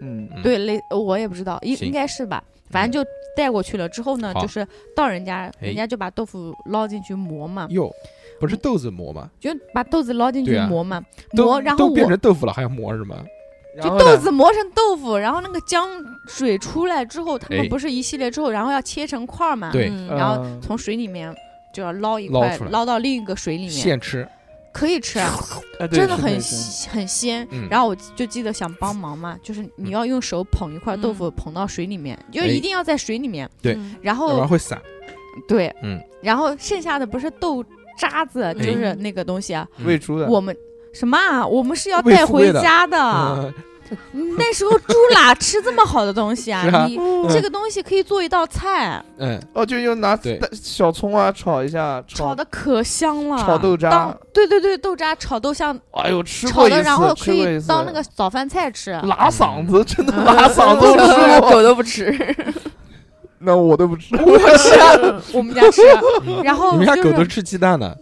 Speaker 5: 嗯
Speaker 2: 嗯，
Speaker 4: <laughs> 对，类我也不知道，应
Speaker 2: 行
Speaker 4: 应该是吧。反正就带过去了之后呢，
Speaker 2: 好
Speaker 4: 就是到人家，人
Speaker 2: 哎
Speaker 4: 家就把豆腐捞进去磨嘛，
Speaker 2: 哟，不是豆子磨吗？
Speaker 4: 就把豆子捞进去
Speaker 2: 对啊
Speaker 4: 磨嘛，
Speaker 2: 都
Speaker 4: 磨，然后
Speaker 2: 都
Speaker 4: 我
Speaker 2: 变成豆腐了，还要磨是吗？
Speaker 5: 然
Speaker 4: 就
Speaker 5: 后
Speaker 4: 豆
Speaker 5: 呢
Speaker 4: 子磨成豆腐，然后那个浆水出来之后，他
Speaker 2: 哎
Speaker 4: 们不是一系列之后，然后要切成块儿嘛，
Speaker 2: 对
Speaker 3: 嗯
Speaker 4: 然后
Speaker 5: 嗯
Speaker 4: 从水里面就要捞一
Speaker 2: 捞
Speaker 4: 块，
Speaker 2: 出来
Speaker 4: 捞到另一个水里面，
Speaker 2: 现吃，
Speaker 4: 可以
Speaker 2: <laughs>
Speaker 4: 吃啊，
Speaker 5: 哎对
Speaker 4: 真的
Speaker 5: 是
Speaker 4: 很
Speaker 5: 是是
Speaker 4: 鲜很鲜
Speaker 2: 嗯。
Speaker 4: 然后我就记得想帮忙嘛，就是你要用手捧一块豆腐捧到水里面，
Speaker 2: 嗯
Speaker 4: 就
Speaker 2: 哎
Speaker 4: 一定要在水里面，
Speaker 2: 对
Speaker 3: 嗯
Speaker 4: 然
Speaker 2: 要不然
Speaker 4: 后
Speaker 2: 会散。
Speaker 4: 对
Speaker 2: 嗯，哎
Speaker 4: 然后剩下的不是豆渣子，就是那个东西啊，
Speaker 5: 喂猪的，
Speaker 4: 我们。什么啊？我们是要
Speaker 2: 喂
Speaker 4: 带
Speaker 2: 富
Speaker 4: 回
Speaker 2: 贵的
Speaker 4: 家的。
Speaker 5: 啊
Speaker 2: 嗯
Speaker 4: <laughs> 那时候猪哪吃这么好的东西
Speaker 2: 是
Speaker 5: <laughs>
Speaker 2: 啊
Speaker 4: 啊？你
Speaker 5: 嗯
Speaker 4: 这个东西可以做一道菜，
Speaker 2: 嗯，
Speaker 5: 哦，就又拿
Speaker 2: 对
Speaker 5: 小葱啊炒一下，
Speaker 4: 炒
Speaker 5: 炒
Speaker 4: 的可香了。
Speaker 5: 炒豆渣
Speaker 4: 当对对对，豆渣炒豆香，
Speaker 5: 哎呦，吃
Speaker 4: 炒
Speaker 5: 过一
Speaker 4: 的
Speaker 5: 次，
Speaker 4: 然后可
Speaker 5: 吃过一
Speaker 4: 以
Speaker 5: 次
Speaker 4: 当那个嗯早饭
Speaker 5: <laughs>
Speaker 4: 菜吃。
Speaker 5: 拉嗓子，真的拉嗓子，
Speaker 3: <laughs>
Speaker 4: 嗯
Speaker 3: 狗
Speaker 5: 我吃过，
Speaker 3: 狗都不吃，
Speaker 5: 那我都不吃。
Speaker 4: 我们家吃，然后
Speaker 2: 你们家狗
Speaker 4: 就
Speaker 2: 都
Speaker 4: 是
Speaker 2: 吃鸡蛋的，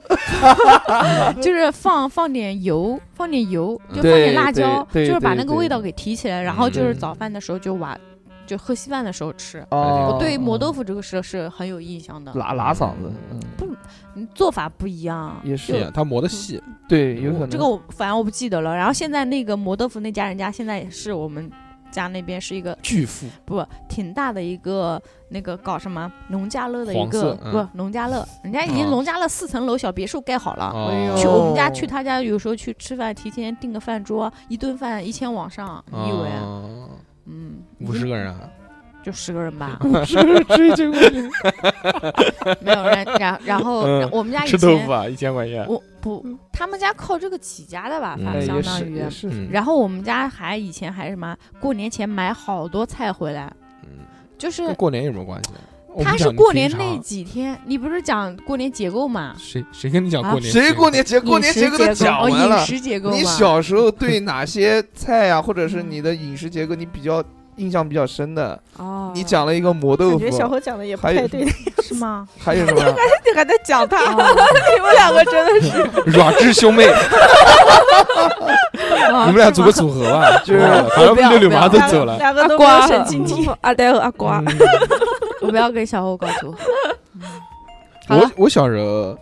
Speaker 4: 就是放放点油，放点油，就放
Speaker 5: 对
Speaker 4: 点辣椒，就
Speaker 5: 对对
Speaker 4: 是把那
Speaker 5: 对
Speaker 4: 个味道给提起来。然后就是
Speaker 2: 嗯
Speaker 4: 早饭的时候就晚，就喝稀饭的时候吃。
Speaker 5: 哦
Speaker 4: 我对于磨豆腐这个事是很有印象的，
Speaker 5: 拉拉嗓子，嗯
Speaker 4: 嗯做法不一样。
Speaker 5: 也
Speaker 2: 是哎呀
Speaker 5: 是，
Speaker 2: 它磨的细。
Speaker 4: 嗯
Speaker 5: 对，有可能
Speaker 4: 这个我反正我不记得了。然后现在那个磨豆腐那家人家现在是我们家那边是一个
Speaker 2: 巨富
Speaker 4: 不挺大的一个那个搞什么农家乐的一
Speaker 2: 黄
Speaker 4: 个
Speaker 2: 色嗯
Speaker 4: 不农家乐，人家已
Speaker 2: 啊
Speaker 4: 经农家乐四层楼小别墅盖好了。
Speaker 5: 哎呦
Speaker 4: 去
Speaker 2: 哦，
Speaker 4: 我们家去他家，有时候去吃饭，提前订个饭桌，一顿饭一千往上，你以为啊？
Speaker 2: 哦
Speaker 4: 嗯，
Speaker 2: 五十个人啊？
Speaker 4: 就十个人 <laughs> 吧，
Speaker 2: 是追求
Speaker 4: <laughs> 没有然然然后
Speaker 2: 嗯
Speaker 4: 我们家以
Speaker 2: 吃豆
Speaker 4: 前
Speaker 2: 腐啊，一千块钱。
Speaker 4: 我不，他们家靠这个起家的吧，
Speaker 2: 嗯
Speaker 4: 反
Speaker 5: 哎，也
Speaker 4: 正相当
Speaker 5: 是
Speaker 4: 于
Speaker 5: 也。是，
Speaker 2: 嗯
Speaker 4: 然后我们家还以前还什么，过年前买好多菜回来，
Speaker 2: 嗯，
Speaker 4: 就是
Speaker 2: 跟过年有什么关系？我
Speaker 4: 他
Speaker 2: 们
Speaker 4: 是
Speaker 2: 讲
Speaker 4: 过年
Speaker 2: 平
Speaker 4: 那
Speaker 2: 常
Speaker 4: 几天，你不是讲过年结构嘛？
Speaker 2: 谁谁跟你讲
Speaker 4: 啊
Speaker 2: 过年？
Speaker 5: 谁过？年节过年
Speaker 4: 饮食
Speaker 5: 节
Speaker 4: 结
Speaker 5: 构
Speaker 4: 构
Speaker 5: 都讲
Speaker 4: 哦
Speaker 5: 完了
Speaker 4: 饮，食结构嘛。嗯
Speaker 5: 你小时候对哪些菜啊，或者是你的饮食结构，你比较印象比较深的？
Speaker 3: 哦，
Speaker 5: 你讲了一个磨豆
Speaker 7: 感觉小
Speaker 5: 腐，
Speaker 7: 何讲的也不
Speaker 5: 还有 <laughs>
Speaker 7: 太对，
Speaker 4: 是吗？
Speaker 5: 还有什
Speaker 7: <laughs>
Speaker 5: 么？
Speaker 7: 你还在讲他，你们两个真的是
Speaker 4: <laughs>
Speaker 2: 软质啊兄妹，
Speaker 4: 你哦
Speaker 2: <laughs> 你们俩组个组合
Speaker 4: <laughs>
Speaker 2: 吧，就是
Speaker 5: 我
Speaker 2: 反正
Speaker 4: 不要
Speaker 2: 六六麻
Speaker 4: 不
Speaker 2: 都
Speaker 4: 要
Speaker 2: 走了。
Speaker 7: 两个都没有
Speaker 3: 瓜
Speaker 7: 神经听。
Speaker 3: 阿呆和阿瓜，
Speaker 2: 嗯
Speaker 4: 我不要跟小欧搞组。 <laughs> 好
Speaker 2: 我
Speaker 4: 了，
Speaker 2: 我小时候，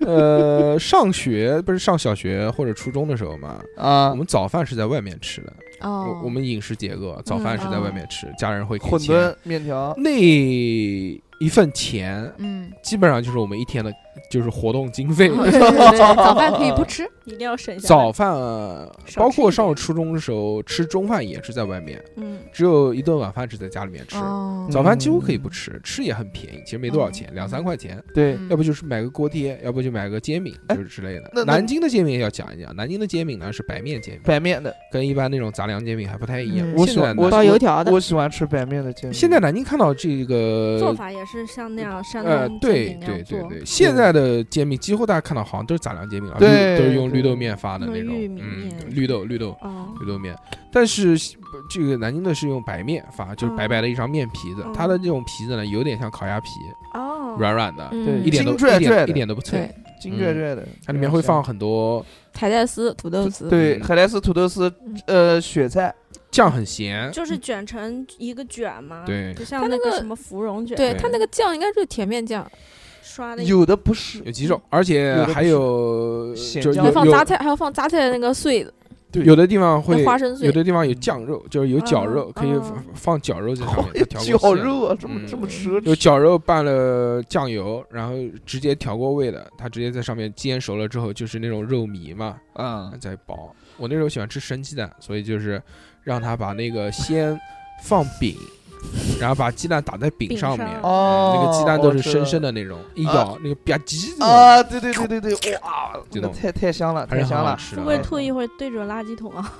Speaker 2: 呃，上学不是上小学或者初中的时候嘛，我 <laughs>
Speaker 5: 啊，
Speaker 2: 们早饭是在外面吃的。
Speaker 4: <laughs> 哦
Speaker 2: 我，我们饮食结构，早饭是在外面吃，家人会给
Speaker 5: 馄
Speaker 2: 钱。
Speaker 5: 饨、面条，
Speaker 2: 那一份钱
Speaker 4: 嗯，
Speaker 2: 基本上就是我们一天的，就是活动经费。
Speaker 4: 对对对，早饭可以不吃。
Speaker 7: 一定要省下来。
Speaker 2: 早饭呃
Speaker 7: 少
Speaker 2: 包
Speaker 7: 吃
Speaker 2: 括
Speaker 7: 一
Speaker 2: 上
Speaker 7: 点
Speaker 2: 初中的时候吃中饭也是在外面，
Speaker 7: 嗯，
Speaker 2: 只有一顿晚饭是嗯在家里面吃。
Speaker 4: 哦，
Speaker 2: 早饭几乎可以不吃，吃也很便宜，其实没多少钱，两三块钱。
Speaker 5: 对，
Speaker 4: 嗯
Speaker 2: 要不就是买个锅贴，要不就买个煎饼，
Speaker 5: 哎
Speaker 2: 就是之类的。
Speaker 5: 那那
Speaker 2: 南京的煎饼要讲一讲，南京的煎饼呢是白面煎饼，
Speaker 5: 白面的，
Speaker 2: 跟一般那种杂粮煎饼还不太一样
Speaker 4: 嗯。
Speaker 5: 我
Speaker 2: 现
Speaker 5: 喜
Speaker 2: 在
Speaker 5: 欢
Speaker 2: 呢
Speaker 5: 我
Speaker 3: 包油条的
Speaker 5: 我喜欢吃白面的煎饼。
Speaker 2: 现在南京看到这
Speaker 5: 呃
Speaker 2: 个
Speaker 7: 做法也是像那样山
Speaker 2: 呃，
Speaker 7: 东
Speaker 2: 对
Speaker 7: 煎饼那
Speaker 2: 对
Speaker 7: 样
Speaker 2: 对
Speaker 7: 做，
Speaker 2: 对，现在的煎饼几乎大家看到好像都是杂粮煎饼啊，绿
Speaker 5: 对
Speaker 2: 都是用绿
Speaker 5: 对
Speaker 2: 豆面发的那种
Speaker 7: 用玉，米
Speaker 2: 嗯，
Speaker 7: 面
Speaker 2: 绿豆绿豆
Speaker 7: 哦，
Speaker 2: 绿豆面。但是呃这个南京的是用白面发，就是白白的一张面皮子，
Speaker 7: 嗯
Speaker 2: 它的这种皮子呢有点像烤鸭皮，
Speaker 7: 哦，
Speaker 2: 软软的，
Speaker 3: 嗯
Speaker 5: 对
Speaker 2: 一点都
Speaker 5: 金拽
Speaker 2: 一
Speaker 5: 拽
Speaker 2: 点
Speaker 5: 的
Speaker 2: 一点都不脆
Speaker 3: 对。
Speaker 5: 金拽拽的，
Speaker 2: 嗯它里面会放很多
Speaker 3: 海带丝、土豆丝，
Speaker 5: 对
Speaker 2: 嗯
Speaker 5: 海带丝、土豆丝，
Speaker 7: 嗯
Speaker 5: 呃，雪菜，
Speaker 2: 酱，很咸，
Speaker 7: 就是啊卷成一个卷嘛，
Speaker 2: 对
Speaker 7: 就像
Speaker 3: 它那
Speaker 7: 个
Speaker 3: 个
Speaker 7: 什么芙蓉卷，
Speaker 3: 对
Speaker 2: 对
Speaker 3: 哎它那个酱应该就是甜面酱，
Speaker 7: 刷的一
Speaker 5: 有的不是
Speaker 2: 有几种，而且
Speaker 5: 有的不
Speaker 2: 还有
Speaker 5: 咸
Speaker 2: 就是
Speaker 5: 酱
Speaker 3: 还
Speaker 2: 有
Speaker 3: 放
Speaker 2: 有
Speaker 3: 榨菜，还要放榨菜的那个碎的，
Speaker 5: 对
Speaker 2: 有的地方会
Speaker 3: 那花生碎
Speaker 2: 有的地方有酱肉，就是有绞肉，
Speaker 7: 哦
Speaker 2: 可以
Speaker 7: 哦
Speaker 2: 放放绞
Speaker 5: 嗯
Speaker 2: 肉在上
Speaker 5: <laughs>
Speaker 2: 面，它调过
Speaker 5: 绞
Speaker 2: 馅
Speaker 5: 肉啊，这
Speaker 2: 嗯
Speaker 5: 么这么吃，
Speaker 2: 有绞肉拌了酱油，然后直接调过味的，它直接在上面煎熟了之后就是那种肉糜嘛，
Speaker 5: 啊，
Speaker 2: 再薄。我那时候喜欢吃生鸡蛋，所以就是让他把那个先放饼，然后把鸡蛋打在饼上面，
Speaker 7: 饼上
Speaker 5: 哦，
Speaker 2: 嗯那个鸡蛋都是生生
Speaker 5: 的
Speaker 2: 的那种，一咬那个吧唧那种，
Speaker 5: 啊，对对对对对，哇，
Speaker 2: 这
Speaker 5: 这
Speaker 2: 种
Speaker 5: 个太太香了，
Speaker 2: 还是
Speaker 5: 太
Speaker 2: 很
Speaker 5: 香
Speaker 2: 好
Speaker 5: 了，
Speaker 2: 吃
Speaker 7: 会不会
Speaker 2: 的。啊
Speaker 7: 吐一会儿对准垃圾桶啊？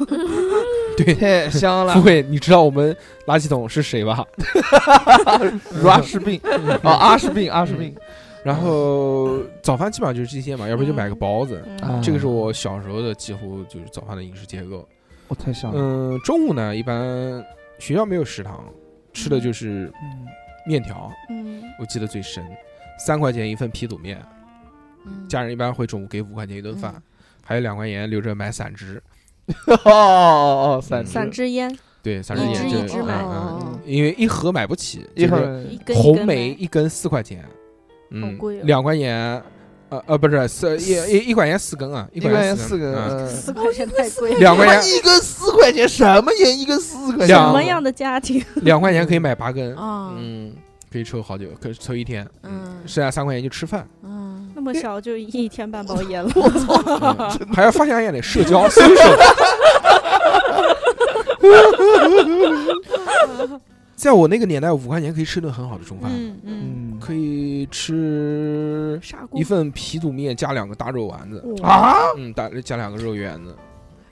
Speaker 5: 太香了
Speaker 2: 不，会，你知道我们垃圾桶是谁吧？
Speaker 5: 如阿士病
Speaker 2: <laughs>
Speaker 5: 啊，阿士病，阿士病，
Speaker 2: 然后早饭基本上就是这些嘛，要不然就买个包子。
Speaker 5: 啊
Speaker 7: 嗯，
Speaker 2: 这个是我小时候的几乎就是早饭的饮食结构。
Speaker 5: 我哦太香了，
Speaker 2: 嗯，中午呢，一般学校没有食堂，吃的就是
Speaker 5: 嗯，
Speaker 2: 面条，
Speaker 7: 嗯，
Speaker 2: 我记得最深，三块钱一份皮肚面，
Speaker 4: 嗯
Speaker 2: 家人一般会中午给五块钱一顿饭，
Speaker 7: 嗯
Speaker 2: 还有两块钱留着买散汁。
Speaker 5: 哦哦哦，
Speaker 2: 嗯
Speaker 5: 散
Speaker 7: 散
Speaker 5: 汁，
Speaker 7: 汁烟，
Speaker 2: 对，散
Speaker 7: 一
Speaker 2: 汁
Speaker 7: 支
Speaker 2: 也
Speaker 7: 一
Speaker 2: 就
Speaker 7: 支买
Speaker 2: 嗯嗯
Speaker 4: 哦
Speaker 2: 因为一盒买不起，
Speaker 5: 一
Speaker 2: 就
Speaker 5: 会
Speaker 2: 是
Speaker 5: 儿
Speaker 7: 一根一
Speaker 2: 红
Speaker 7: 根
Speaker 2: 梅
Speaker 7: 的，
Speaker 2: 一根四块钱，嗯，
Speaker 7: 贵哦
Speaker 2: 两块钱。呃呃，不是四一一一块钱四根啊，一
Speaker 5: 一
Speaker 2: 块
Speaker 5: 块钱
Speaker 2: 四
Speaker 5: 四
Speaker 2: 根，
Speaker 5: 个，
Speaker 2: 嗯
Speaker 5: 嗯
Speaker 7: 四块钱太贵了。
Speaker 2: 两块
Speaker 5: 他妈
Speaker 2: 钱
Speaker 5: 一根四块钱，什么盐一根四块钱？
Speaker 2: 两
Speaker 7: 什么样的家 <laughs> 庭？
Speaker 2: 两块钱可以买八根，
Speaker 4: 啊
Speaker 2: 嗯，可以抽好久，可以抽一天，嗯，
Speaker 4: 嗯
Speaker 2: 剩下三块钱就吃饭，
Speaker 4: 嗯，
Speaker 7: 那么小就一天半包烟了，
Speaker 2: 嗯还要发现一点社
Speaker 5: <laughs>
Speaker 2: 交 social。在我那个年代，五块钱可以吃顿很好的中饭，
Speaker 4: 嗯嗯，
Speaker 5: 嗯
Speaker 2: 可以吃
Speaker 7: 砂锅
Speaker 2: 一份皮肚面加两个大肉丸子，
Speaker 5: 啊，
Speaker 2: 嗯，大加两个肉圆子。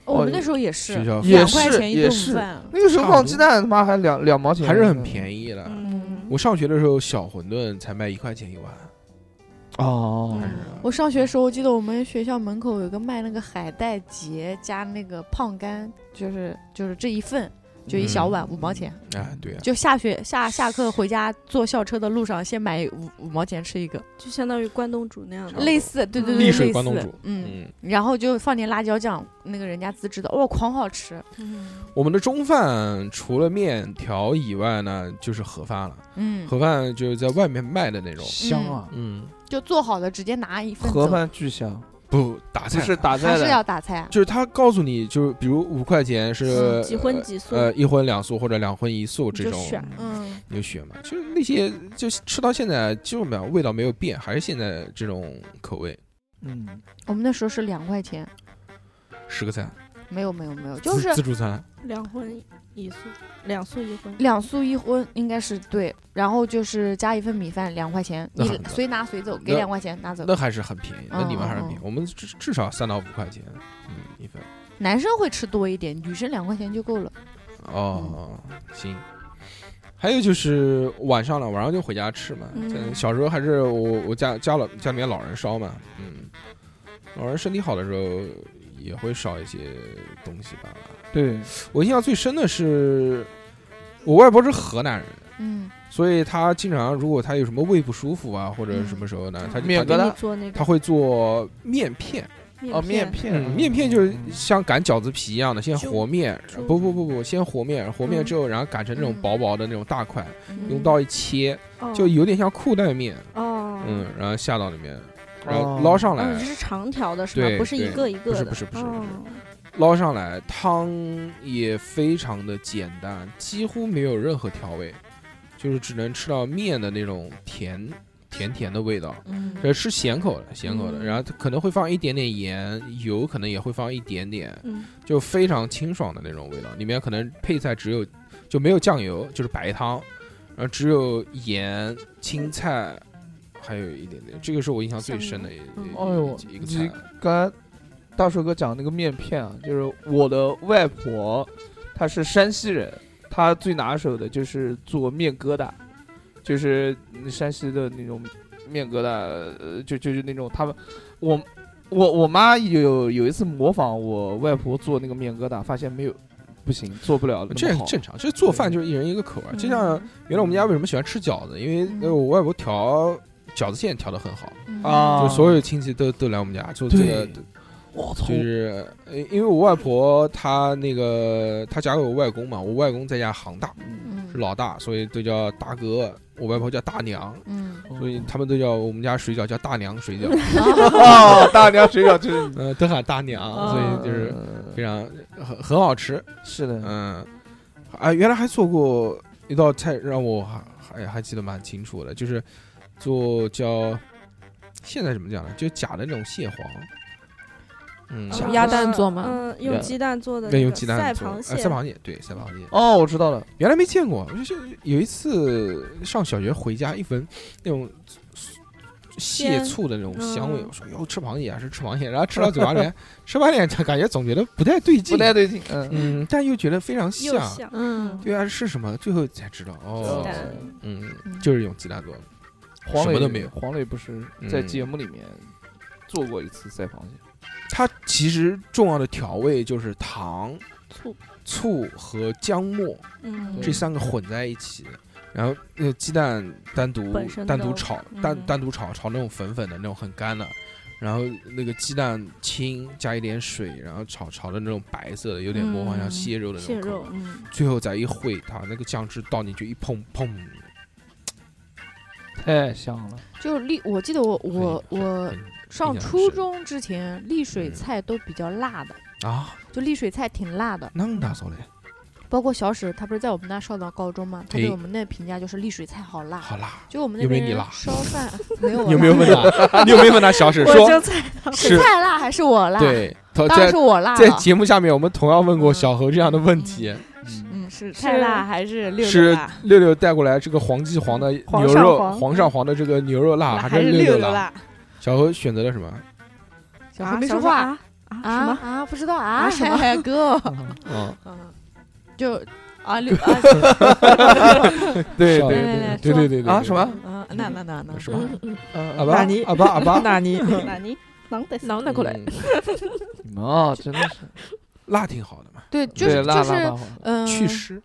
Speaker 4: 我们那时候也是
Speaker 2: 学校
Speaker 5: 也
Speaker 4: 两块
Speaker 5: 是
Speaker 4: 钱一
Speaker 5: 也
Speaker 4: 顿
Speaker 5: 是
Speaker 4: 饭，
Speaker 5: 那个时候放鸡蛋他妈还两两毛钱，
Speaker 2: 还是很便
Speaker 5: 宜
Speaker 2: 宜的。
Speaker 7: 嗯，
Speaker 2: 我上学的时候，小馄饨才卖一块钱一碗，
Speaker 5: 哦
Speaker 2: 还是
Speaker 4: 我上学的时候，我记得我们学校门口有个卖那个海带结加那个胖干，就是就是这一份，就一小碗五毛钱。
Speaker 2: 哎，对啊，
Speaker 4: 就下学下下课回家坐校车的路上，先买五五毛钱吃一个，
Speaker 7: <laughs> 就相当于关东煮那样
Speaker 2: 差不多。
Speaker 7: 的
Speaker 4: 类似，对对对，
Speaker 2: 嗯丽
Speaker 4: 类
Speaker 2: 水
Speaker 4: 似
Speaker 2: 关东煮，
Speaker 4: 嗯，
Speaker 2: 嗯，
Speaker 4: 然后就放点辣椒酱，那个人家自制的，哇，狂好吃，
Speaker 7: 嗯
Speaker 2: 我们的中饭除了面条以外呢，就是盒饭了。
Speaker 4: 嗯，
Speaker 2: 盒饭就是在外面卖的那种，
Speaker 5: 香啊，
Speaker 2: 嗯，
Speaker 4: 就做好了直接拿一份走，
Speaker 5: 盒饭嗯巨香，
Speaker 2: 不打
Speaker 5: 不
Speaker 2: 菜
Speaker 5: 是打
Speaker 4: 还
Speaker 5: 菜
Speaker 4: 是
Speaker 5: 的，
Speaker 4: 要打菜啊，
Speaker 2: 就是他告诉你，就是比如五块钱是
Speaker 7: 嗯几荤几素
Speaker 2: 呃，一荤两素或者两荤一素
Speaker 7: 你
Speaker 2: 这
Speaker 7: 就
Speaker 2: 种，
Speaker 7: 选
Speaker 4: 嗯，
Speaker 2: 你就选嘛。就是那些就吃到现在，基本上味道没有变，还是现在这种口味，
Speaker 5: 嗯，
Speaker 4: 我们那时候是两块钱，
Speaker 2: 十个菜，
Speaker 4: 没有没有没有，就是
Speaker 2: 自自助餐，
Speaker 7: 两婚一素，两素一婚，
Speaker 4: 两素一荤应该是对，然后就是加一份米饭两块钱，
Speaker 2: 那
Speaker 4: 你
Speaker 2: 很
Speaker 4: 随拿随走，给
Speaker 2: 那
Speaker 4: 两块钱拿走。
Speaker 2: 那还是很便宜，那你们还是很便宜
Speaker 4: 嗯，
Speaker 2: 我们至至少三到五块钱，嗯，一份。
Speaker 4: 男生会吃多一点，女生两块钱就够了。
Speaker 2: 哦，
Speaker 4: 嗯
Speaker 2: 行。还有就是晚上了，晚上就回家吃嘛。
Speaker 7: 嗯
Speaker 2: 在小时候还是我我家家老家里面老人烧嘛，嗯，老人身体好的时候也会烧一些东西吧。
Speaker 5: 对，
Speaker 2: 我印象最深的是，我外婆是河南人，
Speaker 4: 嗯，
Speaker 2: 所以她经常如果她有什么胃不舒服啊，或者什么时候呢，她就
Speaker 5: 面疙
Speaker 2: 她
Speaker 5: 瘩疙
Speaker 7: 给你
Speaker 5: 瘩
Speaker 7: 做那
Speaker 2: 她
Speaker 7: 个
Speaker 2: 会做面片，
Speaker 5: 哦，面片
Speaker 2: 嗯，面片就是像擀饺子皮一样的，先和面，
Speaker 7: 就
Speaker 2: 不不不不，先和面，和面
Speaker 7: 嗯
Speaker 2: 之后，然后擀成那种
Speaker 4: 嗯
Speaker 2: 薄薄的那种大块，
Speaker 4: 嗯
Speaker 2: 用刀一切，
Speaker 7: 哦
Speaker 2: 就有点像裤带面，
Speaker 7: 哦，
Speaker 2: 嗯，然后下到里面，然后
Speaker 5: 哦
Speaker 2: 捞上
Speaker 7: 哦，
Speaker 2: 来
Speaker 7: 你这，是长条的是吧
Speaker 2: 对？
Speaker 7: 不是一
Speaker 2: 对
Speaker 7: 个一个
Speaker 2: 不是
Speaker 7: 的，
Speaker 2: 不是不是不是
Speaker 7: 哦
Speaker 2: 捞上来，汤也非常的简单，几乎没有任何调味，就是只能吃到面的那种甜甜甜的味道。
Speaker 4: 嗯
Speaker 2: 呃，吃咸口的，咸口的，
Speaker 7: 嗯
Speaker 2: 然后可能会放一点点盐，油可能也会放一点点，
Speaker 7: 嗯
Speaker 2: 就非常清爽的那种味道。里面可能配菜只有就没有酱油，就是白汤，然后只有盐、青菜，还有一点点。这个是我印象最深的一
Speaker 7: 嗯
Speaker 2: 一
Speaker 5: 哎呦
Speaker 2: 一个
Speaker 5: 你
Speaker 2: 菜。
Speaker 5: 刚才大帅哥讲那个面片啊，就是我的外婆，她是山西人，她最拿手的就是做面疙瘩，就是山西的那种面疙瘩，呃，就就是那种他们，我我我妈有有一次模仿我外婆做那个面疙瘩，发现没有不行，做不了那么
Speaker 2: 这很
Speaker 5: 好
Speaker 2: 正常，这做饭就是一人一个口味儿。就像
Speaker 5: 嗯
Speaker 2: 原来我们家为什么喜欢吃饺子，因为
Speaker 4: 嗯
Speaker 2: 呃我外婆调饺子馅调的很好，
Speaker 5: 啊
Speaker 2: 就所有亲戚都都来我们家做这个
Speaker 5: 对我操
Speaker 2: 就是呃因为我外婆她那个她嫁给我外公嘛，我外公在家行大
Speaker 4: 嗯
Speaker 2: 是老大，所以都叫大哥，我外婆叫大娘，
Speaker 4: 嗯，
Speaker 2: 所以他们都叫我们家水饺叫大娘水饺，
Speaker 7: <laughs>
Speaker 5: 哦，大娘水饺就是
Speaker 2: 嗯、都喊大娘，所
Speaker 7: 哦
Speaker 2: 以就是非常很很好吃，
Speaker 5: 是的，
Speaker 2: 嗯，啊，原来还做过一道菜让我还还还记得蛮清楚的，就是做叫现在怎么讲呢，就假的那种蟹黄，嗯，
Speaker 7: 哦
Speaker 2: 假
Speaker 3: 嗯鸭蛋做吗
Speaker 7: 嗯，用
Speaker 5: 鸭
Speaker 7: 鸡蛋做的
Speaker 2: 那
Speaker 7: 那
Speaker 2: 用
Speaker 7: 个
Speaker 2: 鸡蛋
Speaker 7: 赛
Speaker 2: 做，
Speaker 7: 螃
Speaker 2: 呃
Speaker 7: 蟹，
Speaker 2: 赛螃蟹，对，赛螃蟹。
Speaker 5: 哦，我知道了，
Speaker 2: 原来没见过，就是有一次上小学回家，一闻那种蟹
Speaker 7: 鲜
Speaker 2: 醋的那种香味，
Speaker 7: 嗯
Speaker 2: 我说哟，吃螃蟹啊，是吃螃蟹，然后吃到嘴巴里面， <laughs> 吃完脸感觉总觉得不太对
Speaker 5: 不
Speaker 2: 劲，
Speaker 5: 太对劲，嗯，
Speaker 2: 嗯，但又觉得非常
Speaker 7: 又
Speaker 2: 像，
Speaker 7: 像
Speaker 3: 嗯，
Speaker 2: 对啊，是什么？最后才知道哦
Speaker 7: 鸡蛋，
Speaker 2: 嗯，就是用鸡蛋做的，
Speaker 5: 黄
Speaker 2: 什
Speaker 5: 磊
Speaker 2: 么都没有
Speaker 5: 黄磊不是在
Speaker 2: 嗯
Speaker 5: 节目里面做过一次赛螃蟹，
Speaker 2: 它其实重要的调味就是糖、
Speaker 7: 醋，
Speaker 2: 醋和姜末，
Speaker 7: 嗯，
Speaker 2: 这三个混在一起，然后那个鸡蛋单独
Speaker 7: 本身的
Speaker 2: 单独炒，
Speaker 7: 嗯
Speaker 2: 单单独炒炒那种粉粉的那种很干的，然后那个鸡蛋清加一点水，然后炒炒的那种白色的，有点模仿像
Speaker 4: 嗯
Speaker 2: 蟹肉的那
Speaker 7: 蟹
Speaker 2: 种口
Speaker 7: 肉
Speaker 2: 感，，
Speaker 7: 嗯，
Speaker 2: 最后再一烩它，那个酱汁倒进去一碰碰，
Speaker 5: 太香了。
Speaker 4: 就丽，我记得我我
Speaker 2: 很
Speaker 4: 我
Speaker 2: 很印象
Speaker 4: 上
Speaker 2: 很
Speaker 4: 初
Speaker 2: 深
Speaker 4: 中之前，丽水
Speaker 2: 嗯
Speaker 4: 菜都比较辣的，
Speaker 2: 啊，
Speaker 4: 就丽水菜挺辣的。
Speaker 2: 那么大手嘞，
Speaker 4: 包括小史，他不是在我们那上到高中吗？他
Speaker 2: 哎
Speaker 4: 对我们那评价就是丽水菜好
Speaker 7: 啊
Speaker 4: 辣，
Speaker 2: 好辣！
Speaker 4: 就我们那
Speaker 2: 有没有
Speaker 4: 边
Speaker 2: 你
Speaker 4: 人
Speaker 2: 辣
Speaker 4: 烧饭 <laughs> 没有我
Speaker 2: 你有没
Speaker 4: 辣
Speaker 2: 有问他？你有没有问他小史
Speaker 7: 我
Speaker 2: 说
Speaker 7: 就在
Speaker 2: 是？
Speaker 4: 菜辣还是我辣？，
Speaker 2: 对，
Speaker 4: 当然
Speaker 2: 在
Speaker 4: 是我辣
Speaker 2: 在
Speaker 7: 啊
Speaker 4: 了。
Speaker 2: 节目下面，我们同样问过小何这样的问题。
Speaker 4: 嗯，是
Speaker 7: 是
Speaker 4: 太辣还是六嗯
Speaker 2: 是
Speaker 4: 六辣？
Speaker 2: 六六带过来这个黄记黄的
Speaker 7: 皇
Speaker 2: 牛
Speaker 7: 上
Speaker 2: 肉，
Speaker 7: 皇
Speaker 2: 皇上皇的这个牛肉辣还是
Speaker 4: 嗯六
Speaker 2: 六辣？
Speaker 4: 辣？
Speaker 2: 小何选择了什么？
Speaker 4: 小
Speaker 7: 啊
Speaker 4: 何没
Speaker 7: 小
Speaker 4: 说
Speaker 7: 时候
Speaker 4: 话
Speaker 7: 啊啊
Speaker 4: 啊
Speaker 7: 什么？
Speaker 4: 啊？不知道啊？
Speaker 7: 什么
Speaker 4: 嗨哥？
Speaker 2: <laughs> 嗯，
Speaker 4: 嗯，就 <laughs> 啊六啊
Speaker 5: 对
Speaker 2: 少爷
Speaker 5: 对对
Speaker 4: 对
Speaker 2: 对对对对
Speaker 5: 啊什么？
Speaker 4: 啊
Speaker 3: 嗯
Speaker 4: 那那那那
Speaker 2: 什么？
Speaker 5: 呃
Speaker 4: 嗯
Speaker 2: 阿巴
Speaker 3: 哪里
Speaker 2: 阿巴阿
Speaker 4: <laughs>
Speaker 2: 巴，
Speaker 3: 哪
Speaker 7: <laughs>
Speaker 3: 里
Speaker 7: 哪里？能得
Speaker 3: 能的过来？
Speaker 2: 嗯，
Speaker 5: 你们啊，真的是
Speaker 2: 辣挺好的嘛，
Speaker 4: 对， <laughs> 就是
Speaker 5: 对辣
Speaker 4: 就
Speaker 5: 辣
Speaker 4: 是
Speaker 5: 辣好
Speaker 4: 嗯，
Speaker 2: 祛湿。嗯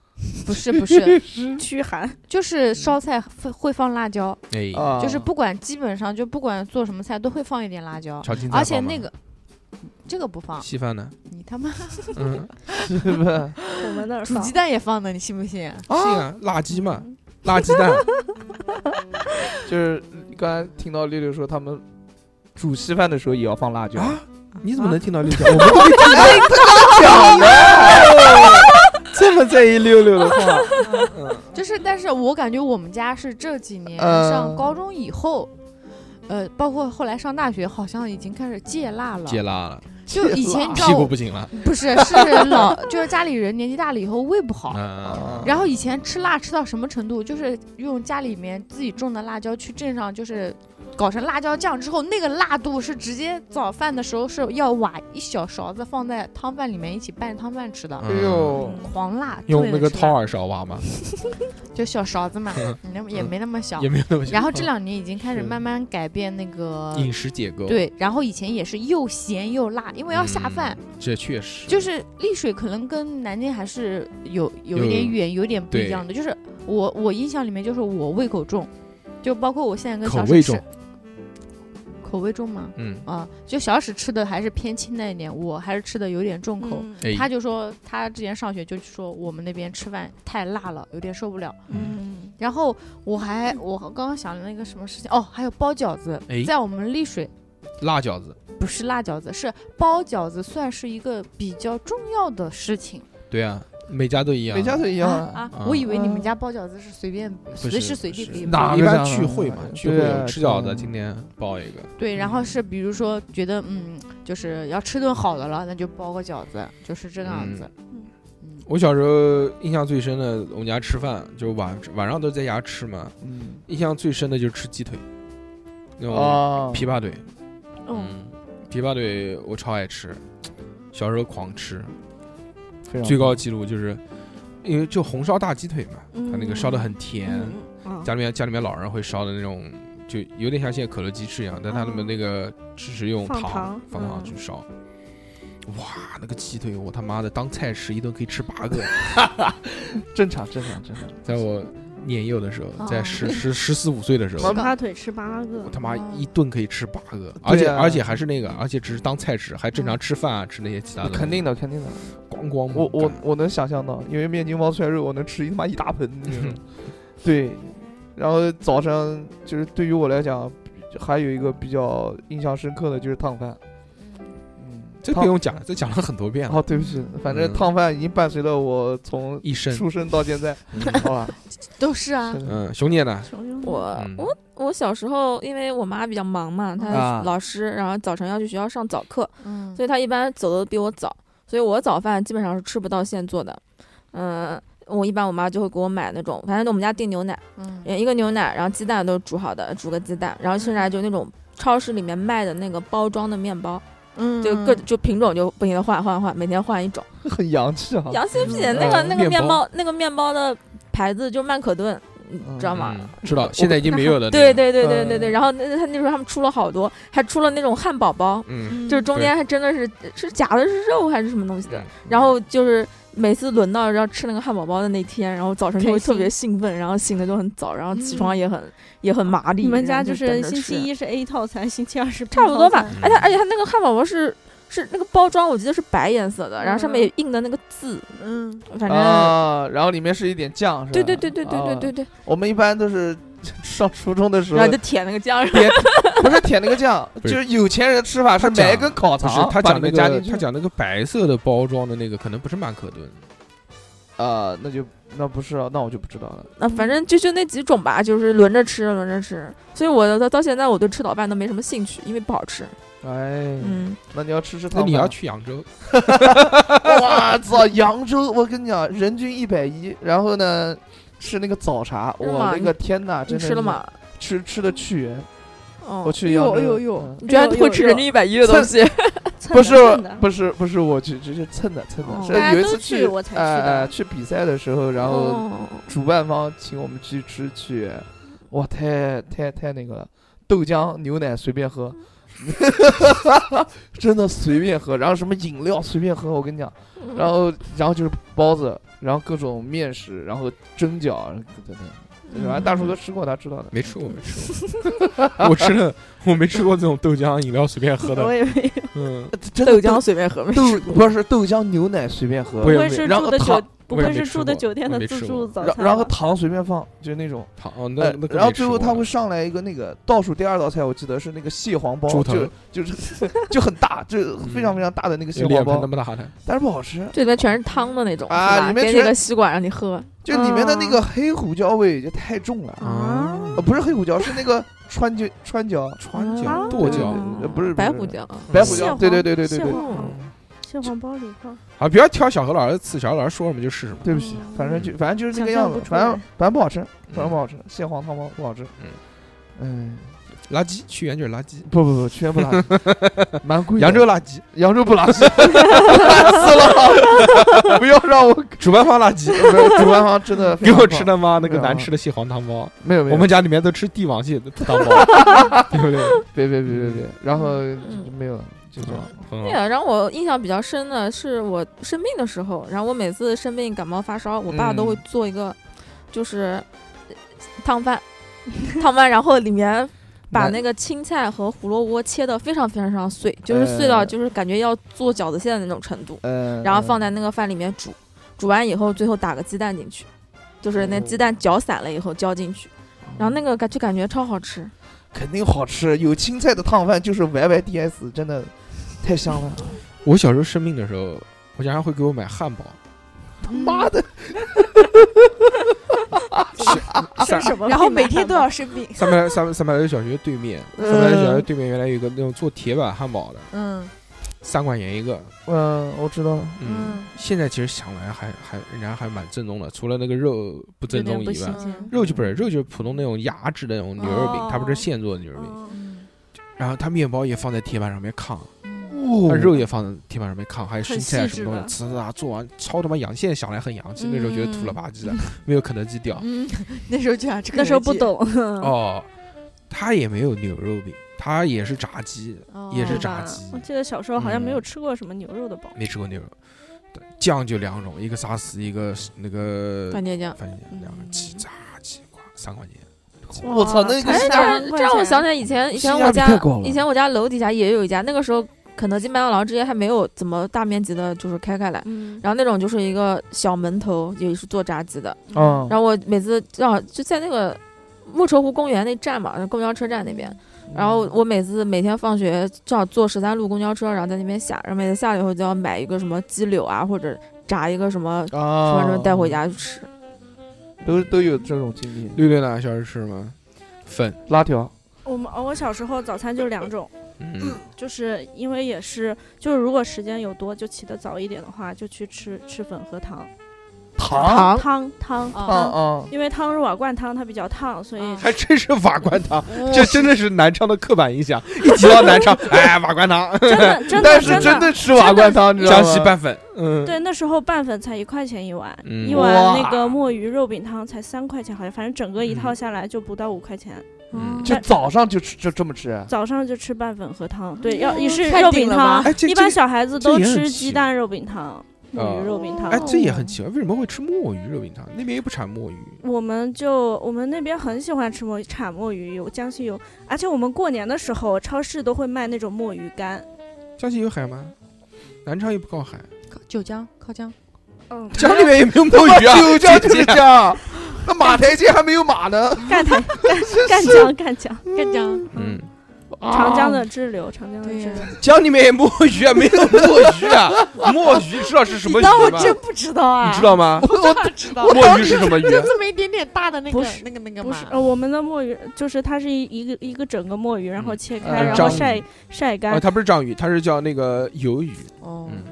Speaker 4: 不是不是， <laughs>
Speaker 7: 驱寒，
Speaker 4: 就是烧菜会会放辣椒，
Speaker 2: 哎，
Speaker 5: 啊，
Speaker 4: 就是不管基本上就不管做什么菜都会放一点辣椒，
Speaker 2: 炒青菜
Speaker 4: 而且
Speaker 2: 放吗
Speaker 4: 那个啊这个不放，
Speaker 2: 稀
Speaker 4: <laughs>
Speaker 2: 饭呢？
Speaker 4: 你他妈
Speaker 2: 嗯，
Speaker 5: 是吧？
Speaker 7: 我们那儿
Speaker 4: 煮
Speaker 7: 放
Speaker 4: 鸡蛋也放的，你信不信？
Speaker 2: 是啊，辣鸡嘛，辣鸡蛋。
Speaker 5: 就是刚才听到六六说他们煮稀饭的时候也要放辣椒
Speaker 2: 啊，你怎么能听到六啊六？我们都没听
Speaker 5: 讲
Speaker 2: <laughs>
Speaker 5: 的，
Speaker 2: 这么在意六六的 <laughs> 话。
Speaker 4: 就是，但是我感觉我们家是这几年
Speaker 5: 呃
Speaker 4: 上高中以后，呃，包括后来上大学，好像已经开始戒辣了。
Speaker 2: 戒辣了，
Speaker 4: 就以
Speaker 2: <laughs>
Speaker 4: 前你知道
Speaker 2: 屁股
Speaker 4: 我
Speaker 2: 不行了。
Speaker 4: 不是
Speaker 2: <laughs>
Speaker 4: 是老就是家里人年纪大了以后胃不好，
Speaker 2: 嗯，
Speaker 4: 然后以前吃辣吃到什么程度，就是用家里面自己种的辣椒去镇上，就是搞成辣椒酱之后，那个辣度是直接早饭的时候是要挖一小勺子放在汤饭里面一起拌汤饭吃的，
Speaker 2: 嗯
Speaker 5: 哎呦，
Speaker 4: 狂辣，
Speaker 2: 用
Speaker 4: 特别
Speaker 2: 那个
Speaker 4: 吃
Speaker 2: 掏
Speaker 4: 辣
Speaker 2: 耳勺挖嘛，
Speaker 4: 就小勺
Speaker 2: <laughs>
Speaker 4: 子嘛，那么也没那么小
Speaker 2: 也。没有那么小。
Speaker 4: 然后这两年已经开始
Speaker 2: 是
Speaker 4: 慢慢改变那个。
Speaker 2: 嗯饮食结构，，
Speaker 4: 对，然后以前也是又咸又辣，因为要
Speaker 2: 嗯
Speaker 4: 下饭，，
Speaker 2: 这确实
Speaker 4: 就是丽水可能跟南京还是有有一
Speaker 2: 有
Speaker 4: 点远，有点不一样的。就是我我印象里面，就是我胃口重，就包括我现在跟
Speaker 2: 口
Speaker 4: 小
Speaker 2: 味
Speaker 4: 史吃
Speaker 2: 重，
Speaker 4: 口味重吗？
Speaker 2: 嗯，
Speaker 4: 啊，就小史吃的还是偏清淡一点，我还是吃的有点重口。
Speaker 2: 哎
Speaker 4: 他就说他之前上学就说我们那边吃饭太辣了，有点受不了。
Speaker 7: 嗯，
Speaker 4: 然后我还我刚刚想了那个什么事情哦，还有包饺子，
Speaker 2: 哎
Speaker 4: 在我们丽水
Speaker 2: 辣饺子，
Speaker 4: 不是辣饺子，是包饺子，算是一个比较重要的事情
Speaker 2: 对啊，每家都一样，
Speaker 5: 每家都一样
Speaker 4: 啊
Speaker 5: 啊。
Speaker 2: 啊
Speaker 4: 我以为你们
Speaker 5: 嗯
Speaker 4: 家包饺子是随便
Speaker 2: 是
Speaker 4: 随时随地可以
Speaker 5: 哪
Speaker 4: 包
Speaker 5: 个
Speaker 2: 一般
Speaker 5: 家呢
Speaker 2: 聚会嘛，
Speaker 5: 对
Speaker 2: 聚会有吃饺
Speaker 5: 对
Speaker 2: 子，今天包一个，
Speaker 4: 对，然后是比如说觉得嗯，就是要吃顿好的了，那就包个饺子，就是这个样子。嗯
Speaker 2: 我小时候印象最深的，我们家吃饭就晚晚上都在家吃嘛，
Speaker 5: 嗯
Speaker 2: 印象最深的就是吃鸡腿，那种
Speaker 5: 啊，
Speaker 2: 琵琶腿，
Speaker 3: 嗯，
Speaker 2: 嗯，琵琶腿我超爱吃，小时候狂吃，
Speaker 5: 非常
Speaker 2: 最
Speaker 5: 好
Speaker 2: 高记录就是因为就红烧大鸡腿嘛，它那个烧的很甜，
Speaker 7: 嗯
Speaker 2: 家里面家里面老人会烧的那种，就有点像现在可乐鸡翅一样，但他们那个只是用
Speaker 7: 放
Speaker 2: 糖
Speaker 7: 糖
Speaker 2: 放糖
Speaker 7: 嗯
Speaker 2: 去烧。哇，那个鸡腿，我他妈的当菜吃，一顿可以吃八个。
Speaker 5: 正常正常正常。
Speaker 2: 在我年幼的时候，
Speaker 4: 哦
Speaker 2: 在十十十四五岁的时候
Speaker 7: 琵，琶腿吃八个
Speaker 2: 我，他妈
Speaker 4: 哦
Speaker 2: 一顿可以吃八个，而且
Speaker 5: 对啊
Speaker 2: 而且还是那个，而且只是当菜吃，还正常吃饭啊，吃那些其他的。
Speaker 5: 肯定的，肯定的，
Speaker 2: 咣咣猛
Speaker 5: 我我
Speaker 2: 干
Speaker 5: 我能想象到，因为面筋包出来肉，我能吃他妈一大盆。你
Speaker 3: <laughs>
Speaker 5: 知道吗对，然后早上就是对于我来讲，还有一个比较印象深刻的就是烫饭。嗯，
Speaker 2: 这不
Speaker 5: 烫
Speaker 2: 用讲了，这讲了很多遍了，
Speaker 5: 哦，对不起，反正
Speaker 2: 嗯
Speaker 5: 烫饭已经伴随了我从
Speaker 2: 一生。
Speaker 5: 出生到现
Speaker 3: <laughs>
Speaker 5: 在，好吧？
Speaker 4: 都是啊，
Speaker 5: 真的
Speaker 2: 嗯，熊姐呢？
Speaker 7: 熊熊的
Speaker 3: 我
Speaker 2: 嗯
Speaker 3: 我我小时候，因为我妈比较忙嘛，她
Speaker 5: 啊
Speaker 3: 老师，然后早晨要去学校上早课，
Speaker 4: 嗯，
Speaker 3: 所以她一般走的比我早，所以我早饭基本上是吃不到现做的。嗯，我一般我妈就会给我买那种，反正我们家订牛奶，
Speaker 4: 嗯
Speaker 3: 一个牛奶，然后鸡蛋都是煮好的，煮个鸡蛋，然后剩下就那种超市里面卖的那个包装的面包，
Speaker 4: 嗯
Speaker 3: 就各就品种就不停的换换换，每天换一种。
Speaker 5: 很洋气啊！
Speaker 3: 洋气屁！
Speaker 5: 嗯
Speaker 3: 那个
Speaker 2: 嗯
Speaker 3: 那个
Speaker 2: 面
Speaker 3: 面
Speaker 2: 包
Speaker 3: 包那个面包的牌子就曼可顿，你知道吗？
Speaker 2: 嗯，知道，现在已经没有了。
Speaker 3: 对
Speaker 2: 那个，
Speaker 3: 对对对对对。
Speaker 5: 嗯
Speaker 3: 然后那他那时候他们出了好多，还出了那种汉堡包，
Speaker 2: 嗯，
Speaker 3: 就是中间还真的是是假的是肉还是什么东西的
Speaker 2: 嗯。
Speaker 3: 然后就是每次轮到要吃那个汉堡包的那天，然后早晨就
Speaker 4: 开
Speaker 3: 会
Speaker 4: 心
Speaker 3: 特别兴奋，然后醒的就很早，然后起床也很也很麻利。
Speaker 7: 你们家
Speaker 3: 然后
Speaker 7: 就
Speaker 3: 就是等着
Speaker 7: 星期
Speaker 3: 吃
Speaker 7: 一是 A 套餐，星期二是 B
Speaker 3: 差不多吧
Speaker 7: 套餐。
Speaker 3: 而且而且它那个汉堡包是。是那个包装，我记得是白颜色的，然后上面也印的那个字，
Speaker 7: 嗯，
Speaker 3: 反正、
Speaker 5: 啊，然后里面是一点酱，是吧？
Speaker 3: 对对对对对对对啊
Speaker 5: 啊。
Speaker 3: 对，
Speaker 5: 我们一般都是 <laughs> 上初中的时
Speaker 3: 然
Speaker 5: 候
Speaker 3: 后就舔那个酱，
Speaker 5: 别 <laughs> 不是舔那个酱，
Speaker 2: 是
Speaker 5: 就是有钱人吃法
Speaker 2: 他
Speaker 5: 是
Speaker 2: 讲
Speaker 5: 买一根烤
Speaker 2: 不是
Speaker 5: 肠，
Speaker 2: 他
Speaker 5: 把
Speaker 2: 讲
Speaker 5: 里
Speaker 2: 那
Speaker 5: 面加
Speaker 2: 个，
Speaker 5: 进去
Speaker 2: 他讲那个白色的包装的那个，可能不是曼可顿。
Speaker 5: 啊，那就那不是啊，那我就不知道了。
Speaker 3: 那反正就就那几种吧，就是轮着吃，轮着吃。所以我到到现在我对吃早饭都没什么兴趣，因为不好吃。
Speaker 5: 哎，
Speaker 3: 嗯，
Speaker 5: 那你要吃吃
Speaker 2: 那
Speaker 5: 汤，
Speaker 2: 你要？去扬州，
Speaker 5: 我操，扬州，我跟你讲，人均一百一，然后呢是那个早茶，
Speaker 3: 是
Speaker 5: 我
Speaker 3: 吗
Speaker 5: 那个天呐，
Speaker 3: 你
Speaker 5: 真的
Speaker 3: 吃了
Speaker 5: 是？
Speaker 3: 吗？
Speaker 5: 吃吃的去源，
Speaker 3: 哦
Speaker 5: 我，去扬州，
Speaker 7: 哎呦哎呦哎呦
Speaker 5: 嗯
Speaker 3: 你居然会吃人家一百一的
Speaker 7: <laughs>
Speaker 3: 东西，
Speaker 7: 蹭
Speaker 5: 不
Speaker 7: 的
Speaker 5: 是
Speaker 7: 蹭的
Speaker 5: 不是不是我去，只是蹭的蹭的，
Speaker 3: 哦
Speaker 5: 是
Speaker 7: 大家
Speaker 5: 有一
Speaker 7: 都
Speaker 5: 次
Speaker 7: 去
Speaker 5: 去
Speaker 7: 我才去
Speaker 5: 呃
Speaker 7: 的
Speaker 5: 呃去比赛的时候，然后
Speaker 3: 哦
Speaker 5: 主办方请我们去吃去源，哇，太太太那个了，豆浆、牛奶随便喝， <laughs> 真的随便喝，然后什么饮料随便喝，我跟你讲，然后然后就是包子，然后各种面食，然后蒸饺，等等，然后大叔哥吃过，他知道的。
Speaker 2: 没吃过，没吃过。 <laughs> 我吃了，我没吃过这种豆浆饮料随便喝
Speaker 7: 我
Speaker 2: 的。
Speaker 7: 也没
Speaker 2: 嗯，
Speaker 5: 真
Speaker 3: 豆
Speaker 5: 的
Speaker 3: 浆随便喝没
Speaker 5: 豆嗯
Speaker 3: 事。
Speaker 5: 不是豆浆牛奶随便喝
Speaker 2: 我，也
Speaker 7: 有，不
Speaker 2: 没
Speaker 7: 会是
Speaker 5: 然后
Speaker 7: 住的
Speaker 5: 糖
Speaker 7: 酒，不
Speaker 2: 我也
Speaker 7: 会
Speaker 2: 没
Speaker 7: 是
Speaker 2: 吃
Speaker 7: 住的
Speaker 2: 过
Speaker 7: 酒店
Speaker 2: 我
Speaker 7: 的
Speaker 2: 没
Speaker 7: 自
Speaker 2: 吃
Speaker 7: 助
Speaker 2: 过
Speaker 7: 早
Speaker 5: 然
Speaker 7: 餐
Speaker 5: 然后
Speaker 7: 吧
Speaker 5: 糖随便放，就是那种。
Speaker 2: 好，哦，那
Speaker 5: 呃
Speaker 2: 那，个
Speaker 5: 然后
Speaker 2: 没吃
Speaker 5: 最
Speaker 2: 过
Speaker 5: 后他会上来一个那个倒数第二道菜，我记得是那个蟹黄包，
Speaker 2: 猪头嗯
Speaker 5: 就就是 <laughs> 就很大，就是非常非常大的那个蟹
Speaker 2: 有脸
Speaker 5: 黄
Speaker 2: 盆那
Speaker 5: 包，
Speaker 2: 么大的，
Speaker 5: 但是不好吃，
Speaker 3: 这里面全是汤的那种，
Speaker 5: 啊
Speaker 3: 是吧
Speaker 5: 里面
Speaker 3: 给
Speaker 5: 全
Speaker 3: 你个吸管让你喝。
Speaker 5: 就里面的那个黑胡椒味就太重了。
Speaker 2: 啊
Speaker 7: 啊，
Speaker 5: 呃，不是黑胡椒，是那个川椒，川椒，
Speaker 2: 川
Speaker 3: 啊
Speaker 2: 椒、剁
Speaker 5: 对
Speaker 2: 椒
Speaker 5: 对对呃不是
Speaker 3: 白
Speaker 5: 不是
Speaker 3: 胡椒，啊
Speaker 5: 白胡
Speaker 7: 蟹
Speaker 5: 椒，
Speaker 7: 黄
Speaker 5: 对对对对对
Speaker 7: 蟹
Speaker 5: 对，
Speaker 7: 黄蟹黄包里放，
Speaker 2: 啊！不要挑小何老师刺，小何老师说什么就是什么。
Speaker 5: 对不起，反正就反正就是那个
Speaker 7: 哦想象
Speaker 5: 样子
Speaker 7: 不，出
Speaker 5: 反正
Speaker 7: 来
Speaker 5: 反正不好吃，反正不好吃，蟹黄汤包不好吃
Speaker 2: 嗯，
Speaker 5: 嗯，
Speaker 2: 垃圾，屈原就是垃圾，
Speaker 5: 不不不，全
Speaker 2: <laughs>
Speaker 5: 不垃圾，蛮贵的，
Speaker 2: 扬州垃圾，
Speaker 5: 扬州不垃圾， <laughs> 烦死了，不 <laughs> 要让我
Speaker 2: 主办方垃圾，
Speaker 5: 不是主办方真 <laughs> 的非
Speaker 2: 给
Speaker 5: 常
Speaker 2: 我
Speaker 5: 棒
Speaker 2: 吃他妈那
Speaker 5: 非
Speaker 2: 个
Speaker 5: 常棒
Speaker 2: 难吃的蟹黄汤包，
Speaker 5: 没有没有，
Speaker 2: 我们家里面都吃帝王蟹的汤
Speaker 5: <laughs>
Speaker 2: 包，对不对？
Speaker 5: 别别别别别，然后
Speaker 3: 嗯
Speaker 5: 就没有了，就这样。
Speaker 2: 很
Speaker 3: 对
Speaker 2: 好。
Speaker 3: 啊，然后我印象比较深的是我生病的时候，然后我每次生病感冒发烧，我爸都会
Speaker 5: 嗯
Speaker 3: 做一个，就是呃汤饭，汤饭，然后里面把那个青菜和胡萝卜切的非常非常非常碎，就是碎到
Speaker 5: 呃
Speaker 3: 就是感觉要做饺子馅的那种程度，
Speaker 5: 呃，
Speaker 3: 然后放在那个饭里面煮，煮完以后最后打个鸡蛋进去，就是那鸡蛋搅散了以后浇进去，然后那个感就感觉超好吃，
Speaker 5: 肯定好吃，有青菜的烫饭就是 Y Y D S，真的太香了。
Speaker 2: 我小时候生病的时候，我家人会给我买汉堡，
Speaker 3: 嗯
Speaker 5: 妈的，
Speaker 2: 三
Speaker 7: 什么
Speaker 4: 然后每天都要生病，
Speaker 2: 三百三三百六小学对面，三百六小学对面原来有个那种做铁板汉堡的，
Speaker 4: 嗯
Speaker 2: 三块钱一个，
Speaker 5: 嗯，我知道了。
Speaker 2: 嗯，
Speaker 4: 嗯，
Speaker 2: 现在其实想来还还人家还蛮正宗的，除了那个肉不正宗以外，
Speaker 4: 嗯
Speaker 2: 肉就不是肉就是普通那种压制的那种牛肉饼
Speaker 7: 哦，
Speaker 2: 它不是现做的牛肉饼，
Speaker 4: 嗯
Speaker 2: 然后它面包也放在铁板上面炕，
Speaker 4: 嗯
Speaker 2: 它
Speaker 5: 哦
Speaker 2: 肉也放在铁板上面炕，还有生菜
Speaker 7: 很
Speaker 2: 什
Speaker 7: 细致
Speaker 2: 么东西，
Speaker 7: 的
Speaker 2: 吃啊做完超他妈洋，现在想来很洋气，
Speaker 4: 嗯
Speaker 2: 那时候觉得土了吧唧的，没有肯德基屌
Speaker 4: 嗯，那时候就想吃，
Speaker 7: <laughs> 那时候不，懂，
Speaker 2: 哦，它也没有牛肉饼，它也是炸鸡，
Speaker 3: 哦
Speaker 2: 也
Speaker 7: <laughs>
Speaker 2: 是
Speaker 7: 对
Speaker 2: 炸
Speaker 7: 吧
Speaker 2: 鸡？
Speaker 7: 我记得小时候好像没有
Speaker 2: 嗯
Speaker 7: 吃过什么牛肉的包，
Speaker 2: 没吃过牛肉，对酱就两种，一个沙司，一个是那个
Speaker 3: 番茄酱。
Speaker 2: 番茄，两个
Speaker 4: 嗯
Speaker 2: 鸡炸鸡块三块钱。
Speaker 5: 我操，那
Speaker 7: 哎
Speaker 5: 个
Speaker 3: <laughs> 哎，这
Speaker 7: 但
Speaker 3: 样
Speaker 7: 是
Speaker 3: 这让我想起来以前以前
Speaker 5: 性
Speaker 3: 我
Speaker 5: 价比太
Speaker 3: 家
Speaker 5: 高了
Speaker 3: 以前我家楼底下也有一家，那个时候肯德基、麦当劳之间还没有怎么大面积的，就是开开来。
Speaker 7: 嗯，
Speaker 3: 然后那种就是一个小门头，也是做炸鸡的。
Speaker 5: 啊，
Speaker 3: 然后我每次正好就在那个莫愁湖公园那站嘛，公交车站那边。
Speaker 5: 嗯
Speaker 3: 然后我每次每天放学正好坐十三路公交车，然后在那边下，然后每次下来以后就要买一个什么鸡柳啊，或者炸一个什么什么
Speaker 5: 啊，
Speaker 3: 什么带回家去吃。
Speaker 5: 都都有这种经历。
Speaker 2: 六六呢？小时候吃什么？粉，
Speaker 5: 拉条，
Speaker 7: 我们我小时候早餐就两种，
Speaker 2: 嗯，
Speaker 7: 就是因为也是就是如果时间有多，就起得早一点的话，就去吃吃粉和汤
Speaker 5: 糖，
Speaker 7: 汤汤
Speaker 4: 啊
Speaker 5: 啊
Speaker 7: 汤，
Speaker 5: 啊，
Speaker 7: 因为汤是瓦罐汤，它比较烫，所以
Speaker 4: 啊
Speaker 2: 还真是瓦罐汤，这
Speaker 4: 这
Speaker 2: 真的是南昌的刻板印象。一提到南 <laughs> 昌，哎，瓦罐汤，
Speaker 7: 真
Speaker 2: <laughs>
Speaker 7: 的真的
Speaker 5: 但是
Speaker 7: 真
Speaker 5: 真。的吃瓦罐汤，你知道
Speaker 2: 江西
Speaker 5: 吗？
Speaker 2: 拌粉，嗯，
Speaker 7: 对，那时候拌粉才一块钱一碗，
Speaker 2: 嗯
Speaker 7: 一碗
Speaker 5: 哇
Speaker 7: 那个墨鱼肉饼汤才三块钱，好像，反正整个一套
Speaker 2: 嗯
Speaker 7: 下来就不到五块钱。
Speaker 2: 嗯
Speaker 5: 就早上就吃，就这么吃。
Speaker 7: 早上就吃拌粉和汤，嗯对，要也是
Speaker 4: 太
Speaker 7: 肉
Speaker 4: 顶
Speaker 7: 饼
Speaker 4: 了
Speaker 7: 汤
Speaker 4: 吧
Speaker 2: 哎，这
Speaker 7: 一
Speaker 2: 这
Speaker 7: 般小孩子都
Speaker 2: 这也很
Speaker 7: 吃
Speaker 2: 奇
Speaker 7: 鸡蛋肉饼汤、
Speaker 2: 啊
Speaker 7: 墨鱼肉饼汤。
Speaker 2: 哎，这也很奇怪，为什么会吃墨鱼肉饼汤？那边又不产墨鱼，
Speaker 7: 嗯我们就我们那边很喜欢吃墨鱼，产墨鱼有江西有，而且我们过年的时候超市都会卖那种墨鱼干。
Speaker 2: 江西有海吗？南昌又不靠海，
Speaker 4: 九江靠江，
Speaker 7: 嗯，
Speaker 2: <laughs> 江 <laughs> 里面也没有墨鱼啊，
Speaker 5: 酒家就是
Speaker 2: 姐姐
Speaker 5: 这样，那马台街还没有马呢。
Speaker 7: <laughs>
Speaker 2: <laughs>
Speaker 7: 干台干干江干江，
Speaker 4: 干江，
Speaker 2: 嗯，
Speaker 7: 长江的支流，长江的
Speaker 4: 对
Speaker 7: 支
Speaker 4: 呀
Speaker 7: 流。
Speaker 2: 江里面也墨鱼啊，没有墨鱼
Speaker 7: <laughs>
Speaker 2: 啊，墨鱼知道是什么
Speaker 4: 你
Speaker 2: 鱼
Speaker 4: 当我
Speaker 2: 吗？
Speaker 4: 真不知道啊？
Speaker 2: 你知道吗？
Speaker 4: <laughs> 我当然知道，
Speaker 2: 墨鱼是什么鱼？
Speaker 4: <laughs> 就这么一点点大的那
Speaker 7: 不
Speaker 4: 个
Speaker 7: 是
Speaker 4: 那个那个
Speaker 7: 不是
Speaker 4: 嘛，
Speaker 7: 呃，我们的墨鱼就是它是一一个一个整个墨鱼，然后
Speaker 2: 嗯
Speaker 7: 切
Speaker 5: 呃
Speaker 7: 开，然
Speaker 2: 章
Speaker 7: 后
Speaker 2: 鱼
Speaker 7: 晒晒干
Speaker 2: 啊，，它不是章鱼，它是叫那个鱿鱼。
Speaker 4: 哦
Speaker 2: 嗯，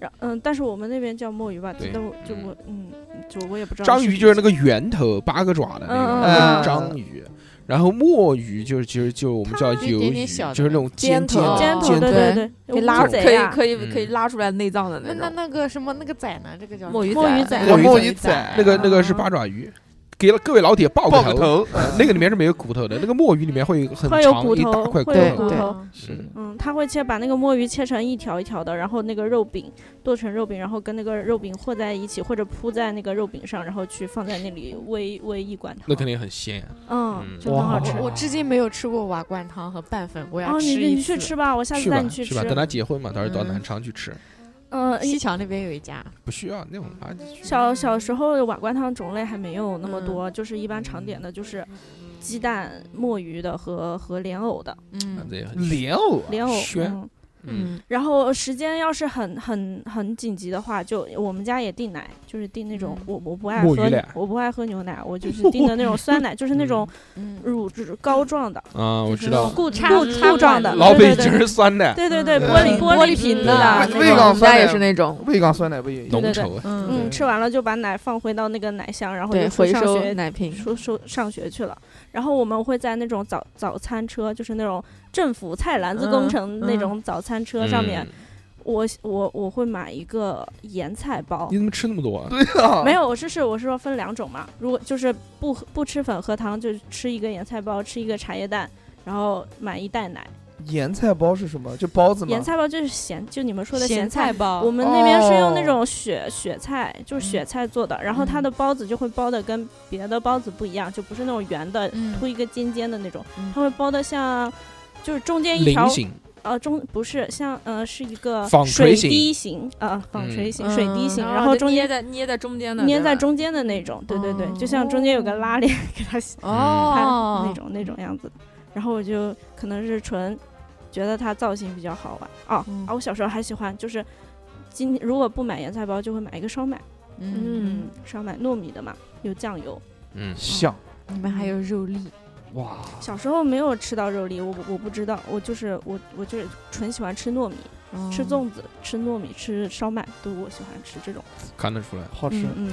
Speaker 7: 然嗯，但是我们那边叫墨鱼吧，
Speaker 2: 对
Speaker 7: 但我就
Speaker 2: 嗯
Speaker 7: 我嗯，就我也不知道。
Speaker 2: 章鱼就是那个圆头八个爪的那
Speaker 7: 嗯嗯
Speaker 2: 个那
Speaker 5: 嗯
Speaker 2: 是章鱼，然后墨鱼就是其实就我们叫
Speaker 4: 它
Speaker 2: 鱿
Speaker 4: 一点
Speaker 2: 鱼，
Speaker 4: 点小的
Speaker 2: 就是那种尖
Speaker 3: 尖头
Speaker 2: 的
Speaker 7: 尖头，
Speaker 2: 尖
Speaker 7: 对
Speaker 2: 头
Speaker 7: 对
Speaker 3: 对
Speaker 7: 对，
Speaker 3: 可以拉
Speaker 7: 乌贼
Speaker 3: 可以
Speaker 7: 啊
Speaker 3: 可以可以
Speaker 2: 嗯
Speaker 3: 拉出来内脏的
Speaker 4: 那
Speaker 3: 那
Speaker 4: 那
Speaker 3: 种
Speaker 4: 那个什么那个仔呢？这个叫
Speaker 3: 墨鱼
Speaker 7: 墨鱼仔嗯
Speaker 5: 叫墨
Speaker 4: 鱼
Speaker 5: 鱼
Speaker 4: 仔
Speaker 5: 仔，
Speaker 2: 那个那个是八爪鱼，给了各位老铁爆
Speaker 5: 爆个
Speaker 2: 头。呃
Speaker 5: 头，
Speaker 2: 那个里面是没有骨头的，那个墨鱼里面会有很
Speaker 7: 会有
Speaker 2: 长
Speaker 7: 骨
Speaker 2: 一大
Speaker 7: 头，
Speaker 2: 块骨
Speaker 7: 会有
Speaker 2: 头，
Speaker 7: 骨
Speaker 4: 对
Speaker 7: 头。
Speaker 2: 嗯
Speaker 7: 嗯，他会切把那个墨鱼切成一条一条的，然后那个肉饼剁成肉饼，然后跟那个肉饼和在一起，或者铺在那个肉饼上，然后去放在那里煨煨一罐汤。
Speaker 2: 那肯定很鲜。
Speaker 7: 嗯
Speaker 2: 嗯，
Speaker 7: 就很好吃。
Speaker 5: 哇
Speaker 4: 我我至今没有吃过瓦罐汤和拌粉，我要
Speaker 7: 哦，
Speaker 4: 吃
Speaker 7: 你你
Speaker 4: 一
Speaker 7: 去
Speaker 4: 次。
Speaker 7: 吃吧，我下次
Speaker 2: 去
Speaker 7: 带
Speaker 2: 吧
Speaker 7: 你
Speaker 2: 去
Speaker 7: 吃
Speaker 2: 吧，。等他结婚嘛，到时候到
Speaker 4: 嗯
Speaker 2: 南昌去吃，
Speaker 7: 嗯，
Speaker 4: 西桥那边有一家，
Speaker 2: 不需要那种垃圾啊去。
Speaker 7: 小小时候瓦罐汤种类还没有那么多，就是一般常点的就是鸡蛋、墨鱼的和和莲藕的，
Speaker 2: 反
Speaker 4: 嗯，
Speaker 2: 正也很
Speaker 5: 莲藕啊，
Speaker 7: 莲藕。
Speaker 2: 轩
Speaker 7: 嗯
Speaker 2: 嗯，
Speaker 7: 然后时间要是很很很紧急的话，就我们家也订奶，就是订那种
Speaker 4: 嗯
Speaker 7: 我我不爱
Speaker 2: 墨
Speaker 7: 喝
Speaker 2: 鱼奶
Speaker 7: 我不爱喝牛奶，我就是订的那种酸奶，就是那种
Speaker 4: 嗯，
Speaker 7: 乳就是膏状的，
Speaker 2: 啊，我知道，
Speaker 7: 固
Speaker 4: 插
Speaker 7: 固
Speaker 4: 入
Speaker 7: 固状的，
Speaker 4: 插入
Speaker 2: 老
Speaker 7: 对
Speaker 2: 北
Speaker 7: 对
Speaker 2: 京
Speaker 7: 对
Speaker 2: 是酸奶，
Speaker 7: 对对对，
Speaker 5: 嗯
Speaker 7: 玻璃
Speaker 4: 嗯
Speaker 7: 玻
Speaker 4: 玻
Speaker 7: 璃
Speaker 4: 璃瓶
Speaker 7: 瓶
Speaker 4: 的
Speaker 7: 的
Speaker 5: 味
Speaker 7: 那
Speaker 5: 味
Speaker 7: 种
Speaker 5: 道
Speaker 3: 我们家
Speaker 5: 酸
Speaker 3: 也
Speaker 5: 奶
Speaker 3: 是那种，
Speaker 5: 味港酸奶不也有？
Speaker 2: 浓
Speaker 7: 对对
Speaker 2: 稠啊。
Speaker 4: 嗯
Speaker 7: 嗯，吃完了就把奶放回到那个奶箱，然后
Speaker 3: 对，
Speaker 7: 就出
Speaker 3: 回
Speaker 7: 上
Speaker 3: 收
Speaker 7: 学
Speaker 3: 奶瓶，
Speaker 7: 说说上学去了，然后我们会在那种早早餐车，就是那种政府菜篮子工
Speaker 4: 嗯
Speaker 7: 程那
Speaker 4: 嗯
Speaker 7: 种早餐车上面，
Speaker 2: 嗯，
Speaker 7: 我我我会买一个盐菜包
Speaker 2: 你。怎么吃那么多啊？
Speaker 5: 对
Speaker 4: 哦
Speaker 5: 啊，
Speaker 7: 没有，我是是我是说分两种嘛，如果就是不喝不吃粉喝汤，就吃一个盐菜包，吃一个茶叶蛋，然后买一袋奶。
Speaker 5: 盐菜包是什么？就包子吗？
Speaker 7: 盐菜包就是咸，就你们说的
Speaker 4: 咸
Speaker 7: 咸菜。
Speaker 4: 包
Speaker 7: 我们那边是用那
Speaker 5: 哦
Speaker 7: 种雪、雪菜，就是雪菜做的，然后它
Speaker 4: 嗯
Speaker 7: 的包子就会包的跟别的包子不一样，就不是那种圆的，
Speaker 4: 嗯
Speaker 7: 凸一个尖尖的那种，
Speaker 4: 嗯
Speaker 7: 它会包的像，就是中间一条
Speaker 2: 菱形，
Speaker 7: 呃中不是像呃是一个
Speaker 2: 纺锤
Speaker 7: 水
Speaker 2: 形
Speaker 7: 滴形呃纺锤
Speaker 2: 嗯
Speaker 7: 形、水滴
Speaker 4: 嗯
Speaker 7: 形，然后中
Speaker 3: 捏
Speaker 7: 间
Speaker 3: 在捏在中间的，
Speaker 7: 粘
Speaker 3: 对
Speaker 7: 在
Speaker 3: 吧，
Speaker 7: 中间的那种，对对对，就像中间有个拉链给它吸它
Speaker 4: <laughs> 哦，
Speaker 7: 嗯那种那种样子。然后我就可能是纯觉得它造型比较好玩哦、
Speaker 4: 嗯
Speaker 7: 啊！我小时候还喜欢就是。今如果不买盐菜包，就会买一个烧麦，
Speaker 4: 嗯，
Speaker 7: 烧麦糯米的嘛，有酱油。
Speaker 2: 嗯，
Speaker 5: 像
Speaker 4: 里面还有肉粒，
Speaker 5: 哇，
Speaker 7: 小时候没有吃到肉粒，我不我不知道，我就是我我就是纯喜欢吃糯米，嗯吃
Speaker 4: 粽
Speaker 7: 粽子、吃糯米、吃烧麦，都我喜欢吃这种。
Speaker 2: 看得出来。
Speaker 5: 好吃
Speaker 7: 嗯。嗯，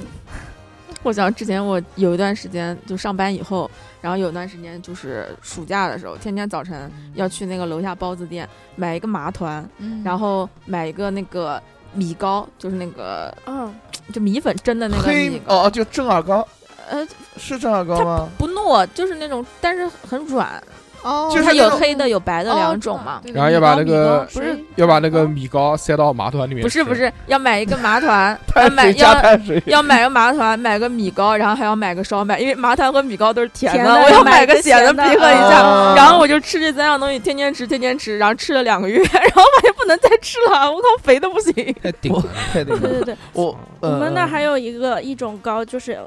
Speaker 3: 我想之前我有一段时间就上班以后，然后有段时间就是暑假的时候，天天早晨要去那个楼下包子店买一个麻团，
Speaker 4: 嗯
Speaker 3: 然后买一个那个米糕，就是那个
Speaker 7: 哦，
Speaker 3: 就米粉蒸的那个
Speaker 5: 黑
Speaker 3: 米，
Speaker 5: 哦哦，就正耳糕
Speaker 3: 呃，
Speaker 5: 是正耳糕吗？
Speaker 3: 不糯，就是那种但是很软，
Speaker 4: 哦
Speaker 5: 就是
Speaker 3: 它
Speaker 5: 那
Speaker 3: 有
Speaker 5: 种，
Speaker 3: 黑呃的有白的两种嘛。
Speaker 2: 然后要把那个
Speaker 4: 不是
Speaker 2: 要把那个米糕塞到麻团里面。
Speaker 3: 不是不，是，要买一个麻团
Speaker 5: <laughs>
Speaker 3: 要
Speaker 5: 碳
Speaker 3: 买
Speaker 5: 水加
Speaker 3: 要
Speaker 5: 碳水，
Speaker 3: <laughs> 要买个麻团，买个米糕，然后还要买个烧麦，因为麻团和米糕都是甜
Speaker 7: 甜的
Speaker 3: 我
Speaker 7: 要
Speaker 3: 要
Speaker 7: 买
Speaker 3: 买
Speaker 7: 一个
Speaker 3: 个咸的 <laughs> 啊
Speaker 7: 咸的
Speaker 3: 配合一下。
Speaker 5: 哦
Speaker 3: 然后我就吃这三样东西，天天吃，天天吃，然后吃了两个月，然后发现不能再吃了，我靠，肥的不行。
Speaker 2: 太哎顶了。
Speaker 5: 太那
Speaker 7: 对
Speaker 5: 个
Speaker 7: 对
Speaker 5: <laughs>
Speaker 7: 对，
Speaker 5: 我呃
Speaker 7: 我们那儿还
Speaker 5: 有
Speaker 7: 有一个一种糕，就是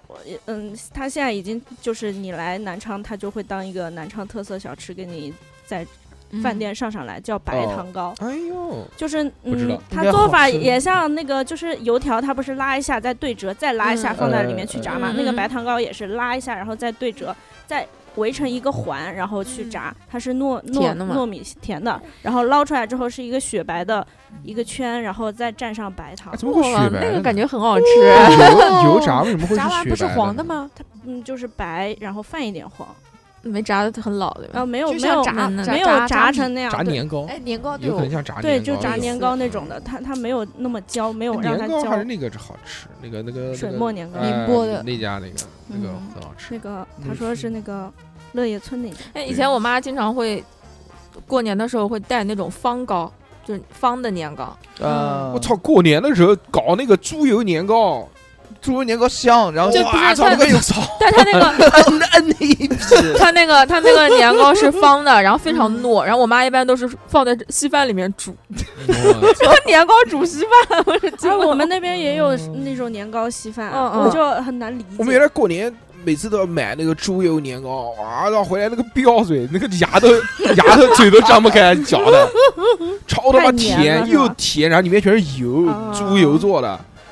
Speaker 7: 嗯，它现在已经就是你来南昌，它就会当一个南昌特色小吃给你在
Speaker 4: 嗯
Speaker 7: 饭店上上来，叫白
Speaker 5: 哦
Speaker 7: 糖糕。
Speaker 2: 哎呦，
Speaker 7: 就是
Speaker 2: 不知道
Speaker 7: 嗯，它
Speaker 5: 应该
Speaker 7: 做法
Speaker 5: 好吃
Speaker 7: 也像那个，就是油条，它不是拉一下再对折，再拉一下
Speaker 3: 嗯
Speaker 7: 放在
Speaker 2: 哎
Speaker 7: 里面去炸嘛。
Speaker 3: 嗯
Speaker 7: 那个
Speaker 3: 嗯
Speaker 7: 白糖糕也是拉一下，然后再对折，再围成一个环，然后去炸。它是糯糯
Speaker 3: 嗯甜的嘛
Speaker 7: 糯米甜的，然后捞出来之后是一个雪白的一个圈，然后再蘸上白糖
Speaker 2: 哎。怎么会雪白的呢？
Speaker 3: 那个感觉很好吃，
Speaker 2: 油油炸为什么会
Speaker 4: 炸完
Speaker 2: 雪
Speaker 4: 不
Speaker 2: 白
Speaker 4: 是黄的？吗？
Speaker 7: 它嗯就是白，然后泛一点黄，
Speaker 2: 嗯
Speaker 3: 没炸的很老对
Speaker 7: 然
Speaker 3: 吧
Speaker 7: 后？没有
Speaker 4: 就
Speaker 7: 没
Speaker 4: 像
Speaker 7: 有
Speaker 4: 炸
Speaker 3: 炸
Speaker 7: 没有
Speaker 4: 炸
Speaker 7: 炸
Speaker 4: 炸
Speaker 7: 成那样，
Speaker 2: 炸
Speaker 7: 对
Speaker 2: 年糕，
Speaker 4: 哎，年糕对
Speaker 2: 有可
Speaker 4: 我
Speaker 2: 能像炸
Speaker 7: 对，
Speaker 2: 年
Speaker 7: 就炸
Speaker 2: 意思
Speaker 7: 年糕那种的，它它没有那么焦，没有让
Speaker 2: 年嗯
Speaker 7: 它
Speaker 2: 哎糕还是
Speaker 7: 焦。
Speaker 2: 那个好吃，那个那个
Speaker 7: 水
Speaker 2: 那个
Speaker 7: 磨年糕
Speaker 2: 哎
Speaker 4: 宁波的
Speaker 2: 那家那个那个
Speaker 7: 嗯
Speaker 2: 很好吃
Speaker 7: 那。个
Speaker 5: 那
Speaker 7: 他说是那
Speaker 2: 嗯
Speaker 7: 个乐业村那边。
Speaker 3: 哎，以前我妈经常会过年的时候会带那种方糕，就是方的年糕，
Speaker 5: 啊，
Speaker 2: 我操！过年的时候搞那个猪油年糕，
Speaker 5: 猪油年糕香，然后
Speaker 3: 就不
Speaker 5: 啊哇
Speaker 3: 是
Speaker 5: 操，
Speaker 3: 它
Speaker 5: 那个有草，
Speaker 2: <laughs>
Speaker 3: 但她那个
Speaker 5: <laughs> 摁摁你一屁，
Speaker 3: 它那个它那个年糕是方的，然后非
Speaker 5: 嗯
Speaker 3: 常糯，然后我妈一般都是放在稀饭里面煮，年糕煮稀饭，我
Speaker 7: <laughs>
Speaker 3: 是
Speaker 7: 哎，
Speaker 3: 哎
Speaker 7: 我
Speaker 3: 我
Speaker 7: 们
Speaker 3: 们
Speaker 7: 那边也有那种年糕稀饭，
Speaker 4: 哦
Speaker 3: 嗯嗯
Speaker 7: 我就很难理解。
Speaker 2: 哦我们原来过年每次都要买那个猪油年糕，哇，到回来那个飙嘴，那个牙
Speaker 5: <laughs>
Speaker 2: 都牙都嘴都张不开，嚼的，超他妈
Speaker 7: 太黏了
Speaker 2: 甜
Speaker 7: 是吧
Speaker 2: 又甜，然后里面全是油，
Speaker 7: 啊
Speaker 2: 猪油做的，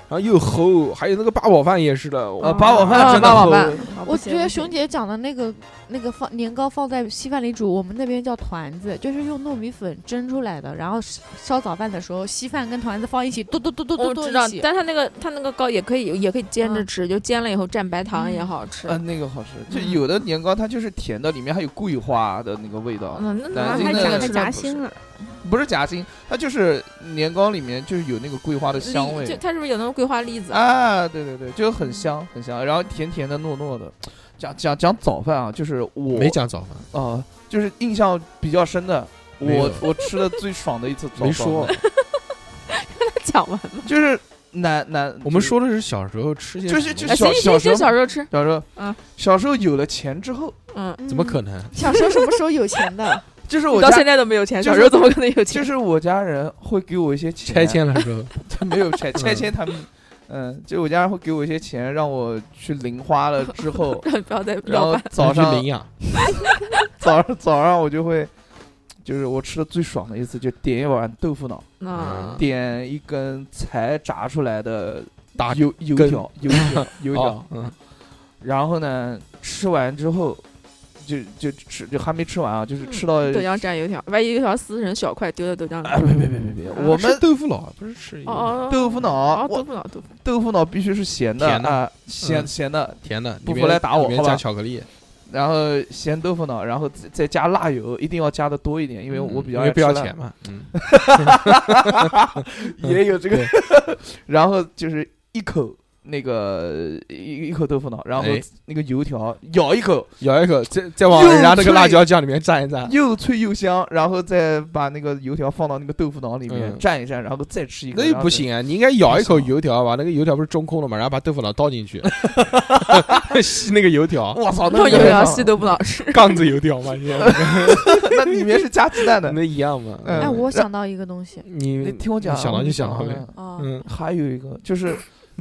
Speaker 2: 然后又齁，还有那个八宝饭也是的，
Speaker 5: 呃，
Speaker 2: 我
Speaker 5: 八宝
Speaker 3: 啊
Speaker 5: 饭真的
Speaker 3: 八宝
Speaker 5: 齁
Speaker 3: 饭
Speaker 7: 好不
Speaker 4: 我
Speaker 7: 行
Speaker 4: 觉得
Speaker 7: 不行
Speaker 4: 熊姐讲的那个那个放年糕放在稀饭里煮，我们那边叫团子，就是用糯米粉蒸出来的，然后烧烧早饭的时候，稀饭跟团子放一起，嘟嘟嘟嘟嘟
Speaker 3: 我
Speaker 4: 嘟
Speaker 3: 哦知
Speaker 4: 一
Speaker 3: 道
Speaker 4: 起，。
Speaker 3: 但它那个它那个糕也可以也可以煎着吃，就煎了以后蘸白糖也好吃。
Speaker 5: 嗯，那个好吃，就有的年糕它就是甜的，里面还有桂花的那个味道，
Speaker 3: 嗯，那
Speaker 5: 南京
Speaker 3: 那
Speaker 7: 还
Speaker 5: 的
Speaker 7: 夹
Speaker 3: 那个
Speaker 7: 还
Speaker 3: 吃
Speaker 7: 夹
Speaker 3: 的不是
Speaker 7: 心了，
Speaker 5: 不是夹心，它就是年糕里面就是有那个桂花的香
Speaker 3: 嗯栗就
Speaker 5: 味
Speaker 3: 它是不是有那种桂花栗子？
Speaker 5: 啊，对对对，就很香很香，然后甜甜的糯糯的。讲讲讲早饭啊，就是我
Speaker 2: 没讲早饭，
Speaker 5: 啊，就是印象比较深的，
Speaker 2: 没有
Speaker 5: 我我吃的最爽的一次早
Speaker 2: 没
Speaker 5: 饭，
Speaker 2: 说，
Speaker 3: <laughs> 讲完了，
Speaker 5: 就是南南，
Speaker 2: 我们说的是小时候吃些什
Speaker 5: 就
Speaker 2: 么，
Speaker 5: 是就是
Speaker 3: 哎
Speaker 5: 小
Speaker 3: 行行
Speaker 5: 时候
Speaker 3: 行，小时候吃，
Speaker 5: 小时候，
Speaker 3: 嗯
Speaker 5: 小时候有了钱之后，
Speaker 3: 嗯，
Speaker 2: 怎么可能？
Speaker 4: 小时候什么时候有
Speaker 7: <laughs>
Speaker 4: 钱的？
Speaker 5: 就是
Speaker 3: 你
Speaker 5: 我
Speaker 3: 到
Speaker 5: 家
Speaker 3: 现在都没有钱，
Speaker 5: 就
Speaker 3: 小
Speaker 5: 是
Speaker 3: 时候怎么可能有
Speaker 5: 就？
Speaker 3: 钱
Speaker 5: 是我家人会给我一些钱，
Speaker 2: 拆迁的时候，
Speaker 5: 没有拆拆迁他们，嗯，就我家人会给我一些钱，让我去零花了之后
Speaker 3: <laughs> ，不要再
Speaker 5: 哦然
Speaker 3: 要
Speaker 5: 后
Speaker 3: 饭，
Speaker 5: 早
Speaker 2: 去
Speaker 5: 上
Speaker 2: <laughs> 领养，
Speaker 5: 早上早上我就会就是我吃的最爽的一次，就点一碗豆腐脑，啊
Speaker 3: 嗯，
Speaker 5: 点一根才炸出来的
Speaker 2: 大
Speaker 5: 油油
Speaker 2: 根
Speaker 5: 条
Speaker 2: <laughs>
Speaker 5: 油条油条
Speaker 2: 哦，，嗯，
Speaker 5: 然后呢吃完之后。就就吃就还没吃完啊，就是吃到、
Speaker 3: 豆浆蘸油条，万一油条撕成小块丢在豆浆
Speaker 5: 哎，
Speaker 3: 里。
Speaker 5: 别别别别别，我
Speaker 2: 吃
Speaker 5: 们
Speaker 2: 豆腐脑不是吃
Speaker 3: 哦哦，
Speaker 5: 豆腐脑，啊
Speaker 3: 哦，
Speaker 5: 我
Speaker 3: 豆腐脑，豆腐脑
Speaker 5: 豆腐脑必须是咸的
Speaker 2: 甜的
Speaker 5: 啊，咸
Speaker 2: 嗯
Speaker 5: 咸的，
Speaker 2: 甜的，
Speaker 5: 不
Speaker 2: 里
Speaker 5: 服
Speaker 2: 面
Speaker 5: 来打我
Speaker 2: 里面
Speaker 5: 好吧
Speaker 2: 加巧克力，
Speaker 5: 然后咸豆腐脑，然后再再加辣油，一定要加的多一点，因为我比
Speaker 2: 嗯
Speaker 5: 较
Speaker 2: 因
Speaker 5: 爱
Speaker 2: 为
Speaker 5: 吃
Speaker 2: 不要
Speaker 5: 辣
Speaker 2: 钱，嘛，嗯， <laughs>
Speaker 5: 也有这个
Speaker 2: 对。
Speaker 5: 然后就是一口那个一一口豆腐脑，然后
Speaker 2: 哎
Speaker 5: 那个油条咬一口，
Speaker 2: <laughs> 咬一口，再再往人家那个辣椒酱里面蘸一蘸，
Speaker 5: 又脆又香，然后再把那个油条放到那个豆腐脑里面
Speaker 2: 嗯
Speaker 5: 蘸一蘸，然后再吃一口。
Speaker 2: 那又不行啊！你应该咬一口油条，把那个油条不是中空了嘛，然后把豆腐脑倒进
Speaker 5: <laughs>
Speaker 2: 去，吸那个油
Speaker 5: 然
Speaker 2: 条，
Speaker 5: 后再。我操，那
Speaker 3: <laughs> 用油
Speaker 5: 个
Speaker 3: 条
Speaker 2: <laughs>
Speaker 3: 吸豆腐脑吃。
Speaker 2: 杠子油条嘛，你知道吗
Speaker 5: <laughs> 那里面是加鸡蛋的。
Speaker 2: 那一样嘛。
Speaker 5: 嗯
Speaker 4: 哎，
Speaker 2: 嗯
Speaker 4: 我想到一个东西
Speaker 5: 你
Speaker 2: 你
Speaker 5: 听我讲啊，
Speaker 2: 想到就想到
Speaker 5: 我跟你
Speaker 2: 呗
Speaker 5: 讲。
Speaker 4: 啊，
Speaker 2: 嗯，
Speaker 5: 还有一个就是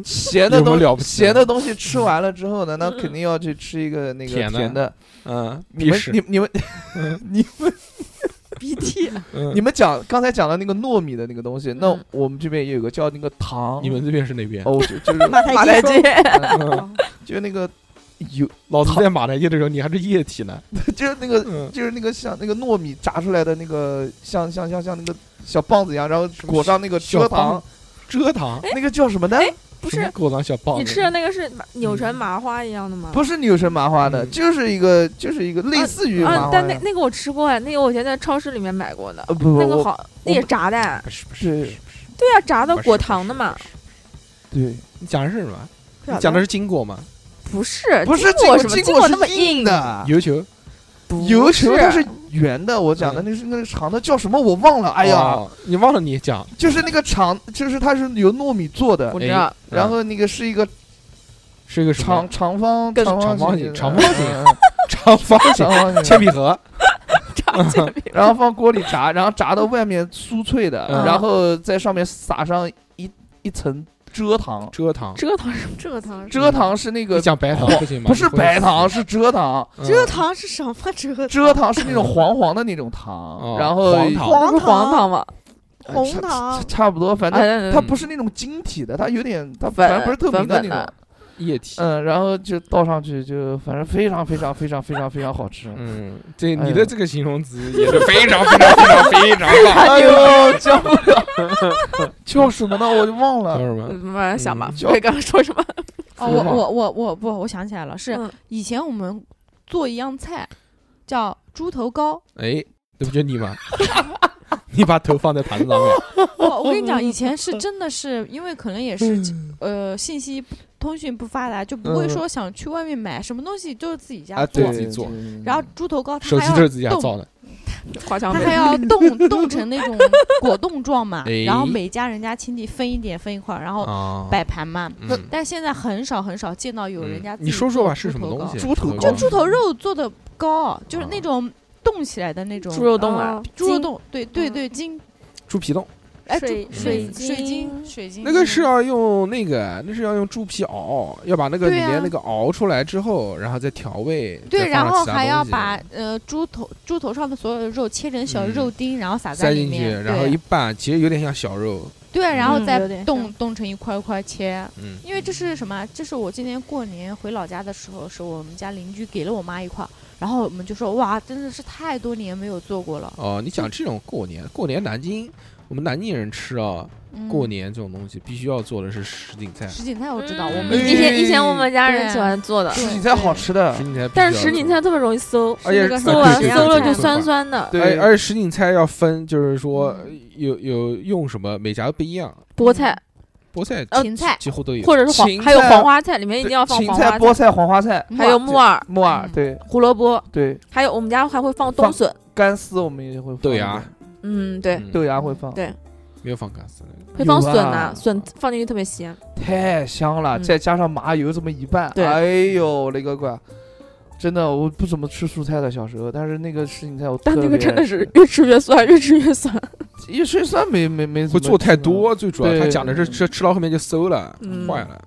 Speaker 5: 咸的
Speaker 2: 有什
Speaker 5: 东
Speaker 2: 么
Speaker 5: 西，
Speaker 2: 了不起的嗯
Speaker 5: 咸的东西吃完了之后呢，那肯定要去吃一个那个
Speaker 2: 甜的
Speaker 5: 甜的。
Speaker 2: 嗯，
Speaker 5: 你们
Speaker 2: 必
Speaker 5: 你
Speaker 2: 是 <laughs>
Speaker 5: 你们 <laughs> 你们
Speaker 3: 鼻涕，
Speaker 2: 嗯
Speaker 5: 你们讲刚才讲的那个糯米的那个东西，那
Speaker 3: 嗯
Speaker 5: 我们这边也有个叫那个糖，
Speaker 2: 你们这边是哪边？
Speaker 5: 哦， <laughs> 就就是
Speaker 7: 马
Speaker 3: 马
Speaker 7: 台
Speaker 3: 台 <laughs> 街
Speaker 7: 街，
Speaker 2: 嗯
Speaker 5: <laughs> 就是那个有，
Speaker 2: 老子在马台街的时候，你还是液体呢。
Speaker 5: <laughs> 就是那个
Speaker 2: 嗯，
Speaker 5: 就是那个像那个糯米炸出来的那个像像像像那个小棒子一样，然后裹上那个
Speaker 2: 小
Speaker 5: 蔗
Speaker 2: 棒
Speaker 5: 糖，
Speaker 2: 蔗糖
Speaker 3: 哎
Speaker 5: 那个叫什么呢？
Speaker 3: 不
Speaker 2: 什
Speaker 3: 是
Speaker 2: 么果糖小棒子，
Speaker 3: 你吃的那个是麻扭成麻花一样的吗？
Speaker 5: 不是牛舌麻花的，
Speaker 2: 嗯
Speaker 5: 就是一个就是一个类似于麻
Speaker 3: 啊，
Speaker 5: 花
Speaker 3: 但那
Speaker 5: 的。
Speaker 3: 那个我吃过哎，那个我以前在超市里面买过的，
Speaker 5: 嗯呃不不，
Speaker 3: 那个
Speaker 5: 我
Speaker 3: 好，那也炸的哎，
Speaker 2: 不是不
Speaker 5: 是
Speaker 2: 是不是不是
Speaker 3: 对呀，啊炸的
Speaker 2: 不是
Speaker 3: 果糖的嘛
Speaker 2: 不，是不是
Speaker 5: 对，
Speaker 2: 你讲的是什么？
Speaker 3: 不晓
Speaker 2: 你
Speaker 3: 得
Speaker 2: 讲的是金果吗？
Speaker 3: 不是
Speaker 5: 不是
Speaker 3: 哎经过什么
Speaker 5: 经
Speaker 3: 经过
Speaker 5: 过
Speaker 3: 那么
Speaker 5: 是硬的，
Speaker 2: 油球。
Speaker 5: 油球
Speaker 3: 不是
Speaker 5: 它是圆的，我讲的那是那个长的叫什么我忘了，哎呀，
Speaker 2: 嗯哦，你忘了你讲。
Speaker 5: 就是那个长，就是它是由糯米做的
Speaker 3: 我，
Speaker 2: 哎
Speaker 3: 知道，
Speaker 5: 然后那个是一个
Speaker 2: 是一个什么
Speaker 5: 长长方
Speaker 3: 更
Speaker 5: 长
Speaker 2: 长方
Speaker 5: 形
Speaker 2: 形
Speaker 5: 的，
Speaker 2: 长方形
Speaker 5: 嗯，
Speaker 2: 长方形
Speaker 5: 嗯长方
Speaker 2: 铅
Speaker 5: 形，
Speaker 2: 笔盒，
Speaker 3: 炸煎饼，
Speaker 5: 然后放锅里炸，然后炸到外面酥脆的，
Speaker 2: 嗯
Speaker 5: 然后在上面撒上一一层蔗糖，
Speaker 2: 蔗糖，
Speaker 3: 蔗糖什么蔗
Speaker 2: 嗯
Speaker 3: 糖
Speaker 5: 蔗糖是那个
Speaker 2: 你讲白糖
Speaker 5: 黄
Speaker 2: 哦不行吗？
Speaker 5: 不是白糖，是蔗糖，
Speaker 2: 嗯，
Speaker 7: 蔗糖是什么蔗
Speaker 5: 蔗糖是那种黄黄的那种糖，
Speaker 2: 哦
Speaker 5: 然后
Speaker 2: 黄糖
Speaker 3: 那不是黄糖吗？
Speaker 5: 哎
Speaker 7: 红
Speaker 5: 差
Speaker 7: 糖
Speaker 5: 差不多，反正
Speaker 3: 哎
Speaker 5: 啊它
Speaker 2: 嗯
Speaker 5: 不是那种晶体的，它有点它
Speaker 3: 粉
Speaker 5: 反正不是透明的
Speaker 3: 粉粉
Speaker 5: 那
Speaker 3: 的
Speaker 5: 种，
Speaker 2: 液体。
Speaker 5: 嗯，然后就倒上去就反正非常非常非常非常非常好吃。
Speaker 2: 嗯，这
Speaker 5: 哎
Speaker 2: 你
Speaker 5: 呦
Speaker 2: 的这个形容词也是非常 <laughs> 非常非常非常棒。
Speaker 5: 哎呦，叫不了，叫什么呢？ <laughs> 我就忘
Speaker 2: 叫
Speaker 5: 了。
Speaker 2: 什
Speaker 3: 嗯
Speaker 2: 么？
Speaker 3: 慢慢想吧 <laughs>
Speaker 2: 嗯，
Speaker 5: 就
Speaker 3: 我刚刚说什么？
Speaker 4: 哦，
Speaker 5: 是
Speaker 4: 我
Speaker 5: 吗
Speaker 4: 我我我不，我想起来了，是
Speaker 3: 嗯
Speaker 4: 以前我们做一样菜叫猪
Speaker 2: <laughs>
Speaker 4: 头糕。
Speaker 2: 哎，这不就你吗？ <laughs> 你把头放在盘子上面，
Speaker 4: 我我跟你讲，以前是真的是因为可能也是呃信息不通讯不发达，就不会
Speaker 5: 嗯
Speaker 4: 说想去外面买什么东西，都是自己家
Speaker 2: 啊
Speaker 4: 做。
Speaker 2: 对自己做。
Speaker 4: 然后猪头糕它
Speaker 2: 手机
Speaker 4: 还
Speaker 2: 都
Speaker 4: 要
Speaker 2: 是自己家造的。
Speaker 3: 花
Speaker 4: <laughs> 它
Speaker 3: 香
Speaker 4: 还
Speaker 3: 梅，
Speaker 4: 要冻冻成那种果冻状嘛，
Speaker 2: <laughs> 哎
Speaker 4: 然后每家人家亲戚分一点分一块儿，然后
Speaker 2: 啊，
Speaker 4: 摆盘嘛。
Speaker 2: 嗯
Speaker 5: 那
Speaker 4: 但现在很少很少见到有人家
Speaker 2: 嗯
Speaker 4: 自己
Speaker 2: 你说说吧，
Speaker 4: 做
Speaker 2: 是什么
Speaker 4: 猪头
Speaker 2: 东西？
Speaker 4: 糕
Speaker 5: 猪头
Speaker 4: 就
Speaker 5: 糕
Speaker 4: 猪头肉做的糕，就是
Speaker 2: 啊
Speaker 4: 那种冻起来的那种
Speaker 3: 猪肉冻啊
Speaker 4: 啊，猪肉
Speaker 3: 筋
Speaker 4: 冻，对对
Speaker 3: 嗯
Speaker 4: 对，筋，
Speaker 2: 猪皮冻，
Speaker 4: 哎，猪
Speaker 7: 水
Speaker 2: 水
Speaker 4: 水水
Speaker 3: 晶
Speaker 4: 晶
Speaker 6: 嗯
Speaker 4: 水晶，
Speaker 2: 那个是要用那个，那是要用猪皮熬，要把那个里
Speaker 4: 对啊
Speaker 2: 面那个熬出来之后，然后再调味。
Speaker 4: 对，
Speaker 2: 再
Speaker 4: 然
Speaker 2: 放上
Speaker 4: 后
Speaker 2: 其他
Speaker 4: 还要
Speaker 2: 东西
Speaker 4: 把呃猪头猪头上的所有的肉切成小
Speaker 2: 嗯
Speaker 4: 肉丁，然后撒在
Speaker 2: 塞
Speaker 4: 里
Speaker 2: 进去，
Speaker 4: 面，
Speaker 2: 然后
Speaker 4: 对
Speaker 2: 一拌，其实有点像小肉。
Speaker 4: 对，然后
Speaker 7: 嗯
Speaker 4: 再
Speaker 7: 有点
Speaker 4: 冻
Speaker 7: 像
Speaker 4: 冻成一块一块切。
Speaker 2: 嗯，
Speaker 4: 因为这是什么啊？这是我今年过年回老家的时候，是我们家邻居给了我妈一块儿，然后我们就说哇，真的是太多年没有做过了。
Speaker 2: 哦，你讲这种过年，过年南京，我们南京人吃啊，
Speaker 4: 嗯
Speaker 2: 过年这种东西必须要做的是什锦菜，
Speaker 4: 什锦菜我知道，我
Speaker 3: 嗯
Speaker 4: 们
Speaker 5: 哎
Speaker 3: 以
Speaker 4: 以前
Speaker 3: 前以前我们家人喜欢做的，
Speaker 5: 什锦菜好吃的
Speaker 2: 什，锦菜必须要做。
Speaker 3: 但是什锦菜特别容易馊，
Speaker 2: 而且
Speaker 7: 是那个
Speaker 3: 馊
Speaker 7: 搜
Speaker 3: 完
Speaker 7: 啊对对
Speaker 3: 馊了
Speaker 7: 对
Speaker 3: 就酸。酸的。
Speaker 2: 对对
Speaker 5: 对，
Speaker 2: 而且什锦菜要分，就是说
Speaker 4: 嗯
Speaker 2: 有有用什么，每家不一样。
Speaker 3: 菠菜
Speaker 2: 菠菜
Speaker 3: 呃
Speaker 4: 芹菜，
Speaker 2: 几乎都有，
Speaker 3: 或者是黄
Speaker 5: 芹，菜
Speaker 3: 还有黄花菜，里面一定要放
Speaker 5: 芹
Speaker 3: 黄
Speaker 5: 菜、
Speaker 3: 花
Speaker 5: 菠，菜、黄花菜、
Speaker 3: 还有
Speaker 4: 木
Speaker 3: 木耳、
Speaker 5: 木耳，
Speaker 4: 嗯
Speaker 5: 对
Speaker 3: 胡萝卜，
Speaker 5: 对，
Speaker 3: 还有我们家还会放冬
Speaker 5: 放
Speaker 3: 笋。
Speaker 5: 干丝我们也会放
Speaker 2: 豆芽，
Speaker 3: 嗯，对，
Speaker 2: 嗯
Speaker 5: 豆芽会放，
Speaker 3: 对
Speaker 2: 没有放干丝那个。
Speaker 3: 会放
Speaker 5: 有
Speaker 3: 笋
Speaker 5: 啊
Speaker 3: 呐，笋放进去特别咸。
Speaker 5: 太香了，
Speaker 3: 嗯
Speaker 5: 再加上麻油这么一拌，
Speaker 3: 对
Speaker 5: 哎呦我勒个乖！真的，我不怎么吃蔬菜的小时候，但是那个什锦菜我特
Speaker 3: 但
Speaker 5: 别爱吃，
Speaker 3: 那个真的是越吃越酸，越吃越酸。
Speaker 5: 一吃酸没没没怎
Speaker 2: 会
Speaker 5: 么
Speaker 2: 做太
Speaker 5: 吃呢
Speaker 2: 多，最主要他
Speaker 5: 对
Speaker 2: 讲的是吃吃到后面就馊了，
Speaker 3: 啊嗯
Speaker 2: 坏了。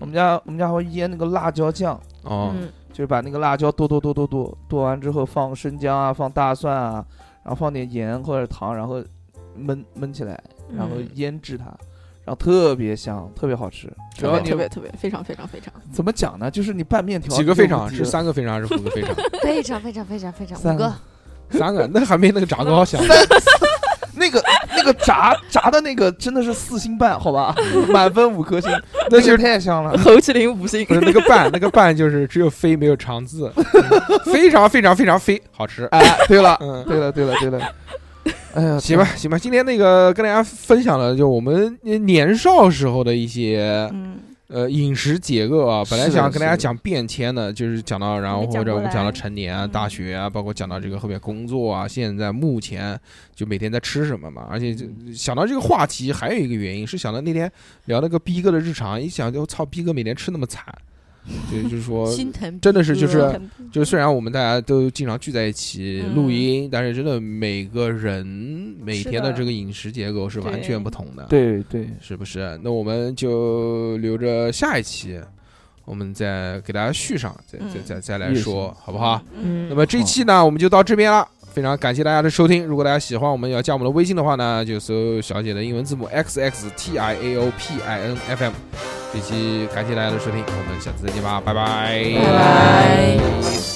Speaker 5: 我们家我们家还会腌那个辣椒酱，
Speaker 2: 哦，
Speaker 3: 嗯，
Speaker 5: 就是把那个辣椒剁剁剁剁剁剁完之后放生姜啊，放大蒜啊，然后放点盐或者糖，然后焖焖起来，然后
Speaker 3: 嗯
Speaker 5: 腌制它，然后特别香，特别好吃。主
Speaker 3: 特
Speaker 5: 要
Speaker 3: 别
Speaker 5: 你
Speaker 3: 特别特别非常非常非常，
Speaker 5: 怎么讲呢？就是你拌面条
Speaker 2: 几个非
Speaker 5: 用不
Speaker 2: 常
Speaker 5: 急
Speaker 2: 是三个非常还是五个非常？
Speaker 4: 非常非常非常非常
Speaker 5: 三
Speaker 4: 五个，
Speaker 2: 三个，那还没那个炸糕香。
Speaker 5: 那个那个炸炸的那个真的是四星半，好吧，满分五颗星，
Speaker 2: 那就
Speaker 5: 那就是太香了。
Speaker 3: <laughs> 侯麒麟五星
Speaker 2: 不是那个拌，那个拌就是只有飞没有长字， <laughs> 嗯非常非常非常飞，好吃。
Speaker 5: 哎，对了，
Speaker 2: 嗯，
Speaker 5: 对了，对了，对了，哎呀，
Speaker 2: 行吧，行吧，今天那个跟大家分享了就我们年少时候的一些
Speaker 7: 嗯，
Speaker 2: 呃饮食结构啊，本来
Speaker 5: 是的
Speaker 2: 想跟大
Speaker 5: 是
Speaker 2: 家
Speaker 5: 的
Speaker 2: 讲变迁的，就是讲到然后
Speaker 7: 没
Speaker 2: 或
Speaker 7: 讲
Speaker 2: 者
Speaker 7: 过
Speaker 2: 我们讲到
Speaker 7: 来
Speaker 2: 成年啊、
Speaker 7: 嗯
Speaker 2: 大学啊，包括讲到这个后面工作啊，现在目前就每天在吃什么嘛，而且就
Speaker 5: 嗯
Speaker 2: 想到这个话题还有一个原因是想到那天聊那个逼哥的日常，一想就操逼哥每天吃那么惨，对，就是说
Speaker 4: 心疼
Speaker 2: 真的是就是。
Speaker 7: 很
Speaker 2: 就虽然我们大家都经常聚在一起
Speaker 4: 嗯
Speaker 2: 录音，但是真的每个人每
Speaker 7: 是
Speaker 2: 天的
Speaker 7: 的
Speaker 2: 这个饮食结构是完
Speaker 7: 对
Speaker 2: 全不同的，
Speaker 5: 对对，
Speaker 2: 是不是？那我们就留着下一期，我们再给大家续上，再再
Speaker 7: 嗯
Speaker 2: 再再来
Speaker 5: 也
Speaker 2: 说，好不好？
Speaker 3: 嗯
Speaker 2: 那么这一期呢，我们就到这边了。非常感谢大家的收听。如果大家喜欢我们，要加我们的微信的话呢，就搜小姐的英文字母 x x t i a o p i n f m。这期感谢大家的收听，我们下次再见吧，拜拜
Speaker 3: 拜拜。